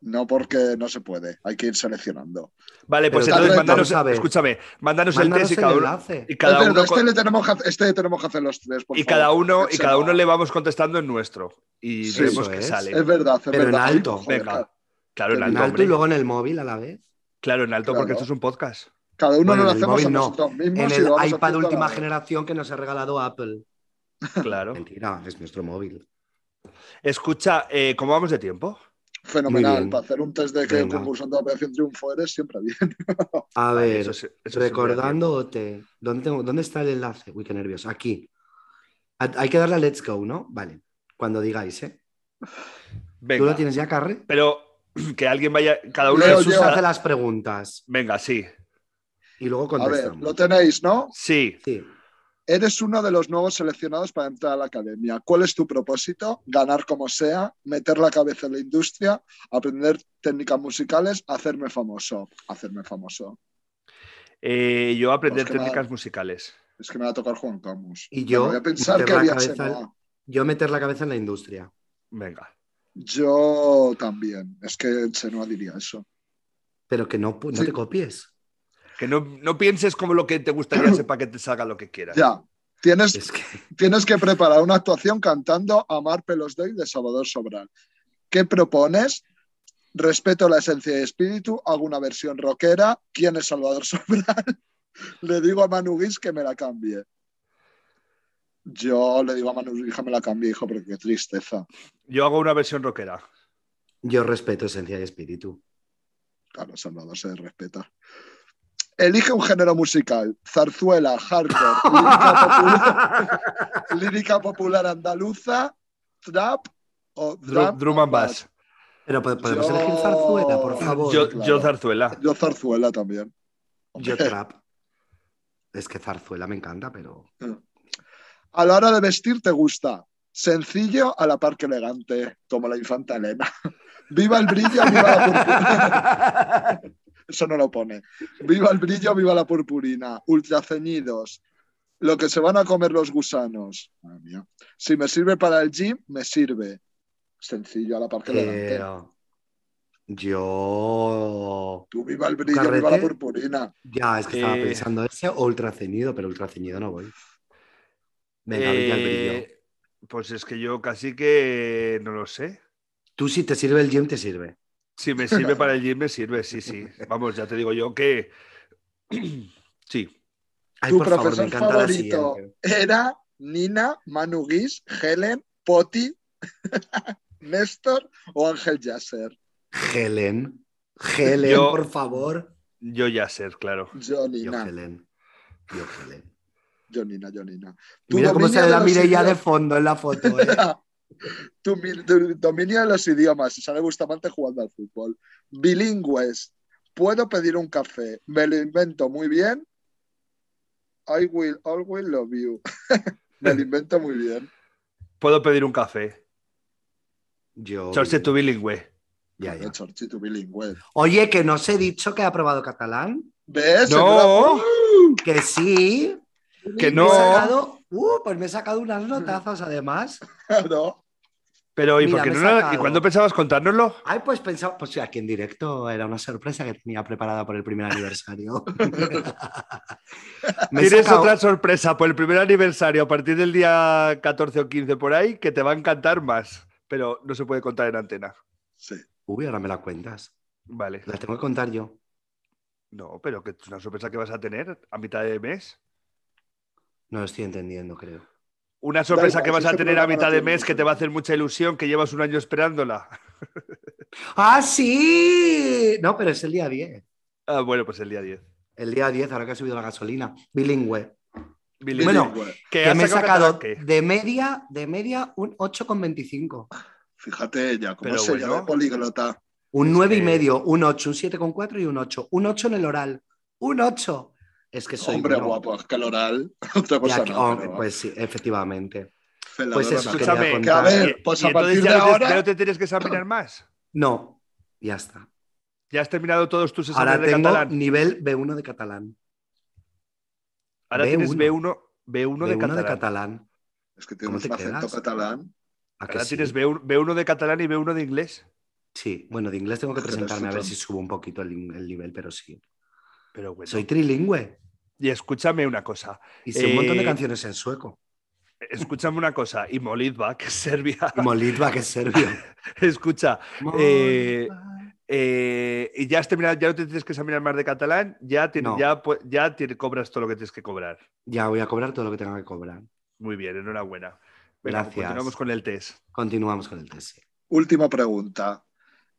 Speaker 3: No, porque no se puede. Hay que ir seleccionando.
Speaker 1: Vale, pues entonces
Speaker 2: Pero
Speaker 3: tal vez,
Speaker 1: mándanos...
Speaker 2: vamos a ver.
Speaker 1: Escúchame, mándanos, el
Speaker 2: Mándanos
Speaker 1: test y
Speaker 2: el
Speaker 1: cada uno...
Speaker 2: enlace.
Speaker 1: Y cada
Speaker 3: Es verdad,
Speaker 1: uno,
Speaker 3: este,
Speaker 1: con-
Speaker 3: le tenemos que, hacer- este le tenemos que hacer los tres, por
Speaker 1: y
Speaker 3: favor.
Speaker 1: cada uno, y
Speaker 3: Ese
Speaker 1: cada
Speaker 3: no.
Speaker 1: uno le vamos contestando el nuestro. Y
Speaker 3: Sí,
Speaker 1: vemos
Speaker 2: eso
Speaker 1: qué
Speaker 2: es.
Speaker 1: sale.
Speaker 3: Es verdad, es
Speaker 2: Pero en
Speaker 3: verdad. Ay,
Speaker 2: alto.
Speaker 3: joder,
Speaker 1: Venga.
Speaker 3: ca-
Speaker 1: Claro, en
Speaker 3: En
Speaker 2: En
Speaker 1: alto,
Speaker 2: alto
Speaker 1: hombre.
Speaker 2: y luego en el móvil a la vez.
Speaker 1: Claro, en alto, porque
Speaker 3: Claro.
Speaker 1: esto es un podcast.
Speaker 3: Cada uno
Speaker 2: Bueno,
Speaker 3: lo
Speaker 2: en el
Speaker 3: hacemos a
Speaker 2: móvil no.
Speaker 3: nosotros mismos.
Speaker 2: En
Speaker 3: y lo
Speaker 2: el iPad
Speaker 3: vamos haciendo a la
Speaker 2: última
Speaker 3: vez.
Speaker 2: generación que nos ha regalado Apple.
Speaker 1: Claro.
Speaker 2: Mentira, es nuestro móvil.
Speaker 1: Escucha, eh, ¿cómo vamos de tiempo?
Speaker 2: Muy
Speaker 3: Fenomenal.
Speaker 2: bien.
Speaker 3: Para hacer un test de que
Speaker 2: Venga.
Speaker 3: concursante de Operación Triunfo eres, siempre bien.
Speaker 2: A ver,
Speaker 1: Eso sí- eso sí me da
Speaker 2: recordándote, ¿dónde, tengo- ¿dónde está el enlace? Uy, qué nervios. Aquí. Ha- Hay que darle a Let's Go, ¿no? Vale, cuando digáis, ¿eh?
Speaker 1: tiempo.
Speaker 2: ¿Tú lo
Speaker 1: Venga,
Speaker 2: tienes ya, Carre?
Speaker 1: pero que alguien vaya, cada uno
Speaker 3: Leo,
Speaker 1: de sus...
Speaker 2: Jesús
Speaker 3: yo-
Speaker 2: hace las preguntas
Speaker 1: Venga, sí,
Speaker 2: y luego
Speaker 3: A ver, lo
Speaker 2: contestamos.
Speaker 3: tenéis, ¿no?
Speaker 1: sí.
Speaker 2: Sí.
Speaker 3: Eres uno de los nuevos seleccionados para entrar a la academia. ¿Cuál es tu propósito? Ganar como sea, meter la cabeza en la industria, aprender técnicas musicales, hacerme famoso. Hacerme famoso.
Speaker 1: Eh, yo aprender
Speaker 3: Pues que
Speaker 1: técnicas
Speaker 3: nada.
Speaker 1: musicales.
Speaker 3: Es que me va a tocar Juan Camus.
Speaker 2: Y yo
Speaker 3: Voy a pensar
Speaker 2: meter
Speaker 3: que
Speaker 2: la
Speaker 3: había
Speaker 2: cabeza-
Speaker 3: cenado.
Speaker 2: Yo meter la cabeza en la industria.
Speaker 1: Venga.
Speaker 3: Yo también. Es que Chenoa diría eso.
Speaker 2: Pero que no, pu- no
Speaker 3: Sí.
Speaker 2: te copies.
Speaker 1: Que no, no pienses como lo que te gustaría, sepa que te salga lo que quieras.
Speaker 3: Ya. Tienes,
Speaker 2: Es que
Speaker 3: tienes que preparar una actuación cantando Amar Pelos Doy de Salvador Sobral. ¿Qué propones? Respeto la esencia y espíritu, hago una versión rockera. ¿Quién es Salvador Sobral? le digo a Manu Guis que me la cambie. Yo le digo a Manu Guis que me la cambie, hijo, porque qué tristeza.
Speaker 1: Yo hago una versión rockera.
Speaker 2: yo respeto esencia y espíritu.
Speaker 3: Claro, Salvador se respeta. Elige un género musical, zarzuela, hardcore, lírica popular, lírica popular andaluza, trap o
Speaker 1: Drum,
Speaker 3: drum,
Speaker 1: drum and bass.
Speaker 2: Pero po- podemos
Speaker 3: Yo-
Speaker 2: elegir zarzuela, por favor.
Speaker 1: Yo,
Speaker 3: claro.
Speaker 1: yo zarzuela.
Speaker 3: Yo zarzuela también.
Speaker 2: Yo trap. Es que zarzuela me encanta, pero.
Speaker 3: A la hora de vestir te gusta. Sencillo a la par que elegante, como la infanta Elena. Viva el brillo, viva la purpurina. Eso no lo pone. Viva el brillo, viva la purpurina. Ultraceñidos. Lo que se van a comer los gusanos. Madre mía. Si me sirve para el gym, me sirve. Sencillo a la par que elegante.
Speaker 2: Pero Yo.
Speaker 3: Tú viva el brillo,
Speaker 2: Carrete.
Speaker 3: viva la purpurina.
Speaker 2: Ya, es que estaba
Speaker 1: Eh.
Speaker 2: pensando ese o ultraceñido, pero ultraceñido no voy. Venga,
Speaker 1: Eh,
Speaker 2: brilla el brillo.
Speaker 1: Pues es que yo casi que no lo sé.
Speaker 2: Tú, si te sirve el gym, te sirve.
Speaker 1: Si me sirve para el gym, me sirve, sí, sí. Vamos, ya te digo yo que. Sí.
Speaker 2: Ay,
Speaker 3: tu
Speaker 2: por favor, me
Speaker 3: profesor
Speaker 2: encanta la
Speaker 3: favorito
Speaker 2: siguiente.
Speaker 3: era Nina, Manu Guis, Helen, Poti, Néstor o Ángel Yasser.
Speaker 2: Helen. Helen,
Speaker 1: Yo-
Speaker 2: por favor. Ah.
Speaker 1: Yo ya ser, claro.
Speaker 3: Yo
Speaker 2: Yo,
Speaker 3: Nina,
Speaker 2: Helen. Yo, Helen.
Speaker 3: yo Nina, yo Nina. Tu
Speaker 2: Mira cómo
Speaker 3: dominio
Speaker 2: sale la
Speaker 3: los
Speaker 2: Mireia de
Speaker 3: idiomas-
Speaker 2: fondo en la foto, ¿eh?
Speaker 3: tu, mi- tu dominio de los idiomas. y Sale Bustamante jugando al fútbol. Bilingües. Puedo pedir un café. Me lo invento muy bien. I will always love you. Me lo invento muy bien.
Speaker 1: Puedo pedir un café.
Speaker 2: Yo.
Speaker 1: Chorse tu bilingüe.
Speaker 2: Ya, ya.
Speaker 3: Chorchi, tu bilingüe.
Speaker 2: Oye, que no os he dicho que ha aprobado catalán.
Speaker 3: ¿Ves?
Speaker 1: No,
Speaker 2: Que sí.
Speaker 1: que
Speaker 2: Me he
Speaker 1: no.
Speaker 2: sacado- uh, pues me he sacado unas notazas además.
Speaker 3: No.
Speaker 1: Pero ¿y
Speaker 2: Mira,
Speaker 1: por qué
Speaker 2: me he
Speaker 1: no? la- ¿Y
Speaker 2: sacado.
Speaker 1: cuándo pensabas contárnoslo?
Speaker 2: Ay, pues pensaba, pues aquí en directo era una sorpresa que tenía preparada por el primer aniversario. Me he
Speaker 1: Tienes
Speaker 2: sacado-
Speaker 1: otra sorpresa por el primer aniversario a partir del día 14 o 15 por ahí que te va a encantar más, pero no se puede contar en antena.
Speaker 3: Sí.
Speaker 2: Uy, ahora me la cuentas.
Speaker 1: Vale.
Speaker 2: La tengo que contar yo.
Speaker 1: No, pero que es una sorpresa que vas a tener a mitad de mes.
Speaker 2: No lo estoy entendiendo, creo.
Speaker 1: Una sorpresa
Speaker 3: igual,
Speaker 1: que
Speaker 3: si
Speaker 1: vas a
Speaker 3: este
Speaker 1: tener a
Speaker 3: programa no
Speaker 1: mitad de
Speaker 3: tiene
Speaker 1: mes que te va a hacer mucha ilusión, que llevas un año esperándola.
Speaker 2: ¡Ah, sí! No, pero es el día 10.
Speaker 1: Ah, bueno, pues el día 10.
Speaker 2: El día 10, ahora que ha subido la gasolina. Bilingüe.
Speaker 1: Billy,
Speaker 2: Bueno,
Speaker 3: Bilingüe.
Speaker 1: Eh, que
Speaker 2: Que
Speaker 1: has
Speaker 2: me he sacado
Speaker 1: catalán,
Speaker 2: de media, de media un 8,25.
Speaker 3: Fíjate ella, cómo
Speaker 1: Pero
Speaker 3: es ella
Speaker 1: bueno.
Speaker 3: de políglota.
Speaker 2: Un
Speaker 1: Es
Speaker 2: 9,5,
Speaker 1: que-
Speaker 2: y medio, un 8, un 7,4 y un 8. Un 8 en el oral. Un 8. Es que soy
Speaker 3: Hombre
Speaker 2: bueno.
Speaker 3: guapo, es que el oral. Otra
Speaker 2: Y
Speaker 3: cosa
Speaker 2: aquí-
Speaker 3: no,
Speaker 2: hombre,
Speaker 3: pero
Speaker 2: pues sí, efectivamente.
Speaker 3: celadora
Speaker 2: pues eso,
Speaker 3: no.
Speaker 2: que-
Speaker 1: Escúchame,
Speaker 2: contar.
Speaker 1: que a ver,
Speaker 3: Y- pues
Speaker 1: y
Speaker 3: a partir
Speaker 1: entonces ya
Speaker 3: de
Speaker 1: no te-
Speaker 3: ahora-
Speaker 1: ya no te tienes que examinar más.
Speaker 2: No, ya está.
Speaker 1: Ya has terminado todos tus exámenes
Speaker 2: Ahora
Speaker 1: de
Speaker 2: tengo
Speaker 1: catalán.
Speaker 2: nivel B1 de catalán.
Speaker 1: Ahora
Speaker 2: B1.
Speaker 1: tienes B1, B1 de
Speaker 2: B1
Speaker 1: catalán.
Speaker 2: de catalán.
Speaker 3: Es que
Speaker 2: ¿Cómo
Speaker 3: tienes
Speaker 2: te
Speaker 3: un acento
Speaker 2: quedas?
Speaker 3: catalán.
Speaker 2: ¿A que
Speaker 1: Ahora
Speaker 2: sí?
Speaker 1: tienes B1, B1 de catalán y B1 de inglés.
Speaker 2: Sí, bueno, de inglés tengo que
Speaker 3: Pero es
Speaker 2: presentarme a ver
Speaker 3: otro.
Speaker 2: si subo un poquito el, el nivel, pero sí.
Speaker 1: Pero bueno.
Speaker 2: Soy trilingüe
Speaker 1: Y escúchame una cosa.
Speaker 2: y sé un montón de
Speaker 1: Eh,
Speaker 2: canciones en sueco.
Speaker 1: Escúchame una cosa. Y Molitva, que es Serbia.
Speaker 2: Y Molitva, que es serbio.
Speaker 1: Escucha. eh,
Speaker 2: Molitva.
Speaker 1: eh, y ya has terminado, ya no te tienes que examinar más de catalán. Ya, tiene-
Speaker 2: No.
Speaker 1: ya, pu- ya tiene- cobras todo lo que tienes que cobrar.
Speaker 2: Ya voy a cobrar todo lo que tenga que cobrar.
Speaker 1: Muy bien, enhorabuena. Venga, pues
Speaker 2: Gracias.
Speaker 1: Continuamos con el test.
Speaker 2: Continuamos con el test. sí.
Speaker 3: Última pregunta.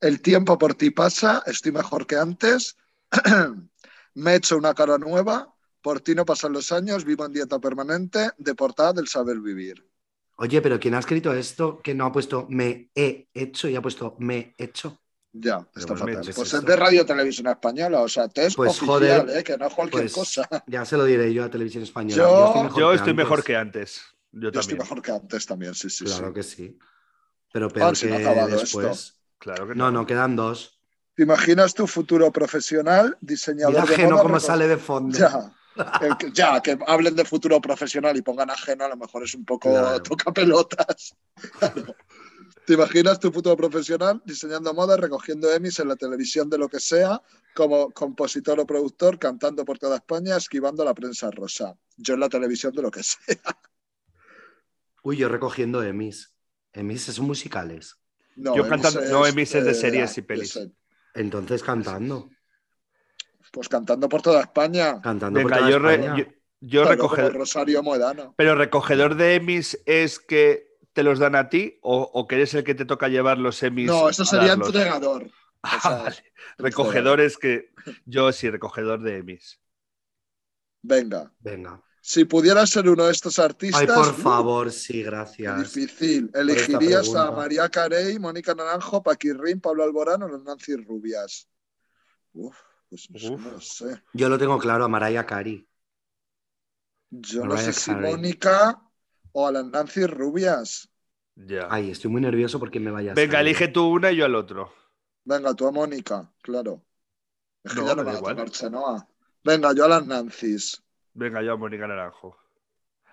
Speaker 3: El tiempo por ti pasa, estoy mejor que antes. Me he hecho una cara nueva. Por ti no pasan los años, vivo en dieta permanente, deportada del saber vivir.
Speaker 2: Oye, pero ¿quién ha escrito esto que no ha puesto me he hecho y ha puesto me hecho?
Speaker 3: Ya, está
Speaker 2: bueno,
Speaker 3: fatal.
Speaker 2: ¿qué es
Speaker 3: Pues es
Speaker 2: esto?
Speaker 3: de Radio Televisión Española, o sea, test
Speaker 2: Pues,
Speaker 3: oficial,
Speaker 2: joder,
Speaker 3: eh, que no es cualquier
Speaker 2: pues,
Speaker 3: cosa.
Speaker 2: Ya se lo diré yo a Televisión Española.
Speaker 3: Yo-
Speaker 1: Yo estoy
Speaker 2: antes.
Speaker 1: mejor que antes. Yo,
Speaker 3: Yo estoy
Speaker 1: también.
Speaker 3: mejor que antes también, sí, sí,
Speaker 2: Claro
Speaker 3: sí.
Speaker 2: que sí. Pero peor
Speaker 3: Ah, se me ha
Speaker 2: que
Speaker 3: acabado
Speaker 2: después.
Speaker 1: Claro que
Speaker 2: No, no, quedan dos.
Speaker 3: ¿Te imaginas tu futuro profesional, diseñador
Speaker 2: Mira
Speaker 3: de
Speaker 2: ajeno
Speaker 3: moda,
Speaker 2: cómo
Speaker 3: recor-
Speaker 2: sale de fondo.
Speaker 3: Ya. El que- ya, que hablen de futuro profesional y pongan ajeno, a lo mejor es un poco
Speaker 2: Claro.
Speaker 3: toca pelotas. ¿Te imaginas tu futuro profesional diseñando moda, recogiendo Emmys en la televisión de lo que sea, como compositor o productor, cantando por toda España, esquivando la prensa rosa? Yo en la televisión de lo que sea.
Speaker 2: Uy, yo recogiendo Emis. Emis son musicales.
Speaker 3: No,
Speaker 1: Yo
Speaker 3: Emmys
Speaker 1: cantando- no, Emmys es de
Speaker 3: eh,
Speaker 1: series y
Speaker 3: ah,
Speaker 1: pelis.
Speaker 3: es, eh,
Speaker 2: Entonces cantando.
Speaker 3: Pues cantando por toda España.
Speaker 2: Cantando por
Speaker 1: Venga,
Speaker 2: toda
Speaker 1: yo, re-
Speaker 2: España.
Speaker 1: yo, yo
Speaker 3: Claro,
Speaker 1: recoge-
Speaker 3: como Rosario Moedano.
Speaker 1: Pero recogedor de emis es que te los dan a ti o, o que eres el que te toca llevar los emis.
Speaker 3: No, eso
Speaker 1: a
Speaker 3: sería
Speaker 1: darlos?
Speaker 3: entregador.
Speaker 1: Ah,
Speaker 3: sea,
Speaker 1: vale. Recogedores que. Yo sí, recogedor de emis.
Speaker 3: Venga.
Speaker 2: Venga.
Speaker 3: Si pudieras ser uno de estos artistas.
Speaker 2: Ay, por
Speaker 3: ¡uh!
Speaker 2: favor, sí,
Speaker 3: Qué
Speaker 2: gracias.
Speaker 3: Difícil.
Speaker 2: esta
Speaker 3: ¿Elegirías a
Speaker 2: pregunta.
Speaker 3: María Carey, Mónica Naranjo, Paquirrín, Pablo Alborán o los Nancy Rubias? Uf, pues no sé,
Speaker 1: Uf.
Speaker 3: no lo sé.
Speaker 2: Yo lo tengo claro a Mariah Cari.
Speaker 3: Yo no
Speaker 2: Mariah
Speaker 3: sé si
Speaker 2: Carey.
Speaker 3: Mónica o a las Nancy Rubias.
Speaker 1: Ya.
Speaker 2: Ay, estoy muy nervioso porque me vaya a
Speaker 1: Venga,
Speaker 2: salir.
Speaker 1: elige tú una y yo al otro.
Speaker 3: Venga, tú a Mónica, claro. Es que
Speaker 1: No,
Speaker 3: ya no
Speaker 1: me da
Speaker 3: van a
Speaker 1: igual.
Speaker 3: tocar Chenoa. Venga, yo a las Nancy's.
Speaker 1: Venga, yo a Mónica Naranjo.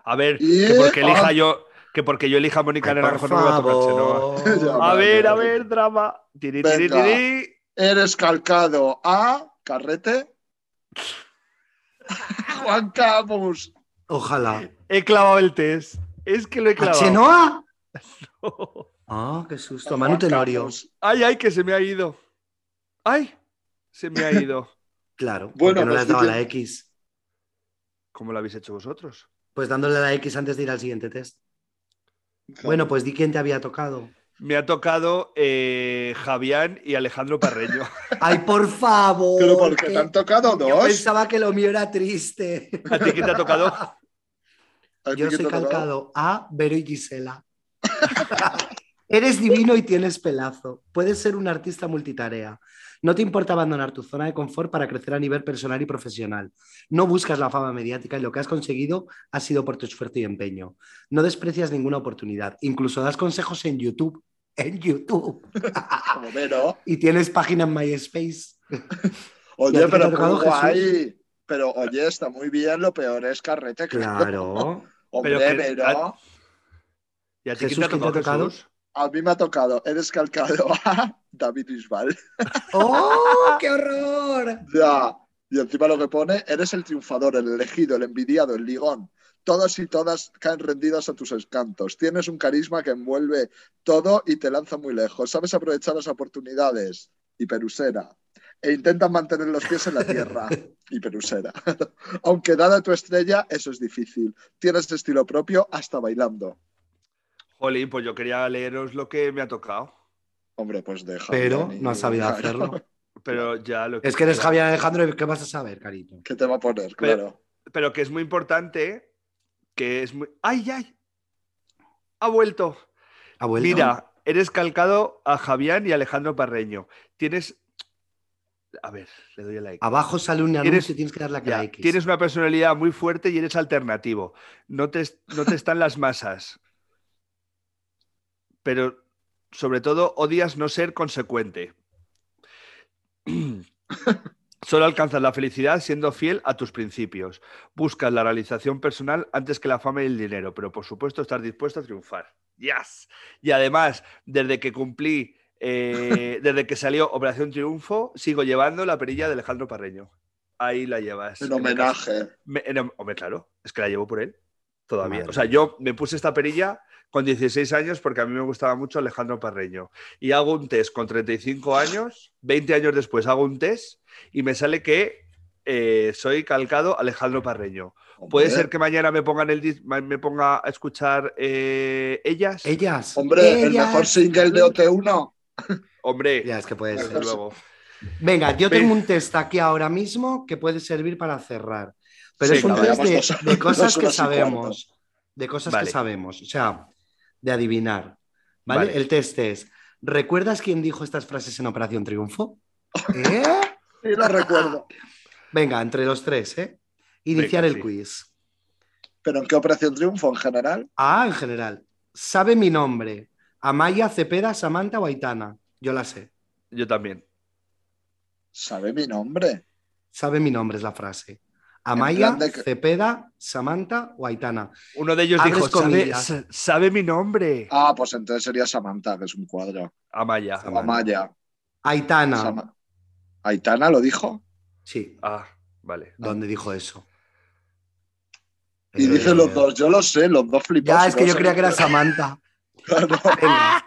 Speaker 1: A ver,
Speaker 3: Y-
Speaker 1: que porque elija
Speaker 3: ah.
Speaker 1: yo. Que porque yo elija a
Speaker 2: Ay,
Speaker 1: Mónica Naranjo
Speaker 2: por
Speaker 1: no me va a tocar Chenoa.
Speaker 2: favor.
Speaker 3: Ya,
Speaker 1: A
Speaker 3: vale,
Speaker 1: ver, a
Speaker 3: vale.
Speaker 1: ver, drama. Tiri, tiri,
Speaker 3: Venga.
Speaker 1: tiri.
Speaker 3: Eres calcado a Carrete. Juan Camus.
Speaker 2: Ojalá.
Speaker 1: He clavado el test. Es que lo he
Speaker 2: ¿A
Speaker 1: clavado.
Speaker 2: Chenoa? Ah, qué susto. Manu
Speaker 3: Juan
Speaker 2: Tenorio.
Speaker 3: Camus.
Speaker 1: Ay, ay, que se me ha ido. Ay, se me ha ido.
Speaker 2: Claro.
Speaker 3: Bueno,
Speaker 2: porque no le
Speaker 3: pues
Speaker 2: has dado a
Speaker 3: dice-
Speaker 2: la X.
Speaker 1: ¿Cómo lo habéis hecho vosotros?
Speaker 2: Pues dándole a la X antes de ir al siguiente test. Bueno, pues di quién te había tocado.
Speaker 1: Me ha tocado eh, Javián y Alejandro Parreño.
Speaker 2: Ay, por favor.
Speaker 3: Pero porque
Speaker 2: que-
Speaker 3: te han tocado
Speaker 2: Yo
Speaker 3: dos.
Speaker 2: pensaba que lo mío era triste.
Speaker 1: ¿A ti qué te ha tocado?
Speaker 3: ¿A ti
Speaker 2: Yo soy
Speaker 3: qué te ha tocado?
Speaker 2: calcado a Vero y Gisela. Eres divino y tienes pelazo. Puedes ser un artista multitarea. No te importa abandonar tu zona de confort para crecer a nivel personal y profesional. No buscas la fama mediática y lo que has conseguido ha sido por tu esfuerzo y empeño. No desprecias ninguna oportunidad. Incluso das consejos en YouTube. En YouTube.
Speaker 3: Como Vero.
Speaker 2: Y tienes página en MySpace. ¿Y a
Speaker 3: Oye,
Speaker 2: ti te
Speaker 3: pero
Speaker 2: ha tocado,
Speaker 3: muy guay. Pero oye, está muy bien, lo peor es carrete.
Speaker 2: Claro.
Speaker 3: Hombre,
Speaker 1: Pero
Speaker 3: pero,
Speaker 1: que- ¿Y a ti
Speaker 2: Jesús,
Speaker 1: qué te ha
Speaker 2: ¿quién te
Speaker 1: tocado,
Speaker 2: ha tocado?
Speaker 1: Jesús?
Speaker 3: a mí me ha tocado, he descalcado a David Bisbal.
Speaker 2: ¡Oh, qué horror!
Speaker 3: Ya. Y encima lo que pone, eres el triunfador, el elegido, el envidiado, el ligón. Todos y todas caen rendidas a tus encantos. Tienes un carisma que envuelve todo y te lanza muy lejos. Sabes aprovechar las oportunidades. Y perusera. E intentas mantener los pies en la tierra. Y perusera. Aunque dada tu estrella, eso es difícil. Tienes estilo propio hasta bailando.
Speaker 1: Jolín, pues yo quería leeros lo que me ha tocado.
Speaker 3: Hombre, pues deja.
Speaker 2: Pero
Speaker 3: Dani,
Speaker 2: no has sabido
Speaker 3: claro.
Speaker 2: hacerlo.
Speaker 1: Pero ya lo
Speaker 2: Es que eres Javier Alejandro y ¿qué vas a saber, cariño?
Speaker 3: ¿Qué te va a poner?
Speaker 1: Pero-
Speaker 3: Claro.
Speaker 1: Pero que es muy importante. Que es muy. ¡Ay, ay! Ha vuelto.
Speaker 2: Abuelo.
Speaker 1: Mira, eres calcado a Javián y Alejandro Parreño. Tienes. A ver, le doy el like.
Speaker 2: Abajo sale un anuncio
Speaker 1: Tienes-
Speaker 2: y tienes que darle a
Speaker 1: Ya,
Speaker 2: la X.
Speaker 1: Tienes una personalidad muy fuerte y eres alternativo. No te, no te están las masas. Pero sobre todo odias no ser consecuente. Solo alcanzas la felicidad siendo fiel a tus principios. Buscas la realización personal antes que la fama y el dinero, pero por supuesto estás dispuesto a triunfar. Yes. Y además, desde que cumplí, eh, desde que salió Operación Triunfo, sigo llevando la perilla de Alejandro Parreño. Ahí la llevas.
Speaker 3: En homenaje.
Speaker 1: Me- en hom- hombre, claro, es que la llevo por él todavía.
Speaker 2: Madre
Speaker 1: O sea, yo me puse esta perilla con 16 años porque a mí me gustaba mucho Alejandro Parreño. Y hago un test con 35 años, 20 años después hago un test y me sale que eh, soy calcado Alejandro Parreño. Puede
Speaker 3: Hombre.
Speaker 1: ser que mañana me, pongan el dis- ma- me ponga a escuchar eh, ellas.
Speaker 2: Ellas.
Speaker 3: Hombre, el
Speaker 2: Ellas.
Speaker 3: mejor single de OT1.
Speaker 1: Hombre,
Speaker 2: Ya, es que puede
Speaker 1: desde
Speaker 2: ser.
Speaker 3: Mejor
Speaker 1: luego.
Speaker 2: Venga, yo
Speaker 1: Ve-
Speaker 2: tengo un test aquí ahora mismo que puede servir para cerrar. Pero
Speaker 1: Sí,
Speaker 2: es un
Speaker 1: claro,
Speaker 2: test
Speaker 3: llevamos dos-
Speaker 2: de, de cosas
Speaker 3: dos
Speaker 2: que
Speaker 3: horas y
Speaker 2: sabemos. De cosas
Speaker 1: Vale.
Speaker 2: que sabemos. O sea, de adivinar. ¿Vale?
Speaker 1: Vale.
Speaker 2: El test es ¿Recuerdas quién dijo estas frases en Operación Triunfo?
Speaker 3: ¿Eh? Sí, las recuerdo.
Speaker 2: Venga, entre los tres, ¿eh? Iniciar
Speaker 1: Venga,
Speaker 2: el
Speaker 1: sí.
Speaker 2: quiz.
Speaker 3: ¿Pero en qué Operación Triunfo en general?
Speaker 2: Ah, en general. ¿Sabe mi nombre? Amaya, Cepeda, Samantha o Aitana. Yo la sé.
Speaker 1: Yo también.
Speaker 3: ¿Sabe mi nombre?
Speaker 2: ¿Sabe mi nombre? Es la frase.
Speaker 3: plan
Speaker 2: Amaya,
Speaker 3: de que-
Speaker 2: Cepeda, Samantha o Aitana.
Speaker 1: Uno de ellos
Speaker 2: Abres
Speaker 1: dijo, "Sabe-
Speaker 2: comillas.
Speaker 1: sa- sabe mi nombre.
Speaker 3: Ah, pues entonces sería Samantha, que es un cuadro.
Speaker 2: Ah,
Speaker 1: Amaya.
Speaker 2: Samantha.
Speaker 3: Amaya.
Speaker 2: Aitana.
Speaker 3: Sama- ¿Aitana lo dijo?
Speaker 2: Sí,
Speaker 1: Ah, vale.
Speaker 2: ¿dónde dijo eso?
Speaker 3: Y
Speaker 2: Eh,
Speaker 3: dicen los dos, yo lo sé, los dos flipados.
Speaker 2: Ya, es que yo creía que era Samantha.
Speaker 3: Claro.
Speaker 2: Venga.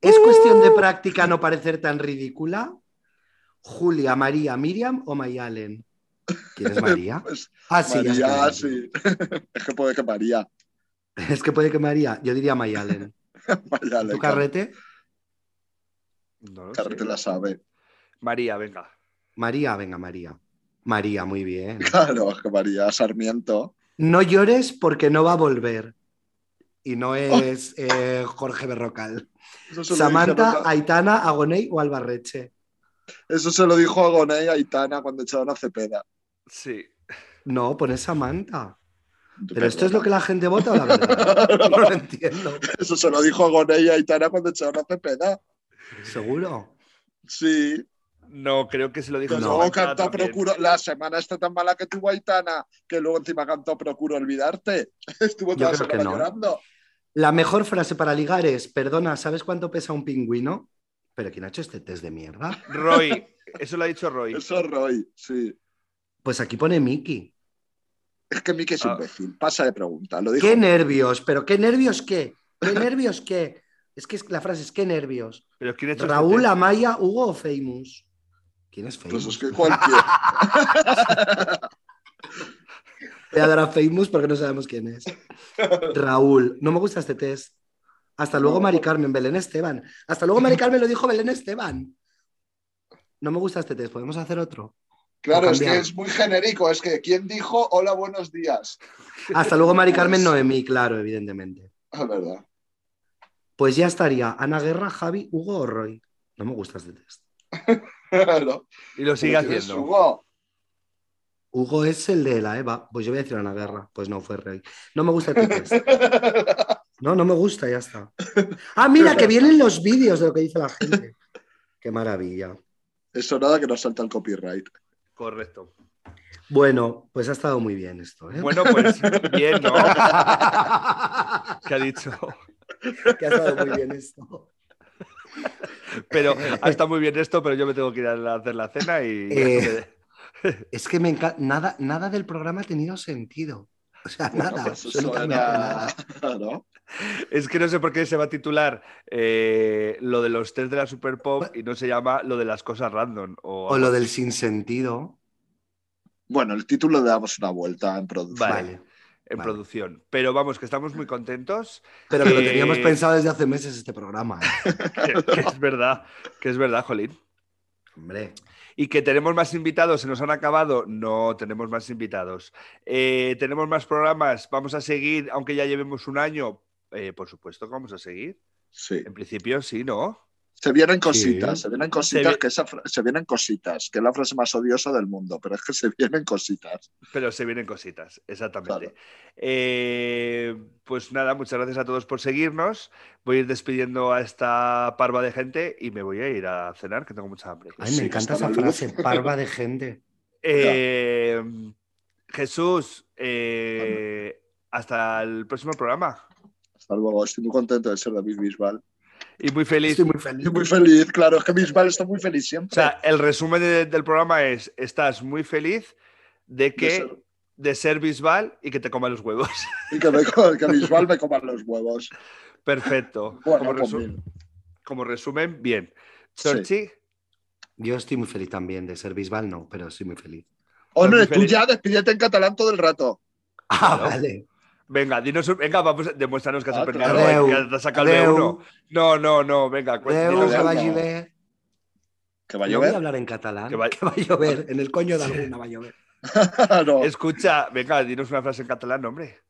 Speaker 2: ¿Es
Speaker 3: Uh.
Speaker 2: cuestión de práctica no parecer tan ridícula? Julia, María, Miriam o Mayalen. ¿Quién es María?
Speaker 3: Pues,
Speaker 2: Ah, sí, ya está,
Speaker 3: María,
Speaker 2: ya.
Speaker 3: sí. es que puede que María.
Speaker 2: Es que puede que María, yo diría Mayalen.
Speaker 3: Vaya,
Speaker 2: ¿Tu
Speaker 3: le-
Speaker 2: carrete?
Speaker 1: No lo
Speaker 3: Carrete
Speaker 1: sé.
Speaker 3: la sabe.
Speaker 1: María, venga.
Speaker 2: María, venga, María. María, muy bien.
Speaker 3: Claro, es que María Sarmiento.
Speaker 2: No llores porque no va a volver. Y no es eh, Jorge Berrocal.
Speaker 3: Oh. Eso se, lo
Speaker 2: Samantha,
Speaker 3: dijeron a-
Speaker 2: Aitana, Agoney o Albarreche.
Speaker 3: eso se lo dijo a Gonei y a Aitana cuando echaron a Cepeda.
Speaker 1: Sí.
Speaker 2: No, pones Samantha.
Speaker 3: Perdona.
Speaker 2: ¿Pero esto es lo que la gente vota o la verdad? No lo entiendo.
Speaker 3: Eso se lo dijo a Gonei y a Aitana cuando echaron a Cepeda.
Speaker 2: ¿Seguro?
Speaker 3: Sí.
Speaker 1: No, creo que se lo dijo.
Speaker 3: Pero
Speaker 2: No.
Speaker 3: luego
Speaker 1: Samantha
Speaker 3: canta
Speaker 1: también.
Speaker 3: Procuro. La semana esta tan mala que tuvo Aitana, que luego encima cantó Procuro olvidarte. Estuvo
Speaker 2: Yo
Speaker 3: toda la
Speaker 2: creo que
Speaker 3: semana
Speaker 2: no.
Speaker 3: llorando.
Speaker 2: La mejor frase para ligar es, perdona, ¿sabes cuánto pesa un pingüino? Pero ¿quién ha hecho este test de mierda?
Speaker 1: Roy. Eso lo ha dicho Roy.
Speaker 3: Eso es Roy, sí.
Speaker 2: Pues aquí pone Miki.
Speaker 3: Es que Miki es
Speaker 1: Ah.
Speaker 3: imbécil. Pasa de pregunta. Lo dijo.
Speaker 2: Qué nervios, pero qué nervios qué, qué nervios qué. Es que es- la frase es qué nervios.
Speaker 1: Pero ¿quién ha hecho este
Speaker 2: Raúl,
Speaker 1: test?
Speaker 2: Amaya, Hugo o Famous. ¿Quién es Famous?
Speaker 3: Pues es que cualquier.
Speaker 2: Voy a dar a Famous porque no sabemos quién es. Raúl, no me gusta este test. Hasta luego,
Speaker 3: No.
Speaker 2: Mari Carmen, Belén Esteban. Hasta luego, Mari Carmen, lo dijo Belén Esteban. No me gusta este test, podemos hacer otro.
Speaker 3: Claro, es que
Speaker 2: cambiar.
Speaker 3: es muy genérico. Es que ¿quién dijo hola, buenos días?
Speaker 2: Hasta luego, Mari Carmen, Noemí, claro, evidentemente.
Speaker 3: Es verdad.
Speaker 2: Pues ya estaría Ana Guerra, Javi, Hugo o Roy. No me gusta este test.
Speaker 3: Claro.
Speaker 1: Y lo sigue
Speaker 3: Pero ¿quién es
Speaker 1: haciendo.
Speaker 3: Hugo?
Speaker 2: Hugo es el de la Eva. Pues yo voy a decir Ana Guerra. Pues no, fue Roy. No me gusta este test. No, no me gusta, ya está. Ah, mira, que vienen los vídeos de lo que dice la gente. Qué maravilla.
Speaker 3: Eso nada que nos salta el copyright.
Speaker 1: Correcto.
Speaker 2: Bueno, pues ha estado muy bien esto. ¿eh?
Speaker 1: Bueno, pues bien, ¿no?
Speaker 2: que
Speaker 1: ¿Qué ha dicho?
Speaker 2: ha estado muy bien esto.
Speaker 1: Pero ah, está muy bien esto, pero yo me tengo que ir a hacer la cena y...
Speaker 2: Eh. Es que me encanta. Nada, nada del programa ha tenido sentido. O sea, nada.
Speaker 3: pues Eso
Speaker 2: absolutamente
Speaker 3: suena-
Speaker 2: nada.
Speaker 3: Claro.
Speaker 1: Es que no sé por qué se va a titular eh, lo de los test de la Super Pop y no se llama lo de las cosas random. O,
Speaker 2: O lo del sinsentido.
Speaker 3: Bueno, el título le damos una vuelta en producción.
Speaker 1: Vale.
Speaker 2: Vale.
Speaker 1: en
Speaker 2: vale.
Speaker 1: producción. Pero vamos, que estamos muy contentos.
Speaker 2: Pero que lo teníamos
Speaker 1: Eh,
Speaker 2: pensado desde hace meses este programa. ¿eh?
Speaker 1: Que, que es verdad, que es verdad, Jolín.
Speaker 2: Hombre.
Speaker 1: Y que tenemos más invitados, se nos han acabado. No, tenemos más invitados. Eh, tenemos más programas, vamos a seguir, aunque ya llevemos un año. eh, por supuesto que vamos a seguir.
Speaker 3: Sí.
Speaker 1: En principio, sí, ¿no?
Speaker 3: Se vienen cositas,
Speaker 2: Sí.
Speaker 3: se vienen cositas,
Speaker 1: Se vi-
Speaker 3: que esa fra- se vienen cositas, que es la frase más odiosa del mundo, pero es que se vienen cositas.
Speaker 1: Pero se vienen cositas, exactamente.
Speaker 3: Claro.
Speaker 1: Eh, pues nada, muchas gracias a todos por seguirnos. Voy a ir despidiendo a esta parva de gente y me voy a ir a cenar, que tengo mucha hambre.
Speaker 2: Ay,
Speaker 3: Sí,
Speaker 2: me encanta
Speaker 3: está
Speaker 2: esa
Speaker 3: mal.
Speaker 2: frase, parva de gente.
Speaker 1: Eh, Jesús, eh, hasta el próximo programa.
Speaker 3: Hasta luego, estoy muy contento de ser David Bisbal.
Speaker 1: Y muy feliz.
Speaker 2: Estoy muy feliz.
Speaker 3: Estoy muy feliz, claro, es que Bisbal está muy feliz siempre.
Speaker 1: O sea, el resumen de- del programa es, estás muy feliz de que
Speaker 3: De ser-
Speaker 1: de ser Bisbal y que te coman los huevos.
Speaker 3: y que, me co- que Bisbal me coman los huevos.
Speaker 1: Perfecto.
Speaker 3: Bueno,
Speaker 1: como,
Speaker 3: pues
Speaker 1: resu-
Speaker 3: bien.
Speaker 1: como resumen, bien.
Speaker 3: Sí.
Speaker 1: Chorchi.
Speaker 2: Yo estoy muy feliz también de ser Bisbal, no, pero estoy muy feliz.
Speaker 3: Hombre,
Speaker 1: muy
Speaker 3: tú
Speaker 1: feliz.
Speaker 3: ya despídete en catalán todo el rato.
Speaker 2: Ah,
Speaker 1: Claro.
Speaker 2: vale.
Speaker 1: Venga, dinos, un- venga, vamos, demuéstranos que has
Speaker 3: Ah,
Speaker 1: aprendido
Speaker 3: claro.
Speaker 1: algo,
Speaker 2: Adeu.
Speaker 1: que has sacado de uno. No, no, no, venga, cu-
Speaker 2: Adeu,
Speaker 1: dinos
Speaker 2: que
Speaker 1: algo.
Speaker 2: va a
Speaker 3: algo.
Speaker 2: llover.
Speaker 3: ¿Que va a
Speaker 2: No voy a
Speaker 3: llover?
Speaker 2: hablar en catalán.
Speaker 1: Que
Speaker 2: Que
Speaker 1: va-
Speaker 2: va... a llover. En el coño de alguna va a llover.
Speaker 3: no.
Speaker 1: Escucha, venga, dinos una frase en catalán, hombre.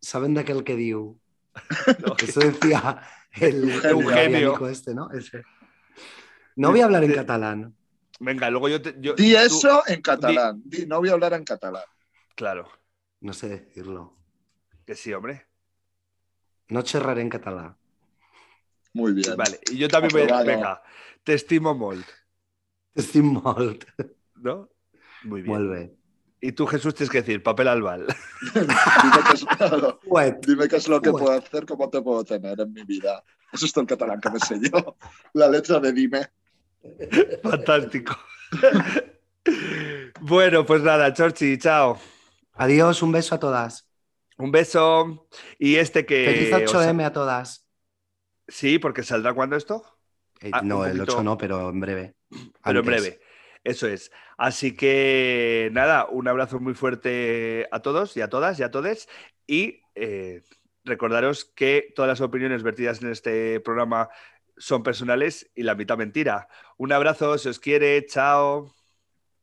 Speaker 2: ¿Saben de aquel que diu?
Speaker 1: No,
Speaker 2: Eso decía El
Speaker 3: Eugenio.
Speaker 2: Eugenio. este, ¿no? Ese. No voy a hablar en catalán.
Speaker 1: Venga, luego yo te. yo-
Speaker 3: Di
Speaker 1: tú-
Speaker 3: eso en catalán. Di, no voy a hablar en catalán.
Speaker 1: Claro,
Speaker 2: No sé decirlo.
Speaker 1: que sí, hombre.
Speaker 2: No xerraré en catalán.
Speaker 3: Muy bien.
Speaker 1: Vale, y yo también voy a.
Speaker 3: Aprobado.
Speaker 1: Venga, te estimo molt,
Speaker 2: Estic molt.
Speaker 1: ¿no? Muy bien.
Speaker 2: Molt bé.
Speaker 1: Y tú, Jesús, tienes que decir papel al bal.
Speaker 3: Dime, qué es, claro,
Speaker 2: Uet.
Speaker 3: dime qué es lo que
Speaker 2: Bueno.
Speaker 3: puedo hacer, cómo te puedo tener en mi vida. Eso es todo el catalán que me sé yo. La letra de dime.
Speaker 1: Fantástico. bueno, pues nada, Chorchi, chao.
Speaker 2: Adiós, un beso a todas.
Speaker 1: Un beso. Y este que.
Speaker 2: Feliz
Speaker 1: o sea,
Speaker 2: 8M a todas.
Speaker 1: sí, porque saldrá cuando esto.
Speaker 2: Eh,
Speaker 1: ah,
Speaker 2: no,
Speaker 1: un
Speaker 2: el
Speaker 1: poquito-
Speaker 2: 8 no, pero en breve.
Speaker 1: Pero en
Speaker 2: Antes.
Speaker 1: breve. Eso es. Así que nada, un abrazo muy fuerte a todos y a todas y a todes. Y eh, recordaros que todas las opiniones vertidas en este programa son personales y la mitad mentira. Un abrazo, se os quiere, chao.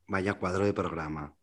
Speaker 2: Vaya cuadro de programa.